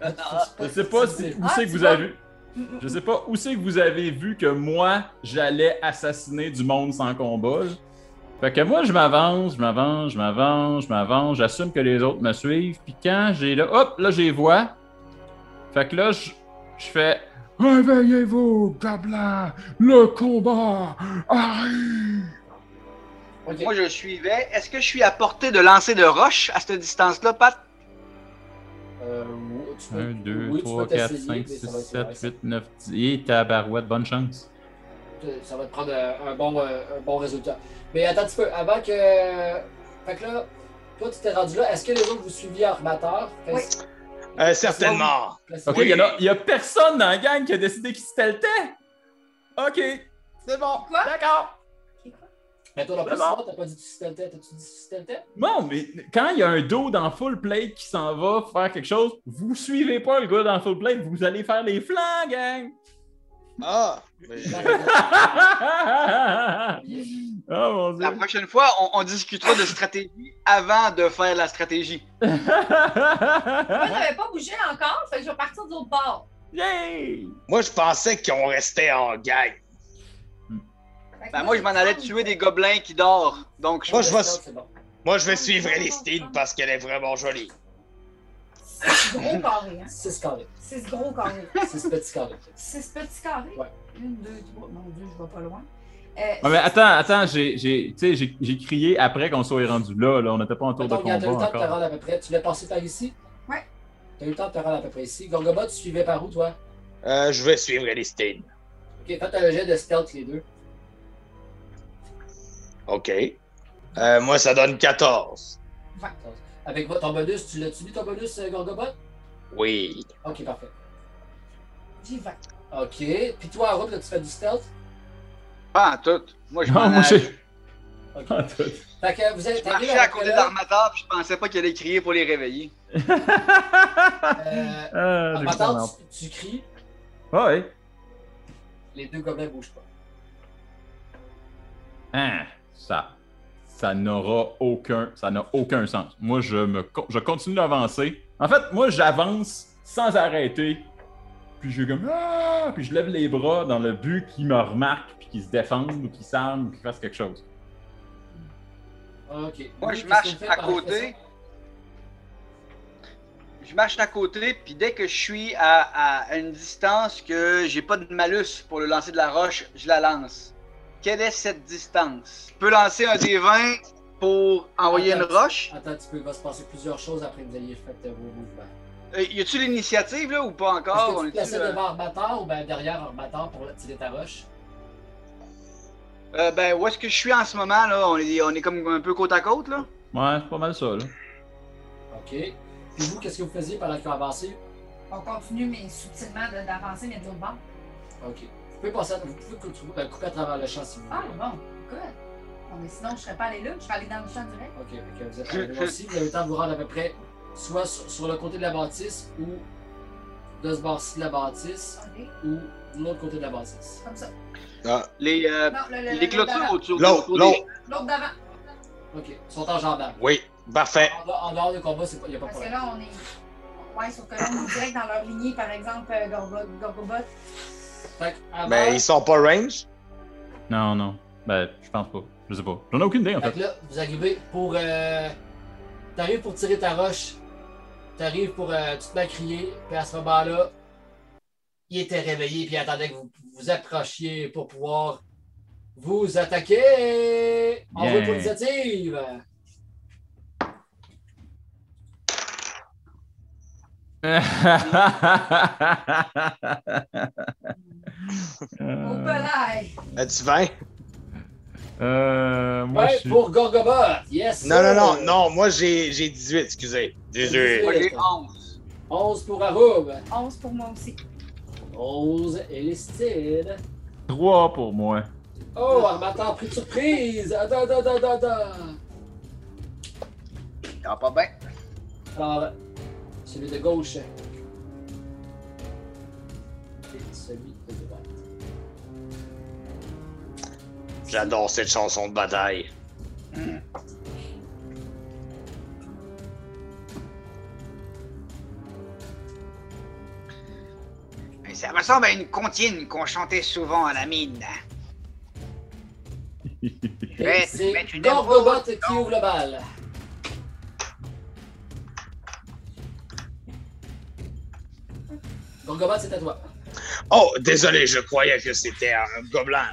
[SPEAKER 6] Ah, Je sais pas si- où
[SPEAKER 2] Ah,
[SPEAKER 6] c'est que
[SPEAKER 2] tu
[SPEAKER 6] vous
[SPEAKER 2] vois.
[SPEAKER 6] avez.
[SPEAKER 2] Mm,
[SPEAKER 6] Je sais pas où c'est que vous avez vu que moi, j'allais assassiner du monde sans combat. là. Fait que moi, je m'avance, je m'avance, je m'avance, je m'avance, j'assume que les autres me suivent. Puis quand j'ai là, hop, là, j'ai vois. Fait que là, je, je fais.
[SPEAKER 10] Réveillez-vous, gobelins! Le combat arrive!
[SPEAKER 1] Ok.
[SPEAKER 3] Moi, je le suivais. Est-ce que je suis à portée de lancer de roche à cette distance-là, Pat?
[SPEAKER 1] Euh, oui, tu peux-
[SPEAKER 6] 1, 2,
[SPEAKER 1] oui, tu
[SPEAKER 6] 3,
[SPEAKER 1] peux
[SPEAKER 6] 4,
[SPEAKER 1] t'essayer,
[SPEAKER 6] 5,
[SPEAKER 1] mais
[SPEAKER 6] 6,
[SPEAKER 1] ça va être
[SPEAKER 6] 7,
[SPEAKER 1] intéressant.
[SPEAKER 6] 8, 9, 10. Et tabarouette, bonne chance.
[SPEAKER 1] Te- ça va te prendre euh, un bon, euh, un bon résultat. Mais attends un petit peu, avant que. Fait que là, toi, tu t'es rendu là. Est-ce que les autres vous suiviez en armateur?
[SPEAKER 2] Oui.
[SPEAKER 5] Euh, certainement.
[SPEAKER 11] Tellement.
[SPEAKER 6] Ok, il y, en a- il y a personne dans la gang qui a décidé qu'il se teltait. Ok, c'est bon.
[SPEAKER 2] Quoi?
[SPEAKER 6] D'accord.
[SPEAKER 1] Mais toi, dans plus,
[SPEAKER 6] C'est bon.
[SPEAKER 1] sinon, t'as pas dit que tu stealthais. T'as-tu dit que tu stealthais?
[SPEAKER 6] Non, mais quand il y a un dos dans full plate qui s'en va faire quelque chose, vous suivez pas le gars dans full plate, vous allez faire les flancs, gang!
[SPEAKER 5] Ah!
[SPEAKER 6] oh mon dieu!
[SPEAKER 3] La prochaine fois, on, on discutera de stratégie avant de faire la stratégie.
[SPEAKER 2] Moi, j'avais pas bougé encore, fait que je vais partir de l'autre bord.
[SPEAKER 6] Yay!
[SPEAKER 5] Moi, je pensais qu'on restait en gang.
[SPEAKER 2] Fait que
[SPEAKER 3] Ben, moi, je m'en allais tuer des gobelins qui dorment. Donc, je
[SPEAKER 5] Moi, je vais,
[SPEAKER 1] C'est bon.
[SPEAKER 5] moi, je vais suivre Elistine parce qu'elle est vraiment jolie.
[SPEAKER 2] Six gros carrés, hein?
[SPEAKER 1] Six carrés.
[SPEAKER 2] Six gros carrés.
[SPEAKER 1] Six petits carrés.
[SPEAKER 2] Six petits carrés?
[SPEAKER 1] Ouais.
[SPEAKER 2] Une, deux, trois. Mon Dieu, je vais pas loin. Euh,
[SPEAKER 6] Ouais, mais attends, attends, j'ai- j'ai tu sais, j'ai- j'ai crié après qu'on soit rendu là, là, on n'était pas en tour de
[SPEAKER 1] Mettons,
[SPEAKER 6] combat
[SPEAKER 1] regarde, t'as eu le temps de te
[SPEAKER 6] encore.
[SPEAKER 1] rendre à peu près. Tu l'as passé par ici?
[SPEAKER 2] Ouais.
[SPEAKER 1] T'as eu le temps de te rendre à peu près ici. Gorgoba, tu suivais par où, toi?
[SPEAKER 5] Euh, je vais suivre Elistine.
[SPEAKER 1] Ok, faites un jet de stealth, les deux.
[SPEAKER 5] OK. Euh, moi, ça donne 14.
[SPEAKER 1] Avec votre- ton bonus, tu l'as-tu mis ton bonus, euh, Gorgobot?
[SPEAKER 5] Oui.
[SPEAKER 1] Ok, parfait.
[SPEAKER 2] J'y vais.
[SPEAKER 1] Ok. Puis toi, en route, là, tu fais du stealth?
[SPEAKER 3] Pas en tout. Moi, je
[SPEAKER 6] Non,
[SPEAKER 3] m'en
[SPEAKER 6] moi,
[SPEAKER 3] allais-
[SPEAKER 6] j'ai-
[SPEAKER 1] Ok.
[SPEAKER 6] en tout.
[SPEAKER 1] Fait que vous êtes
[SPEAKER 3] je
[SPEAKER 1] arrivé
[SPEAKER 3] marchais à côté
[SPEAKER 1] là,
[SPEAKER 3] de l'armateur puis je pensais pas qu'il allait crier pour les réveiller.
[SPEAKER 1] euh,
[SPEAKER 6] Ah, j'ai vu ton
[SPEAKER 1] Armateur,
[SPEAKER 6] arbre.
[SPEAKER 1] tu, tu cries,
[SPEAKER 6] Ah, ouais.
[SPEAKER 1] les deux gobelins bougent pas.
[SPEAKER 6] Hein, ça, ça n'aura aucun, ça n'a aucun sens. Moi, je me, co- je continue d'avancer. En fait, moi, j'avance sans arrêter. Puis je suis comme ah, puis je lève les bras dans le but qu'ils me remarquent, puis qu'ils se défendent ou qu'ils s'arment ou qu'ils fassent quelque chose.
[SPEAKER 1] Ok.
[SPEAKER 3] Moi,
[SPEAKER 1] Lui,
[SPEAKER 3] je
[SPEAKER 1] qu'est-ce
[SPEAKER 3] marche
[SPEAKER 1] qu'on fait
[SPEAKER 3] à
[SPEAKER 1] par la
[SPEAKER 3] côté.
[SPEAKER 1] pression?
[SPEAKER 3] Je marche à côté, puis dès que je suis à, à une distance que j'ai pas de malus pour le lancer de la roche, je la lance. Quelle est cette distance? Je peux lancer un des 20 pour envoyer une
[SPEAKER 1] Attends.
[SPEAKER 3] roche.
[SPEAKER 1] Attends, tu peux, il va se passer plusieurs choses après que vous ayez fait euh, vos mouvements.
[SPEAKER 3] Euh, y a-tu l'initiative, là, ou pas encore?
[SPEAKER 1] Est-ce que
[SPEAKER 3] On
[SPEAKER 1] tu te
[SPEAKER 3] est-tu,
[SPEAKER 1] plaçais
[SPEAKER 3] euh,
[SPEAKER 1] devant Armateur ou ben derrière Armateur pour tirer ta roche?
[SPEAKER 3] euh, ben, où est-ce que je suis en ce moment, là? On est, on est comme un peu côte à côte, là?
[SPEAKER 6] Ouais, c'est pas mal ça. Là.
[SPEAKER 1] Ok. Puis vous, qu'est-ce que vous faisiez pendant qu'ils ont avancé?
[SPEAKER 2] On continue, mais subtilement, de- d'avancer, mais de l'autre bord.
[SPEAKER 1] Ok. Vous pouvez, passer à- vous pouvez cou- trou- euh, couper à travers le champ si vous
[SPEAKER 2] Ah,
[SPEAKER 1] voulez.
[SPEAKER 2] bon, good. Bon, mais sinon, je serais pas allée là, je serais allée dans le champ direct.
[SPEAKER 1] Ok, fait que vous êtes arrivés aussi. Vous avez le temps de vous rendre à peu près soit sur, sur le côté de la bâtisse ou de ce bord-ci de la bâtisse
[SPEAKER 2] OK,
[SPEAKER 1] ou de l'autre côté de la bâtisse.
[SPEAKER 2] comme ça.
[SPEAKER 5] Ah.
[SPEAKER 3] Les, euh,
[SPEAKER 2] Non, le, le- le-
[SPEAKER 3] les
[SPEAKER 2] l'autre
[SPEAKER 3] clôtures
[SPEAKER 2] d'avant.
[SPEAKER 3] autour,
[SPEAKER 5] L'autre,
[SPEAKER 3] autour des-
[SPEAKER 5] l'autre.
[SPEAKER 2] L'autre d'avant.
[SPEAKER 1] Ok. Ils sont en gendarme.
[SPEAKER 5] Oui. Parfait.
[SPEAKER 1] En, dehors- en dehors de combat, il n'y a pas de
[SPEAKER 2] Parce que
[SPEAKER 1] problème.
[SPEAKER 2] là, on est. Ouais, sauf que là, on est direct dans leur lignée, par exemple, euh, Gorgo- Gorgobot.
[SPEAKER 1] Fait que avant-
[SPEAKER 5] Mais ils sont pas range.
[SPEAKER 6] Non, non. Ben, je pense pas. Je sais pas. J'en ai aucune idée en
[SPEAKER 1] Fait
[SPEAKER 6] fait.
[SPEAKER 1] que là, vous arrivez pour. Euh, T'arrives pour tirer ta roche. T'arrives pour. euh, tu te mets à crier. Puis à ce moment-là, il était réveillé. Puis il attendait que vous vous approchiez pour pouvoir vous attaquer. En
[SPEAKER 6] Bien.
[SPEAKER 1] route pour l'initiative.
[SPEAKER 6] Euh,
[SPEAKER 2] Au pelail.
[SPEAKER 5] As-tu 20?
[SPEAKER 6] euh, moi, je
[SPEAKER 1] Ouais,
[SPEAKER 6] suis-
[SPEAKER 1] pour Gorgobot. Yes.
[SPEAKER 5] Non,
[SPEAKER 1] sir.
[SPEAKER 5] non, non, non. Moi, j'ai j'ai 18, excusez. 18.
[SPEAKER 3] Moi, j'ai 11.
[SPEAKER 1] 11 pour Aroub.
[SPEAKER 2] 11 pour moi aussi.
[SPEAKER 1] 11 et les styles.
[SPEAKER 6] Trois pour moi.
[SPEAKER 1] Oh, Armateur pris de surprise. Attends, attends, attends, attends, attends.
[SPEAKER 3] Ah, pas bien.
[SPEAKER 1] Alors, celui de gauche. Et celui de droite.
[SPEAKER 8] J'adore cette chanson de bataille.
[SPEAKER 3] Mais ça ressemble à une comptine qu'on chantait souvent à la mine. Je
[SPEAKER 1] Et
[SPEAKER 3] vais te
[SPEAKER 1] c'est
[SPEAKER 3] mettre une
[SPEAKER 1] Gorbobot
[SPEAKER 3] épaule.
[SPEAKER 1] qui ouvre le bal. Gorgobot, c'est à toi.
[SPEAKER 8] Oh, désolé, je croyais que c'était un gobelin.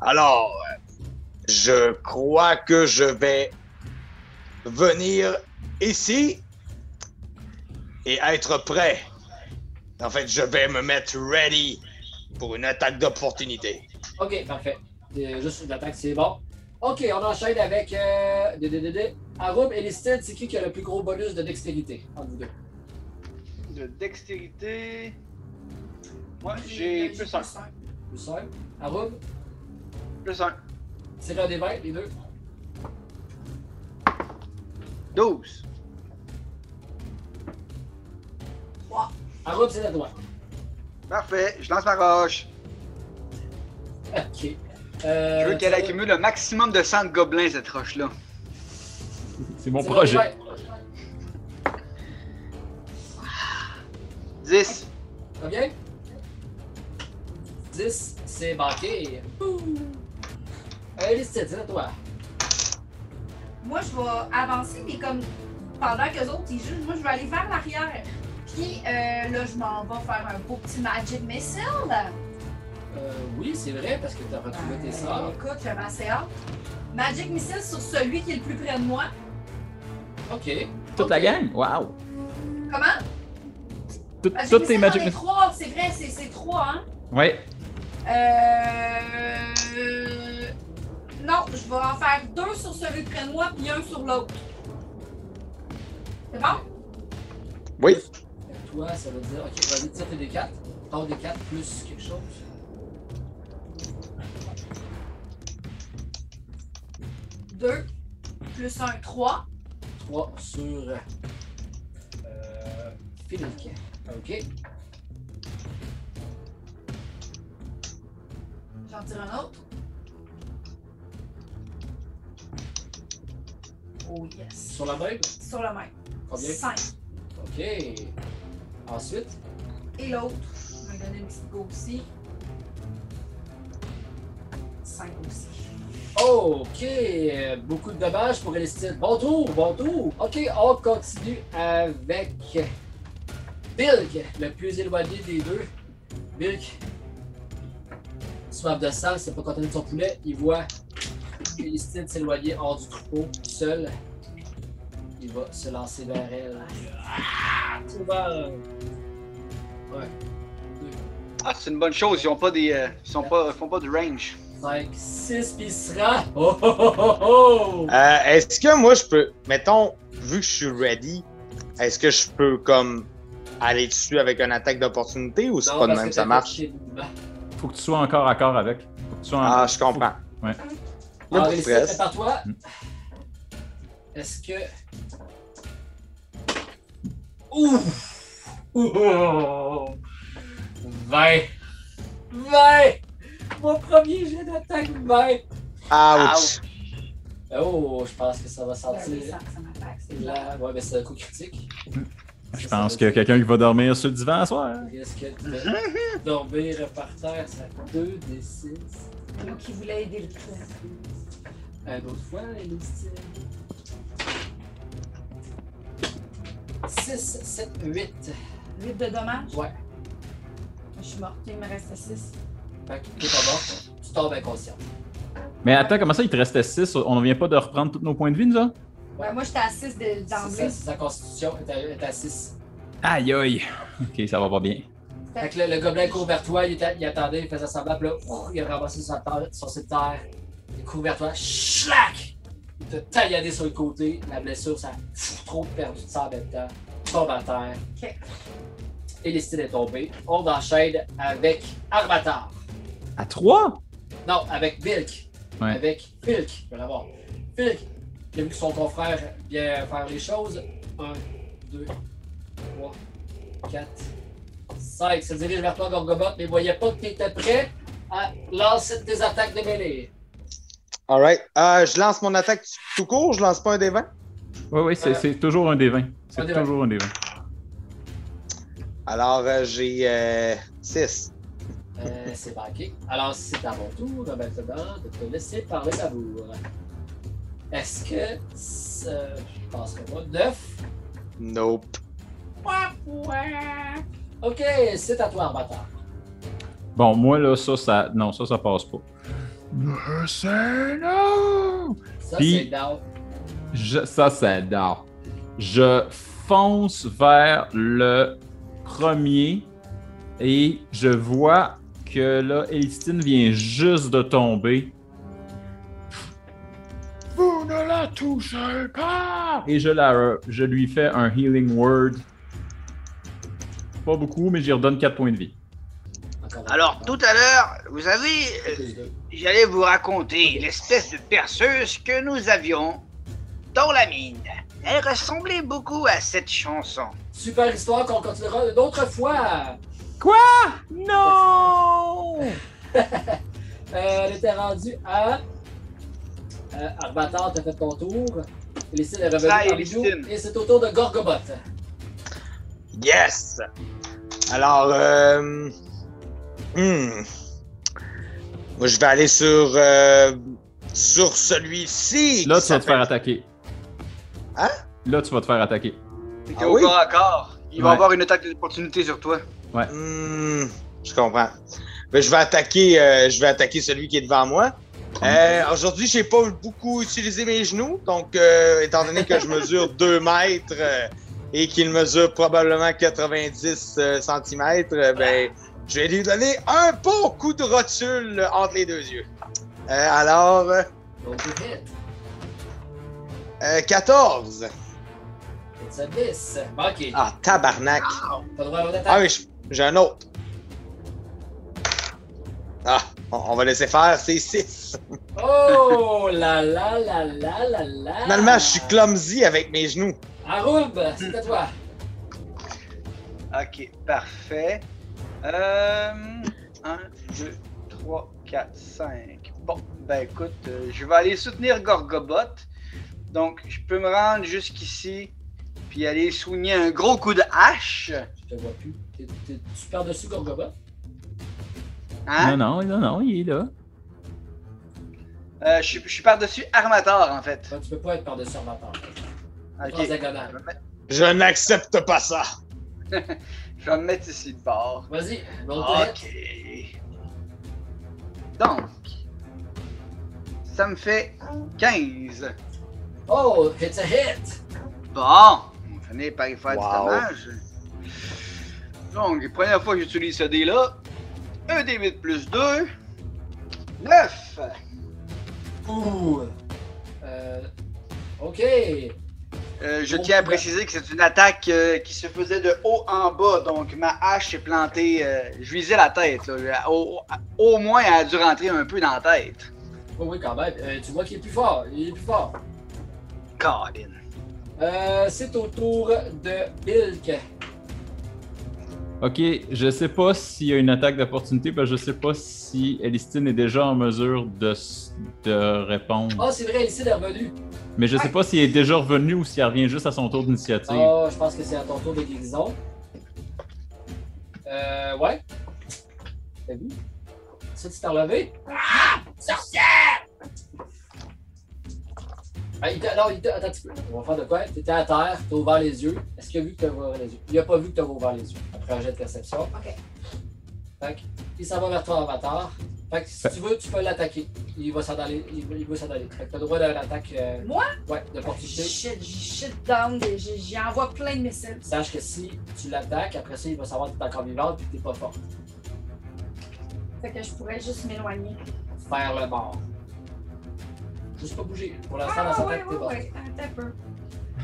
[SPEAKER 5] Alors, euh, je crois que je vais venir ici et être prêt. En fait, je vais me mettre ready pour une attaque d'opportunité.
[SPEAKER 1] Ok, parfait. Euh, juste une attaque, c'est bon. Ok, on enchaîne avec euh, de, de, de, de. Arum et Listed, c'est qui qui a le plus gros bonus de dextérité entre vous deux?
[SPEAKER 3] De dextérité. Moi, j'ai plus un.
[SPEAKER 1] Plus simple. Arum,
[SPEAKER 3] Plus un.
[SPEAKER 1] tirez un des 20, les deux.
[SPEAKER 3] 12.
[SPEAKER 1] Arum, c'est à toi.
[SPEAKER 3] Parfait, je lance ma roche.
[SPEAKER 1] Ok. Euh,
[SPEAKER 3] Je veux qu'elle
[SPEAKER 1] tirez-
[SPEAKER 3] accumule le maximum de sang de gobelins, cette roche-là.
[SPEAKER 6] C'est mon
[SPEAKER 1] tirez un
[SPEAKER 6] projet.
[SPEAKER 1] des
[SPEAKER 3] 10.
[SPEAKER 1] 20. Combien? 10, c'est banqué. Ouh. Euh, Listed, c'est à toi.
[SPEAKER 2] Moi, je vais avancer, mais comme pendant que les autres ils jouent, moi, je vais aller vers l'arrière. Puis euh, là, je m'en vais faire un beau petit Magic Missile.
[SPEAKER 1] Euh, oui, c'est vrai, parce que t'as retrouvé tes
[SPEAKER 2] Euh,
[SPEAKER 1] sorts.
[SPEAKER 2] écoute, j'avais assez hâte. Magic Missile sur celui qui est le plus près de moi.
[SPEAKER 1] Ok.
[SPEAKER 6] Toute la gang? Wow!
[SPEAKER 2] Comment?
[SPEAKER 6] Tout- Toutes tes
[SPEAKER 2] Missile,
[SPEAKER 6] Magic
[SPEAKER 2] j'en ai
[SPEAKER 6] Missiles.
[SPEAKER 2] trois, c'est vrai, c'est c'est trois, hein?
[SPEAKER 6] Ouais.
[SPEAKER 2] Euh... Non, je vais en faire deux sur celui de près de moi, puis un sur l'autre. C'est bon?
[SPEAKER 5] Oui,
[SPEAKER 1] Toi, ça veut dire. Ok, vas-y, tire tes D4. Ton D4 plus quelque chose.
[SPEAKER 2] Deux, plus un, trois.
[SPEAKER 1] 3 sur. Euh. Philippe. Ok.
[SPEAKER 2] J'en tire un autre. Oh yes.
[SPEAKER 1] Sur la même
[SPEAKER 2] Sur le même.
[SPEAKER 1] Combien
[SPEAKER 2] Cinq.
[SPEAKER 1] Ok. Ensuite,
[SPEAKER 2] Et l'autre. Je vais donner une petite go aussi. Cinq aussi.
[SPEAKER 1] ok. Beaucoup de dommages pour Elistide. Bon tour, bon tour. Ok, on continue avec. Bilk, le plus éloigné des deux. Bilk, soif de sang, c'est pas content de son poulet. Il voit Elistide s'éloigner hors du troupeau, seul. Il va se lancer vers elle. Ah, Trop mal. Ouais.
[SPEAKER 3] Ah, c'est une bonne chose, ils ont pas des. euh, ils sont pas, font pas de range.
[SPEAKER 1] 5, 6, puis il se rend. Oh, oh, oh, oh, oh.
[SPEAKER 5] Euh, est-ce que moi je peux, mettons, vu que je suis ready, est-ce que je peux comme aller dessus avec une attaque d'opportunité ou c'est
[SPEAKER 1] Non,
[SPEAKER 5] pas de
[SPEAKER 1] parce
[SPEAKER 5] même
[SPEAKER 1] que
[SPEAKER 5] ça
[SPEAKER 1] t'as
[SPEAKER 5] marche?
[SPEAKER 1] fait chier le mouvement.
[SPEAKER 6] Faut que tu sois encore à corps avec. Faut que tu sois en-
[SPEAKER 5] Ah, je comprends. Pas
[SPEAKER 1] Alors,
[SPEAKER 5] de
[SPEAKER 1] Elise,
[SPEAKER 5] stress.
[SPEAKER 1] Ah, c'est par toi.
[SPEAKER 6] Mm.
[SPEAKER 1] Est-ce que. Ouf! Ouh! 20! 20! Mon premier jet d'attaque 20!
[SPEAKER 5] Ouch!
[SPEAKER 1] Oh, je pense que ça va
[SPEAKER 2] Ben oui, ça,
[SPEAKER 1] sentir.
[SPEAKER 2] ça m'attaque, c'est bien.
[SPEAKER 1] Là, ouais, mais c'est un coup critique.
[SPEAKER 5] Mm.
[SPEAKER 6] Je pense que quelqu'un qui va dormir sur le divan à soir.
[SPEAKER 1] Est-ce que de dormir par terre, ça 2 des 6?
[SPEAKER 2] Moi qui voulais aider le clan.
[SPEAKER 1] Un autre Euh, fois, Elise. euh, 6, 7, 8.
[SPEAKER 2] 8 de dommages?
[SPEAKER 1] Ouais.
[SPEAKER 2] Je suis morte, il me reste 6.
[SPEAKER 1] Fait que t'es pas mort, tu tombes inconscient.
[SPEAKER 6] Mais attends, comment ça, il te restait 6? On ne vient pas de reprendre tous nos points de vue, nous autres?
[SPEAKER 2] Ouais, Ben, moi, j'étais à 6
[SPEAKER 1] Sa,
[SPEAKER 2] d'emblée.
[SPEAKER 1] sa constitution est à, est à 6.
[SPEAKER 6] Aïe aïe! Ok, ça va pas bien.
[SPEAKER 1] Fait que là, le gobelin court vers toi, il, était- il attendait, il faisait semblant, puis là, ouf, il a ramassé son terre, son secteur, il court vers toi, schlac! Il t'a tailladé sur le côté, la blessure, ça a pff, trop perdu de sang en même temps, Tu tombes à terre.
[SPEAKER 2] Ok.
[SPEAKER 1] Et les styles est tombé. On enchaîne avec Armatar.
[SPEAKER 6] À 3?
[SPEAKER 1] Non, avec Bilk.
[SPEAKER 6] Ouais.
[SPEAKER 1] Avec Filk, je vais l'avoir. Filk, il a vu que son confrère vient faire les choses. 1, 2, 3, 4, 5. Ça se dirige vers toi, Gorgobot, mais voyait pas que tu étais prêt à lancer tes attaques de mêlée.
[SPEAKER 5] All right. Euh, je lance mon attaque tout court, je lance pas un des 20.
[SPEAKER 6] Oui, oui, c'est
[SPEAKER 1] Euh,
[SPEAKER 6] c'est toujours un des 20.
[SPEAKER 1] un
[SPEAKER 6] C'est
[SPEAKER 1] des
[SPEAKER 6] toujours un des 20.
[SPEAKER 5] Alors, euh, j'ai 6.
[SPEAKER 1] Euh, c'est banqué. Alors, c'est à mon tour, euh, maintenant, de te laisser parler d'amour. Est-ce que. ce- Je pense que moi, 9.
[SPEAKER 5] Nope.
[SPEAKER 1] Ok, c'est à toi, Arbatar.
[SPEAKER 6] Bon, moi, là, ça, ça. Non, ça, ça passe pas.
[SPEAKER 12] Euh, C'est non!
[SPEAKER 1] Ça,
[SPEAKER 6] Puis-
[SPEAKER 1] c'est down.
[SPEAKER 6] Je- ça, ça dort. Je fonce vers le premier et je vois que là, Elistine vient juste de tomber
[SPEAKER 12] Vous ne la touchez pas!
[SPEAKER 6] et je, la, re- je lui fais un healing word. Pas beaucoup, mais j'y redonne 4 points de vie.
[SPEAKER 1] Encore un
[SPEAKER 3] Alors,
[SPEAKER 1] Arbatar.
[SPEAKER 3] tout à l'heure, vous avez. euh,
[SPEAKER 1] Plus deux.
[SPEAKER 3] J'allais vous raconter l'espèce de perceuse que nous avions dans la mine. Elle ressemblait beaucoup à cette chanson.
[SPEAKER 1] Super histoire qu'on continuera une autre fois.
[SPEAKER 6] Non!
[SPEAKER 1] Euh, elle était rendue à. Euh, Arbatar, t'as fait ton tour. Félicine est revenue
[SPEAKER 3] Ça,
[SPEAKER 1] parmi
[SPEAKER 3] Félicine.
[SPEAKER 1] nous. Et c'est au tour de Gorgobot.
[SPEAKER 8] Yes!
[SPEAKER 5] Alors, euh, hmm. Moi, je vais aller sur, euh, sur celui-ci.
[SPEAKER 6] Là,
[SPEAKER 5] qui
[SPEAKER 6] tu vas te faire
[SPEAKER 5] s'appelle-
[SPEAKER 6] attaquer.
[SPEAKER 5] Hein?
[SPEAKER 6] Là, tu vas te faire attaquer.
[SPEAKER 3] T'es
[SPEAKER 5] Ah
[SPEAKER 3] au
[SPEAKER 5] oui?
[SPEAKER 3] corps à corps. Il va
[SPEAKER 6] Ouais.
[SPEAKER 3] avoir une attaque d'opportunité sur toi.
[SPEAKER 5] Hmm, je comprends. Mais je vais attaquer, euh, je vais attaquer celui qui est devant moi. Euh, Aujourd'hui, j'ai pas beaucoup utilisé mes genoux, donc euh, étant donné que je mesure 2 mètres euh, et qu'il mesure probablement 90 cm, ben, je vais lui donner un bon coup de rotule euh, entre les deux yeux. Euh, alors, euh,
[SPEAKER 1] Donc, c'est hit.
[SPEAKER 5] euh, 14.
[SPEAKER 1] It's a miss. Manqué.
[SPEAKER 5] Ah, tabarnak.
[SPEAKER 1] T'as le droit à une
[SPEAKER 5] Ah
[SPEAKER 1] attaque.
[SPEAKER 5] oui, je- j'ai un autre. Ah, on, on va laisser faire, c'est 6.
[SPEAKER 1] Oh là là là là là là.
[SPEAKER 5] Finalement, je suis clumsy avec mes genoux.
[SPEAKER 1] Aroub, c'est à toi.
[SPEAKER 3] Ok, parfait. Euh, 1, 2, 3, 4, 5. Bon, ben écoute, euh, je vais aller soutenir Gorgobot. Donc, je peux me rendre jusqu'ici, puis aller soigner un gros coup de hache.
[SPEAKER 1] Je te vois plus. T'es- t'es- Tu perds dessus, Gorgobot.
[SPEAKER 3] Hein?
[SPEAKER 6] Non, non, non, non, il est là.
[SPEAKER 3] Euh, je, suis- je suis par-dessus Armator, en fait.
[SPEAKER 1] Toi, Ben, Tu peux pas être par-dessus Arbatar.
[SPEAKER 3] Ok.
[SPEAKER 1] En diagonale.
[SPEAKER 5] Je n'accepte pas ça.
[SPEAKER 3] Je vais me mettre ici de bord.
[SPEAKER 1] Vas-y, roll
[SPEAKER 5] Ah,
[SPEAKER 1] to hit.
[SPEAKER 3] Ok. Donc, ça me fait 15.
[SPEAKER 1] Oh, it's a hit.
[SPEAKER 3] Bon, on finit par y faire
[SPEAKER 5] Wow.
[SPEAKER 3] du dommage. Donc, première fois que j'utilise ce dé-là, 1 dé 8 plus 2, 9.
[SPEAKER 1] Ouh. Euh, ok.
[SPEAKER 3] Euh, je tiens à préciser que c'est une attaque euh, qui se faisait de haut en bas, donc ma hache est plantée, euh, je visais la tête. là. Au, au moins, elle a dû rentrer un peu dans la tête.
[SPEAKER 1] Oh oui, quand même. Euh, tu vois qu'il est plus fort. Il est plus fort.
[SPEAKER 3] Colin.
[SPEAKER 1] Euh, c'est au tour de Bilk.
[SPEAKER 6] Ok, je sais pas s'il y a une attaque d'opportunité, parce que je sais pas si Elistine est déjà en mesure de, s- de répondre.
[SPEAKER 1] Oh, c'est vrai, ici, il est revenu.
[SPEAKER 6] Mais je sais pas s'il est déjà revenu ou s'il revient juste à son tour d'initiative.
[SPEAKER 1] Oh, je pense que c'est à ton tour de guérison. Euh, ouais. T'as vu? Ça, tu t'es relevé? Ah! Sorcière! Ah, il t'a- non, il t'a- attends un petit peu. On va faire de quoi? T'étais à terre, t'as ouvert les yeux. Est-ce qu'il a vu que t'as ouvert les yeux? Il a pas vu que t'as ouvert les yeux. Après un jet de perception.
[SPEAKER 2] OK.
[SPEAKER 1] Fait que, il s'en va vers toi, Avatar. Fait que si tu veux, tu peux l'attaquer. Il va s'en aller. Il, va- il va s'en aller. Fait que t'as le droit d'une attaque. euh,
[SPEAKER 2] Moi?
[SPEAKER 1] Ouais, d'opportunité.
[SPEAKER 2] Shit, shit down, j'ai- j'y envoie plein de missiles.
[SPEAKER 1] Sache que si tu l'attaques, après ça, il va savoir que t'es encore vivante et que t'es pas forte.
[SPEAKER 2] Fait que je pourrais juste m'éloigner.
[SPEAKER 1] Faire le mort. Juste pas bouger. Pour l'instant, dans
[SPEAKER 2] Ah,
[SPEAKER 1] sa
[SPEAKER 2] ouais,
[SPEAKER 1] tête, t'es
[SPEAKER 2] ouais,
[SPEAKER 1] bon.
[SPEAKER 2] ouais, un t'as peu.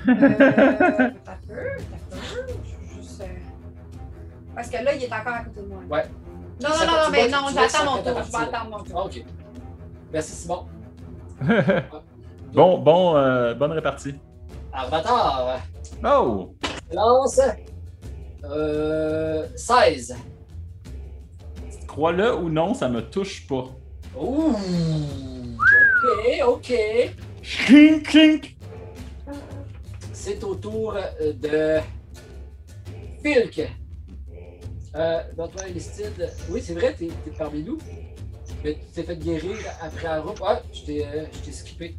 [SPEAKER 2] Euh, T'as peu, t'as peu. Je- Juste. euh, Parce que là, il est encore à côté de moi.
[SPEAKER 1] Ouais. Ça
[SPEAKER 2] Non, non,
[SPEAKER 1] va- tu
[SPEAKER 2] non, non,
[SPEAKER 1] vois-
[SPEAKER 2] mais non,
[SPEAKER 1] tu vois que ça
[SPEAKER 2] j'attends mon
[SPEAKER 1] fait
[SPEAKER 2] tour. Je vais
[SPEAKER 1] partie.
[SPEAKER 2] attendre mon
[SPEAKER 1] Ah,
[SPEAKER 2] tour.
[SPEAKER 1] ok. Merci, Simon.
[SPEAKER 6] bon, bon, euh, bonne répartie.
[SPEAKER 1] Arbatar,
[SPEAKER 6] Oh!
[SPEAKER 1] lance. Euh, 16.
[SPEAKER 6] Crois-le ou non, ça me touche pas.
[SPEAKER 1] Ouh. Ok. Ok, ok.
[SPEAKER 6] Clink, clink.
[SPEAKER 1] C'est au tour euh, de Filk. Euh, donc, toi, Aristide, oui, c'est vrai, t'es, t'es parmi nous. Mais tu t'es fait guérir après la route. Ah, je t'ai, euh, je t'ai skippé.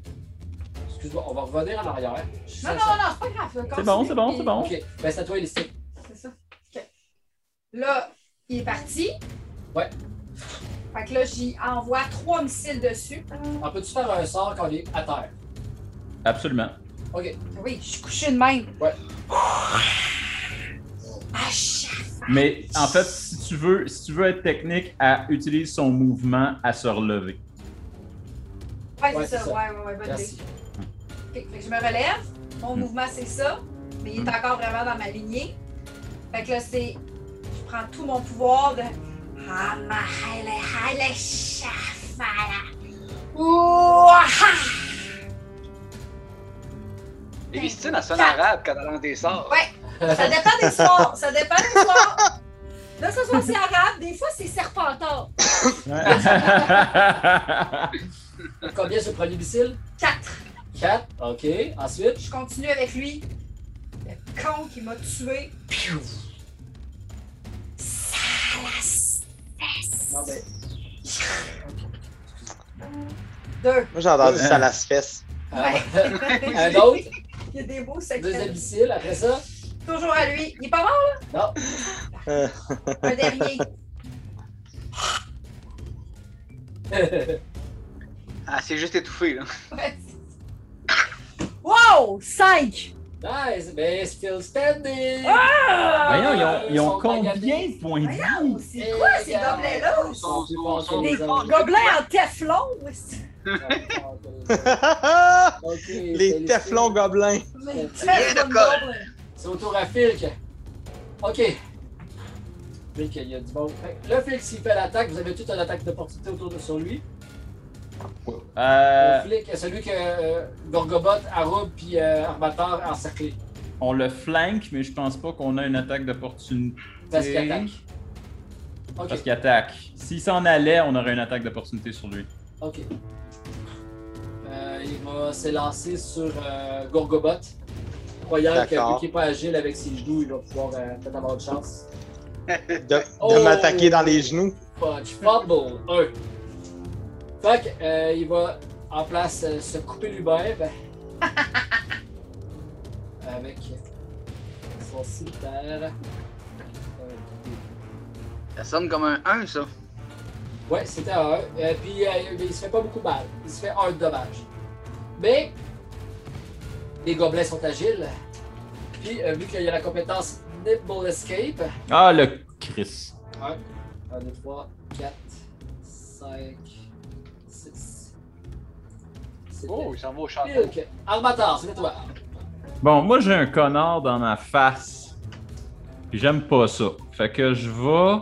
[SPEAKER 1] Excuse-moi, on va revenir en arrière. hein. Je suis
[SPEAKER 2] Non, non,
[SPEAKER 1] sincère.
[SPEAKER 2] non, c'est pas grave.
[SPEAKER 6] C'est
[SPEAKER 2] continue.
[SPEAKER 6] bon, c'est bon, c'est bon.
[SPEAKER 1] Ok, ben c'est à toi, Aristide.
[SPEAKER 2] C'est ça. OK. Là, il est parti.
[SPEAKER 1] Ouais.
[SPEAKER 2] Fait que là, j'y envoie trois missiles dessus.
[SPEAKER 1] On peut-tu faire un sort quand on est à terre?
[SPEAKER 6] Absolument.
[SPEAKER 1] Ok.
[SPEAKER 2] Oui, je suis couchée de même.
[SPEAKER 1] Ouais.
[SPEAKER 2] Ah, chaque-
[SPEAKER 6] Mais en fait, si tu veux, si tu veux être technique, elle utilise son mouvement à se relever.
[SPEAKER 2] Ouais,
[SPEAKER 1] Ouais,
[SPEAKER 2] c'est ça.
[SPEAKER 1] c'est ça.
[SPEAKER 2] Ouais, ouais, ouais, bonne idée.
[SPEAKER 1] Merci. Hmm.
[SPEAKER 2] Ok, fait que je me relève. Mon
[SPEAKER 6] Mm.
[SPEAKER 2] mouvement, c'est ça. Mais il est
[SPEAKER 6] Mm.
[SPEAKER 2] encore vraiment dans ma lignée. Fait que là, c'est. Je prends tout mon pouvoir de. Ah, ma haile, haile, shafala. Ouah!
[SPEAKER 3] Et Christine, elle sonne arabe quand elle lance des sorts.
[SPEAKER 2] Ça dépend des soirs. Ça dépend des soirs. Là, ce soir, c'est arabe. Des fois, c'est serpentard.
[SPEAKER 1] Combien sur le premier missile?
[SPEAKER 2] 4.
[SPEAKER 1] 4. Ok. Ensuite,
[SPEAKER 2] Je continue avec lui. Le con qui m'a tué. Salas.
[SPEAKER 1] non, ben,
[SPEAKER 2] Deux.
[SPEAKER 5] Moi, j'ai entendu ça à la fesse.
[SPEAKER 1] euh,
[SPEAKER 2] Ouais.
[SPEAKER 1] un autre,
[SPEAKER 2] Il y a des beaux
[SPEAKER 1] deuxième
[SPEAKER 2] secrets.
[SPEAKER 1] missile, après ça.
[SPEAKER 2] Toujours à lui. Il est pas mort, là?
[SPEAKER 5] Euh.
[SPEAKER 2] Un dernier.
[SPEAKER 3] Elle s'est Ah, juste étouffée, là.
[SPEAKER 2] Ouais. Wow! Cinq!
[SPEAKER 1] nice, ben still standing!
[SPEAKER 2] Ah!
[SPEAKER 6] Voyons, ils ont, ils ont
[SPEAKER 1] Ils sont
[SPEAKER 6] combien
[SPEAKER 1] maganés.
[SPEAKER 6] de points de vie?
[SPEAKER 2] C'est quoi ces
[SPEAKER 1] Regarde.
[SPEAKER 2] gobelets-là?
[SPEAKER 1] euh,
[SPEAKER 3] Son- son- son-
[SPEAKER 2] Des
[SPEAKER 1] Bizarre.
[SPEAKER 2] gobelets en teflon!
[SPEAKER 1] Ok, c'est
[SPEAKER 5] Les teflons gobelins.
[SPEAKER 2] Mais
[SPEAKER 3] Rien de colle.
[SPEAKER 1] C'est au tour à Filk. Ok. Filk, il y a du bon. Fait que Là, Filk, s'il fait l'attaque, vous avez toute une attaque d'opportunité autour de sur lui.
[SPEAKER 6] Euh,
[SPEAKER 1] Le flic, celui que euh, Gorgobot, Arub puis euh, Armator encerclé.
[SPEAKER 6] on le flanque, mais je pense pas qu'on a une attaque d'opportunité.
[SPEAKER 1] Parce qu'il attaque. Ok,
[SPEAKER 6] Parce qu'il attaque. S'il s'en allait, on aurait une attaque d'opportunité sur lui.
[SPEAKER 1] ok. Euh, il va s'élancer sur euh, Gorgobot. Croyant que vu
[SPEAKER 5] D'accord.
[SPEAKER 1] qu'il n'est pas agile avec ses genoux, il va pouvoir euh, peut-être avoir une chance.
[SPEAKER 5] De, de
[SPEAKER 1] Oh!
[SPEAKER 5] m'attaquer dans les genoux.
[SPEAKER 1] Fudge, fumble, 1. Fait que, euh, il va en place euh, se couper lui-même. avec son cimetière. Euh,
[SPEAKER 3] Ça sonne comme un 1, ça.
[SPEAKER 1] ouais, c'était un. Euh, puis euh, il se fait pas beaucoup mal. Il se fait un de dommage. Mais les gobelets sont agiles. Puis euh, vu qu'il y a la compétence Nimble Escape,
[SPEAKER 6] Ah, le Chris.
[SPEAKER 1] 1, 2, 3, 4, 5, 6.
[SPEAKER 3] Oh, il s'en va au château.
[SPEAKER 1] Milk, Armatar, c'est toi.
[SPEAKER 6] Bon, moi j'ai un connard dans ma face. Puis j'aime pas ça. Fait que je vais.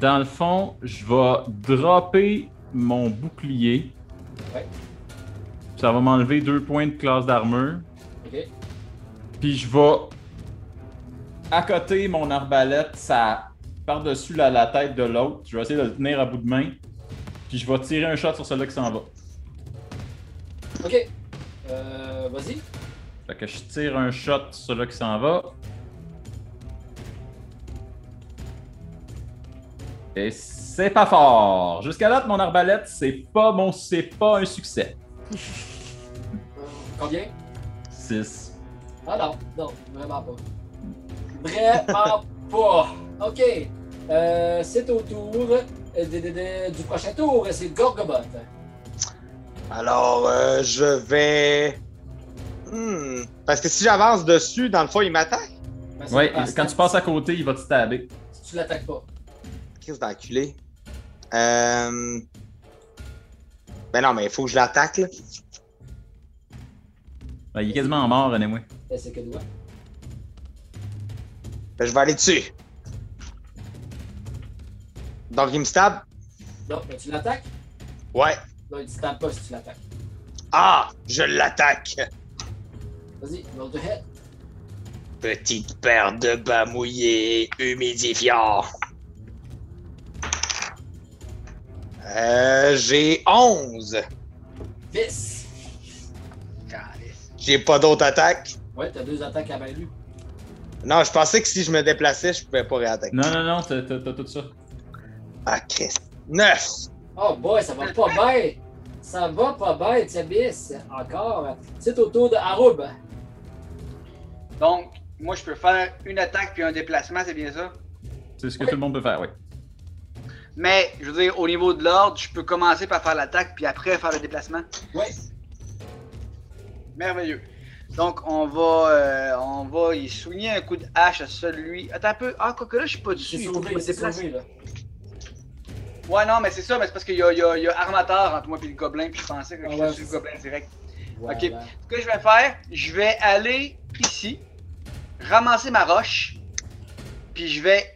[SPEAKER 6] Dans le fond, je vais dropper mon bouclier.
[SPEAKER 1] Ouais.
[SPEAKER 6] Ça va m'enlever deux points de classe d'armure.
[SPEAKER 1] Ok.
[SPEAKER 6] Puis je vais accoter mon arbalète ça par-dessus la, la tête de l'autre. Je vais essayer de le tenir à bout de main. Puis je vais tirer un shot sur celui-là qui s'en va.
[SPEAKER 1] Ok. Euh, vas-y.
[SPEAKER 6] Fait que je tire un shot sur celui-là qui s'en va. Et c'est pas fort. Jusqu'à là, mon arbalète, c'est pas bon, c'est pas un succès.
[SPEAKER 1] Euh, Combien
[SPEAKER 6] 6.
[SPEAKER 1] Ah non, non, vraiment pas. Vraiment pas. Ok. Euh, c'est au tour euh, de- de- de- du prochain tour. C'est Gorgobot.
[SPEAKER 5] Alors, euh, je vais. Hmm. Parce que si j'avance dessus, dans le fond, il m'attaque.
[SPEAKER 1] Ben, c'est
[SPEAKER 6] Ouais,
[SPEAKER 1] pas
[SPEAKER 6] quand tu passes à côté, il va te stabber.
[SPEAKER 1] Si tu l'attaques pas.
[SPEAKER 5] Qu'est-ce d'enculé? Euh... Ben non, mais il faut que je l'attaque, là.
[SPEAKER 6] Ouais, il est quasiment mort, anyway.
[SPEAKER 1] Ben, c'est que toi.
[SPEAKER 5] Ben, je vais aller dessus. Donc, il me stab?
[SPEAKER 1] Non, ben, tu l'attaques.
[SPEAKER 5] Ouais.
[SPEAKER 1] Non, il ne tape pas si tu l'attaques.
[SPEAKER 5] Ah, je l'attaque.
[SPEAKER 1] Vas-y, roll to hit.
[SPEAKER 13] Petite paire de bas mouillés humidifiants.
[SPEAKER 5] Euh, j'ai 11.
[SPEAKER 1] Fils!
[SPEAKER 5] J'ai pas d'autres attaques.
[SPEAKER 1] Ouais, t'as deux attaques à Balu.
[SPEAKER 5] Non, je pensais que si je me déplaçais, je pouvais pas réattaquer.
[SPEAKER 6] Non, non, non, t'as t'as- t'as tout ça.
[SPEAKER 5] Ah, Chris. 9.
[SPEAKER 1] Oh boy, ça va pas bien! Ça va pas bien, Tiabis! Encore! C'est au tour de Aroub.
[SPEAKER 3] Donc, moi, je peux faire une attaque puis un déplacement, c'est bien ça?
[SPEAKER 6] C'est ce que tout le monde peut faire, oui.
[SPEAKER 3] Mais, je veux dire, au niveau de l'ordre, je peux commencer par faire l'attaque puis après faire le déplacement.
[SPEAKER 1] Ouais.
[SPEAKER 3] Merveilleux. Donc, on va, euh, on va y soigner un coup de hache à celui. Attends un peu. Ah, quoique là, je suis pas dessus.
[SPEAKER 1] C'est
[SPEAKER 3] il faut que je
[SPEAKER 1] sauvé,
[SPEAKER 3] me
[SPEAKER 1] c'est
[SPEAKER 3] déplace.
[SPEAKER 1] sauvé, là.
[SPEAKER 3] Ouais, non, mais c'est ça, mais c'est parce qu'il y a, il y a- il y a armateur entre moi et le gobelin, puis je pensais que
[SPEAKER 1] Ah
[SPEAKER 3] je
[SPEAKER 1] ouais,
[SPEAKER 3] suis le
[SPEAKER 1] c'est-
[SPEAKER 3] gobelin direct.
[SPEAKER 1] Voilà.
[SPEAKER 3] Ok. Ce que je vais faire, je vais aller ici, ramasser ma roche, puis je vais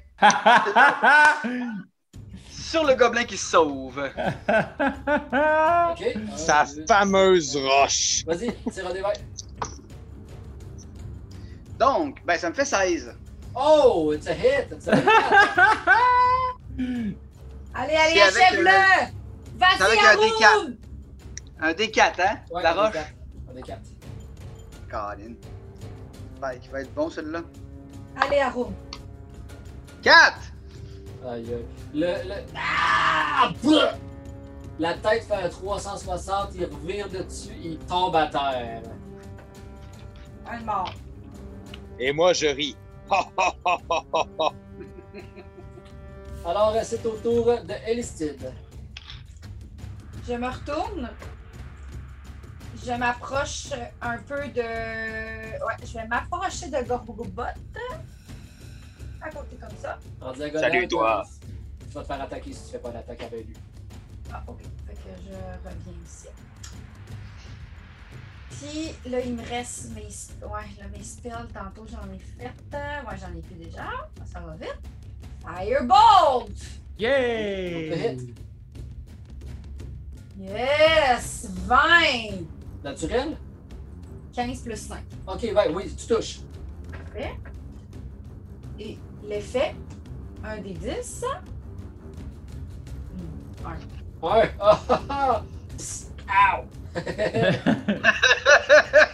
[SPEAKER 3] sur le gobelin qui se sauve.
[SPEAKER 1] Ok. un,
[SPEAKER 5] Sa
[SPEAKER 1] deux.
[SPEAKER 5] fameuse roche.
[SPEAKER 1] Vas-y, tire un des verts.
[SPEAKER 3] Donc, ben ça me fait 16.
[SPEAKER 1] Oh, it's a hit! It's a hit.
[SPEAKER 2] Allez, allez,
[SPEAKER 3] C'est avec
[SPEAKER 2] achève-le!
[SPEAKER 3] c'est avec
[SPEAKER 2] Vas-y,
[SPEAKER 3] un
[SPEAKER 2] à roue!
[SPEAKER 3] Un D4, hein?
[SPEAKER 1] Ouais,
[SPEAKER 3] la
[SPEAKER 1] un des
[SPEAKER 3] roche.
[SPEAKER 1] quatre, un des quatre.
[SPEAKER 3] Colin. Ben, qui va être bon celui-là.
[SPEAKER 2] Allez, à roue!
[SPEAKER 3] 4!
[SPEAKER 1] Aïe, aïe. Le. le... Ah! Blah! La tête fait un 360, il revire de dessus, il tombe à terre.
[SPEAKER 2] Un mort.
[SPEAKER 5] Et moi, je ris.
[SPEAKER 1] Alors, c'est au tour de Elistide.
[SPEAKER 2] Je me retourne. Je m'approche un peu de. Ouais, je vais m'approcher de Gorbogobot. À côté comme ça.
[SPEAKER 1] En diagonale.
[SPEAKER 8] Salut, toi.
[SPEAKER 1] Tu vas te faire attaquer si tu fais pas l'attaque avec lui.
[SPEAKER 2] Ah, ok. Fait que je reviens ici. Puis là, il me reste mes. Ouais, là, mes spells, tantôt j'en ai fait. Ouais, j'en ai fait déjà. Ça va vite. Firebolt!
[SPEAKER 6] Yay!
[SPEAKER 1] Hit.
[SPEAKER 2] Yes! 20!
[SPEAKER 1] Naturel?
[SPEAKER 2] 15 plus 5.
[SPEAKER 1] Ok, ouais, oui, tu touches.
[SPEAKER 2] Et l'effet, un des 10. Hmm, un.
[SPEAKER 1] Ouais. Ah, ah, ah. Psst, Ow!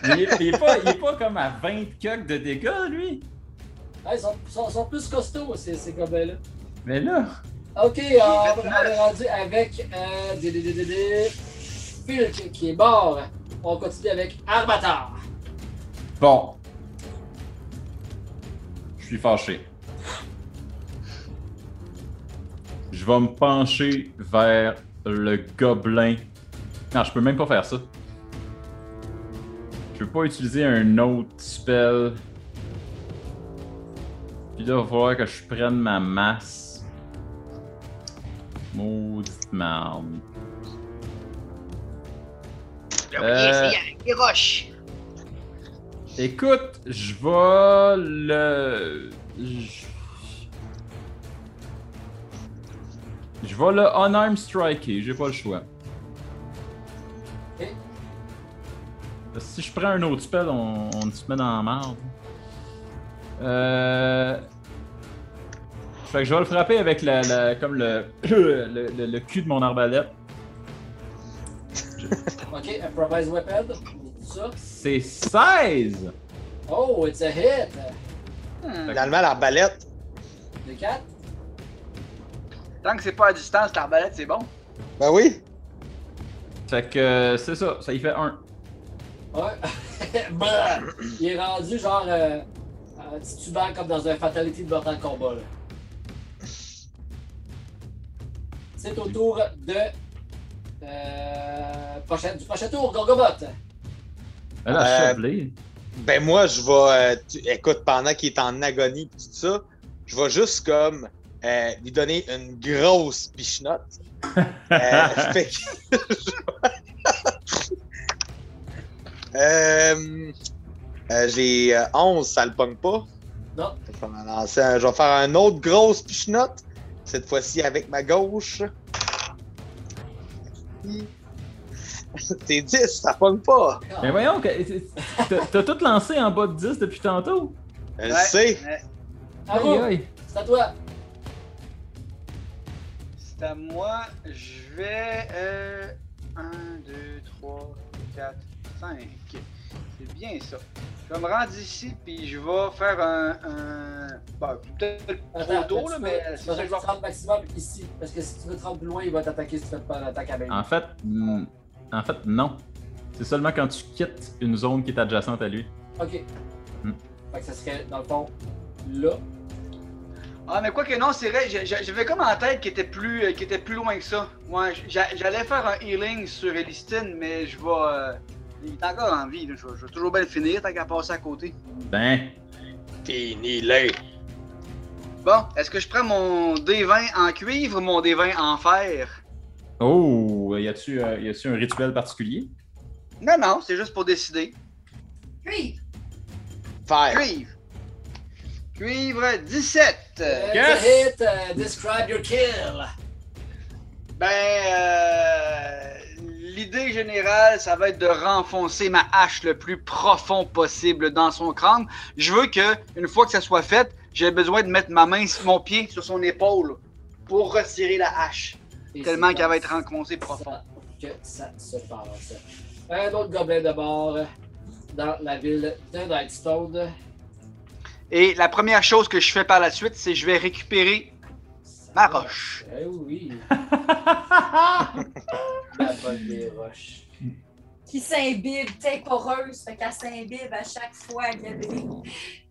[SPEAKER 6] il, est, il est pas, il est pas comme à 20 coques de dégâts, lui.
[SPEAKER 1] Ah, ils sont, sont- sont plus costauds, ces, ces gobelins-là.
[SPEAKER 6] Mais là,
[SPEAKER 1] Ok, ah, on, on est rendu avec euh, des- des- des- des- des- Filch qui est mort. On continue avec Armatar.
[SPEAKER 6] bon. Je suis fâché. Je vais me pencher vers le gobelin. Non, je peux même pas faire ça. Je peux pas utiliser un autre spell. Puis là, il va falloir que je prenne ma masse. Maudite marde. Euh,
[SPEAKER 3] Les roches!
[SPEAKER 6] Écoute, je vais le. Je je vais le unarm striker, j'ai pas le choix.
[SPEAKER 1] Ok.
[SPEAKER 6] Si je prends un autre spell, on, on se met dans la merde. Euh. Fait que je vais le frapper avec la, la- comme le, le, le- le cul de mon arbalète.
[SPEAKER 1] Ok, Improvise Weapon. Tout ça.
[SPEAKER 6] C'est 16!
[SPEAKER 1] Oh, it's a hit.
[SPEAKER 5] Finalement, l'arbalète.
[SPEAKER 1] Des 4.
[SPEAKER 3] Tant que c'est pas à distance, l'arbalète, c'est bon.
[SPEAKER 5] Ben oui.
[SPEAKER 6] Fait que euh, c'est ça, ça y fait 1.
[SPEAKER 1] Ouais. Bah! Il est rendu genre euh, euh, titubant comme dans un Fatality de Mortal Kombat. là. C'est au tour de. Euh, prochain- du prochain tour, Gorgobot.
[SPEAKER 6] Elle a
[SPEAKER 5] Euh,
[SPEAKER 6] chevelé.
[SPEAKER 5] Ben moi, je vais. euh, tu- écoute, pendant qu'il est en agonie pis tout ça, je vais juste comme euh, lui donner une grosse pichenote. Euh, fait que- je vais- Euh, euh, J'ai euh, 11, ça le pogne pas.
[SPEAKER 1] Non.
[SPEAKER 5] Fait que Je vais, en lancer un- je vais faire un autre grosse pichenote. Cette fois-ci avec ma gauche. C'est 10, ça pogne pas.
[SPEAKER 6] Mais voyons, que- t'as- t'as tout lancé en bas de 10 depuis tantôt.
[SPEAKER 5] Je le
[SPEAKER 3] Ouais.
[SPEAKER 5] sais.
[SPEAKER 3] Ouais.
[SPEAKER 1] Arou,
[SPEAKER 6] aïe.
[SPEAKER 1] c'est à toi.
[SPEAKER 3] c'est à moi. Je vais. euh, 1, 2, 3, 4, 5. C'est bien ça. Je vais me rendre ici, puis je vais faire un. un- ben, peut-être trop
[SPEAKER 1] Attends,
[SPEAKER 3] tôt, là, mais c'est ça
[SPEAKER 1] faudrait
[SPEAKER 3] que je vais
[SPEAKER 1] que tu
[SPEAKER 3] faire.
[SPEAKER 1] te rendes maximum ici. Parce que si tu veux te rendre plus loin, il va t'attaquer si tu fais pas l'attaque à main.
[SPEAKER 6] En fait, mm, en fait, non. C'est seulement quand tu quittes une zone qui est adjacente à lui.
[SPEAKER 1] Ok.
[SPEAKER 6] Hmm.
[SPEAKER 1] Fait que ça serait, dans le fond, là.
[SPEAKER 3] Ah, mais quoi que non, c'est vrai, j'a- j'a- j'avais comme en tête qu'il était, plus, euh, qu'il était plus loin que ça. Ouais, j'a- j'allais faire un healing sur Elistine, mais je vais. euh, il est encore en vie, là. je vais, je vais toujours bien le finir tant qu'à passer à côté.
[SPEAKER 6] Ben,
[SPEAKER 8] Finis-les.
[SPEAKER 3] Bon, est-ce que je prends mon D20 en cuivre ou mon D20 en fer
[SPEAKER 6] oh, y a-tu euh, y a-tu un rituel particulier?
[SPEAKER 3] Non, non, c'est juste pour décider.
[SPEAKER 2] Puis,
[SPEAKER 5] Faire.
[SPEAKER 3] Cuivre. Cuivre 17.
[SPEAKER 1] Euh,
[SPEAKER 6] Yes!
[SPEAKER 1] it's a hit, euh, describe your kill.
[SPEAKER 3] Ben, euh, l'idée générale, ça va être de renfoncer ma hache le plus profond possible dans son crâne. Je veux que, une fois que ça soit fait, j'ai besoin de mettre ma main, sur- mon pied sur son épaule pour retirer la hache,
[SPEAKER 1] Et
[SPEAKER 3] tellement
[SPEAKER 1] c'est
[SPEAKER 3] qu'elle va être
[SPEAKER 1] comme
[SPEAKER 3] renfoncée profond.
[SPEAKER 1] ça Que ça se passe. Un autre gobelin de bord euh, dans la ville de Nightstone.
[SPEAKER 3] Et la première chose que je fais par la suite, c'est je vais récupérer
[SPEAKER 1] Ça
[SPEAKER 3] ma
[SPEAKER 1] va.
[SPEAKER 3] roche.
[SPEAKER 1] Eh oui. La bonne des roches.
[SPEAKER 2] qui s'imbibe, t'es poreuse, fait qu'elle s'imbibe à chaque fois qu'il y a des,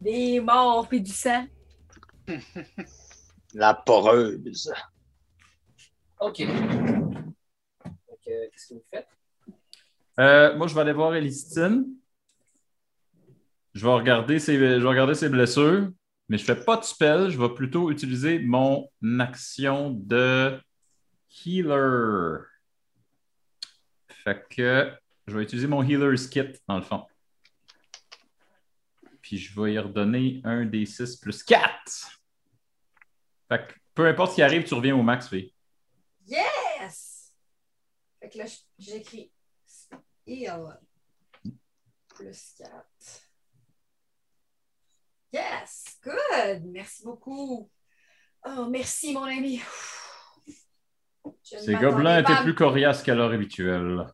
[SPEAKER 2] des morts puis du sang.
[SPEAKER 8] La poreuse.
[SPEAKER 1] Ok. Donc, euh, qu'est-ce que vous faites?
[SPEAKER 6] Euh, moi, je vais aller voir Elistine. Je vais regarder ses, je vais regarder ses blessures, mais je ne fais pas de spell. Je vais plutôt utiliser mon action de healer. Fait que je vais utiliser mon healer's kit, dans le fond. Puis je vais y redonner un des 6 plus 4. Fait que peu importe ce qui arrive, tu reviens au max, fille.
[SPEAKER 2] Yes! Fait que là, j- j'écris heal plus 4. Yes! Good! Merci beaucoup. Oh, merci, mon ami. Je ne
[SPEAKER 6] Ces
[SPEAKER 2] m'attendais
[SPEAKER 6] gobelins
[SPEAKER 2] pas
[SPEAKER 6] étaient
[SPEAKER 2] à-
[SPEAKER 6] plus coriaces qu'à leur habituel.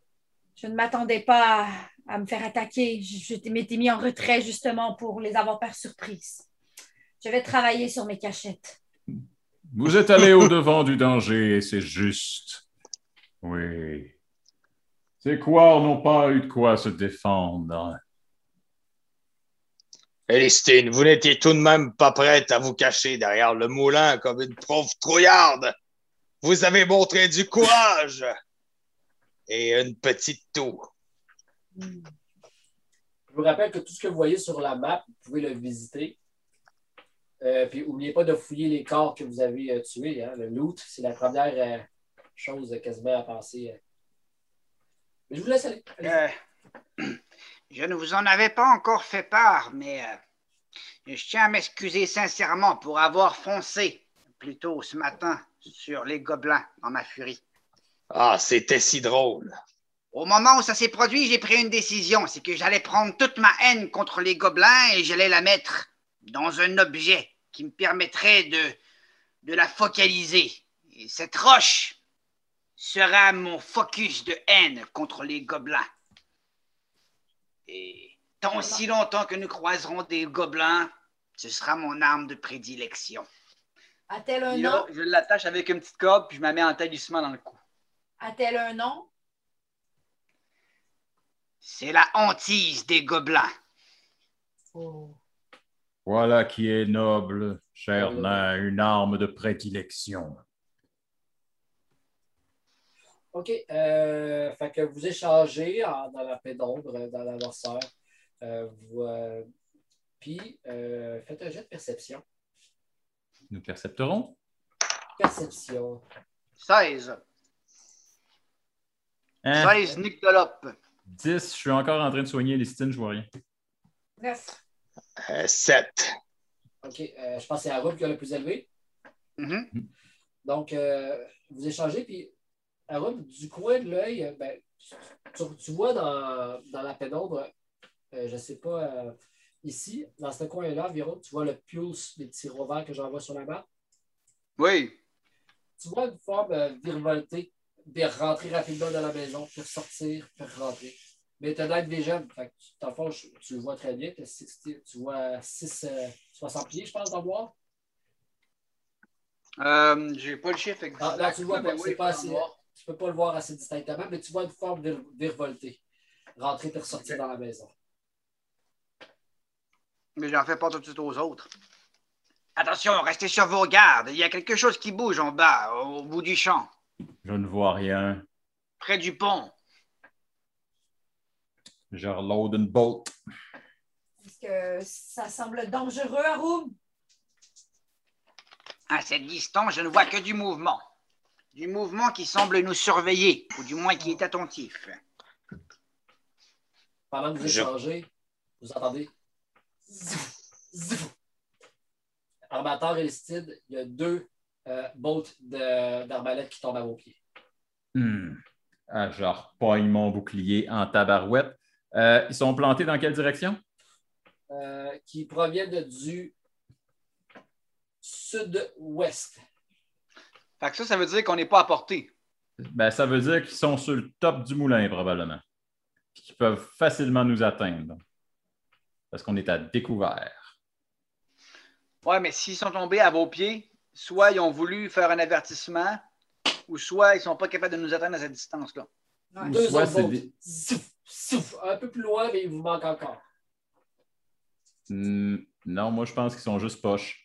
[SPEAKER 2] Je ne m'attendais pas à- à me faire attaquer. Je, je m'étais mis en retrait justement pour les avoir par surprise. Je vais travailler sur mes cachettes.
[SPEAKER 6] Vous êtes allé au-devant du danger, c'est juste. Oui. C'est quoi, n'ont pas eu de quoi se défendre.
[SPEAKER 8] Elistine, vous n'étiez tout de même pas prête à vous cacher derrière le moulin comme une pauvre trouillarde. Vous avez montré du courage et une petite toux.
[SPEAKER 1] Je vous rappelle que tout ce que vous voyez sur la map, vous pouvez le visiter. Euh, puis n'oubliez pas de fouiller les corps que vous avez euh, tués. hein. Le loot, c'est la première euh, chose euh, quasiment à penser. euh. Mais je vous laisse aller. Allez-y.
[SPEAKER 3] Euh, je ne vous en avais pas encore fait part, mais euh, je tiens à m'excuser sincèrement pour avoir foncé plus tôt ce matin sur les gobelins dans ma furie.
[SPEAKER 8] Ah, c'était si drôle.
[SPEAKER 3] Au moment où ça s'est produit, j'ai pris une décision, c'est que j'allais prendre toute ma haine contre les gobelins et j'allais la mettre dans un objet qui me permettrait de, de la focaliser. Et cette roche sera mon focus de haine contre les gobelins. Et tant si longtemps que nous croiserons des gobelins, ce sera mon arme de prédilection.
[SPEAKER 2] A-t-elle un
[SPEAKER 3] Puis
[SPEAKER 2] nom?
[SPEAKER 3] là, je l'attache avec une petite corde puis je me mets en talisman dans le cou.
[SPEAKER 2] A-t-elle un nom?
[SPEAKER 3] C'est la hantise des gobelins.
[SPEAKER 6] Voilà qui est noble, cher
[SPEAKER 1] Oui.
[SPEAKER 6] nain, une arme de prédilection.
[SPEAKER 1] OK. euh, fait que vous échangez en- dans la pénombre, euh, dans la noirceur. Euh, vous, euh, puis, euh, faites un jet de perception.
[SPEAKER 6] Nous percepterons.
[SPEAKER 1] Perception.
[SPEAKER 3] 16.
[SPEAKER 6] Hein?
[SPEAKER 3] 16 Nictolope.
[SPEAKER 6] 10, je suis encore en train de soigner Listine, je vois rien.
[SPEAKER 2] Neuf.
[SPEAKER 8] Euh, sept.
[SPEAKER 1] OK. euh, je pense que c'est la route qui a le plus élevé.
[SPEAKER 3] Mhm.
[SPEAKER 1] Donc, euh, vous échangez, puis Aaron, du coin de l'œil, euh, ben, tu, tu vois dans, dans la pénombre, euh, je ne sais pas, euh, ici, dans ce coin-là environ, tu vois le pulse des petits rovers que j'envoie sur la map.
[SPEAKER 3] Oui.
[SPEAKER 1] tu vois une forme euh, virevolter, puis rentrer rapidement dans la maison, puis ressortir, puis rentrer. Mais tu as l'aide des jeunes. Fait que, dans le fond, je- tu le vois très bien. t'as six- tu vois 6, 60 pieds, je pense, d'en voir.
[SPEAKER 3] Euh, J'ai pas le chiffre exact.
[SPEAKER 1] Ah, là, tu le vois
[SPEAKER 3] mais
[SPEAKER 1] pas,
[SPEAKER 3] oui,
[SPEAKER 1] c'est
[SPEAKER 3] il faut
[SPEAKER 1] pas
[SPEAKER 3] en
[SPEAKER 1] assez-
[SPEAKER 3] voir.
[SPEAKER 1] Tu peux pas le voir assez distinctement, mais tu vois une forme vir- virevolter, rentrer, puis ressortir dans la maison.
[SPEAKER 3] Mais j'en fais pas tout de suite aux autres. Attention, restez sur vos gardes. Il y a quelque chose qui bouge en bas, au bout du champ,
[SPEAKER 6] Je ne vois rien.
[SPEAKER 3] près du pont.
[SPEAKER 6] Je reload une bolt.
[SPEAKER 2] Est-ce que ça semble dangereux, Haroum?
[SPEAKER 3] À cette distance, je ne vois que du mouvement. Du mouvement qui semble nous surveiller, ou du moins qui est attentif.
[SPEAKER 1] Pendant que vous
[SPEAKER 8] Je-
[SPEAKER 1] échangez, vous entendez. Zouf, zouf. Armateur et Lestide, il y a deux euh, bolts de- d'arbalète qui tombent à vos pieds.
[SPEAKER 6] Hmm. Ah, je repogne mon bouclier en tabarouette. Euh, ils sont plantés dans quelle direction?
[SPEAKER 1] euh, qui proviennent de- du sud-ouest.
[SPEAKER 3] Fait que ça, ça veut dire qu'on n'est pas à portée.
[SPEAKER 6] Ben, ça veut dire qu'ils sont sur le top du moulin, probablement. Puis qu'ils peuvent facilement nous atteindre. Parce qu'on est à découvert.
[SPEAKER 3] Ouais, mais s'ils sont tombés à vos pieds, soit ils ont voulu faire un avertissement, ou soit ils sont pas capables de nous atteindre à cette distance-là.
[SPEAKER 6] Ou
[SPEAKER 1] Deux
[SPEAKER 6] soit
[SPEAKER 1] autres
[SPEAKER 6] c'est
[SPEAKER 1] bolts.
[SPEAKER 6] des-
[SPEAKER 1] Zouf, zouf, un peu plus loin, mais il vous manque encore.
[SPEAKER 6] Hmm, non, moi, je pense qu'ils sont juste poches.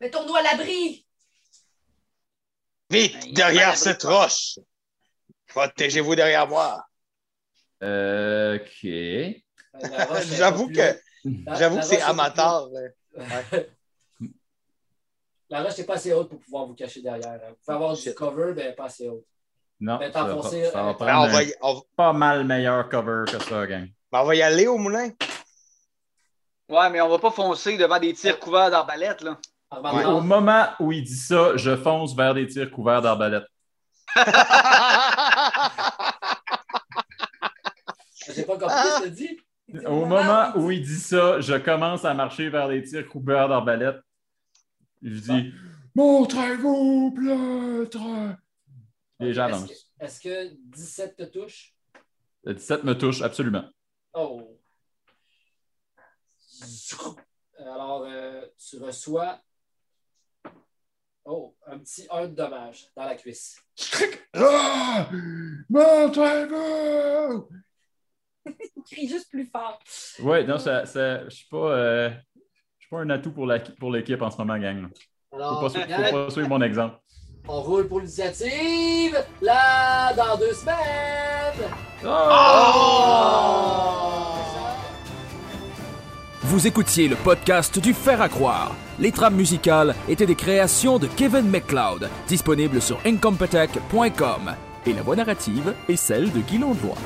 [SPEAKER 2] Mettons-nous à l'abri!
[SPEAKER 1] Ben,
[SPEAKER 8] Vite, derrière cette roche. Protégez-vous derrière moi.
[SPEAKER 6] Euh, OK.
[SPEAKER 1] Euh, la roche, elle est
[SPEAKER 8] J'avoue
[SPEAKER 1] pas plus
[SPEAKER 8] que-
[SPEAKER 1] haute. La-
[SPEAKER 8] J'avoue
[SPEAKER 1] la
[SPEAKER 8] que c'est
[SPEAKER 1] roche est pas plus
[SPEAKER 8] amateur.
[SPEAKER 1] haute. La roche n'est pas assez haute pour pouvoir vous cacher derrière. Vous pouvez avoir du
[SPEAKER 8] Shit.
[SPEAKER 1] cover, mais pas assez haute.
[SPEAKER 6] Non,
[SPEAKER 1] Mais
[SPEAKER 6] ça va,
[SPEAKER 1] t'enfoncer,
[SPEAKER 6] ça va
[SPEAKER 1] euh,
[SPEAKER 6] prendre
[SPEAKER 8] Ben, on, va
[SPEAKER 6] un
[SPEAKER 8] y, on-
[SPEAKER 6] pas mal meilleur cover que ça, gang.
[SPEAKER 8] ben, on va y aller au moulin.
[SPEAKER 3] Ouais, mais on va pas foncer devant des tirs couverts d'arbalète, là.
[SPEAKER 1] Armateur,
[SPEAKER 6] Au moment où il dit ça, je fonce vers des tirs couverts d'arbalète.
[SPEAKER 1] j'ai pas compris
[SPEAKER 8] Ah!
[SPEAKER 1] ce que tu dis.
[SPEAKER 6] Au moment où il dit ça, je commence à marcher vers les tirs couverts d'arbalète. Je dis,
[SPEAKER 12] Montrez-vous, pleutre!
[SPEAKER 6] et
[SPEAKER 1] Est-ce
[SPEAKER 6] j'avance.
[SPEAKER 1] que, est-ce que 17 te touche?
[SPEAKER 6] Le 17 me touche, absolument.
[SPEAKER 1] Oh! Alors, euh, tu reçois oh, un petit 1 de dommage dans la cuisse.
[SPEAKER 12] Ah! Montrez-vous!
[SPEAKER 2] crie juste plus fort.
[SPEAKER 6] Ouais, non, ça, ça- je suis pas, euh, je suis pas un atout pour la- pour l'équipe pour en ce moment, gang. Faut
[SPEAKER 1] Alors,
[SPEAKER 6] pas, su- faut pas suivre mon exemple.
[SPEAKER 1] on roule pour l'initiative là dans deux semaines.
[SPEAKER 6] Oh!
[SPEAKER 8] Oh!
[SPEAKER 1] Oh!
[SPEAKER 14] Vous écoutiez le podcast du Fer à croire. Les trames musicales étaient des créations de Kevin McLeod, disponibles sur incompetech.com. Et la voix narrative est celle de Guy Londois.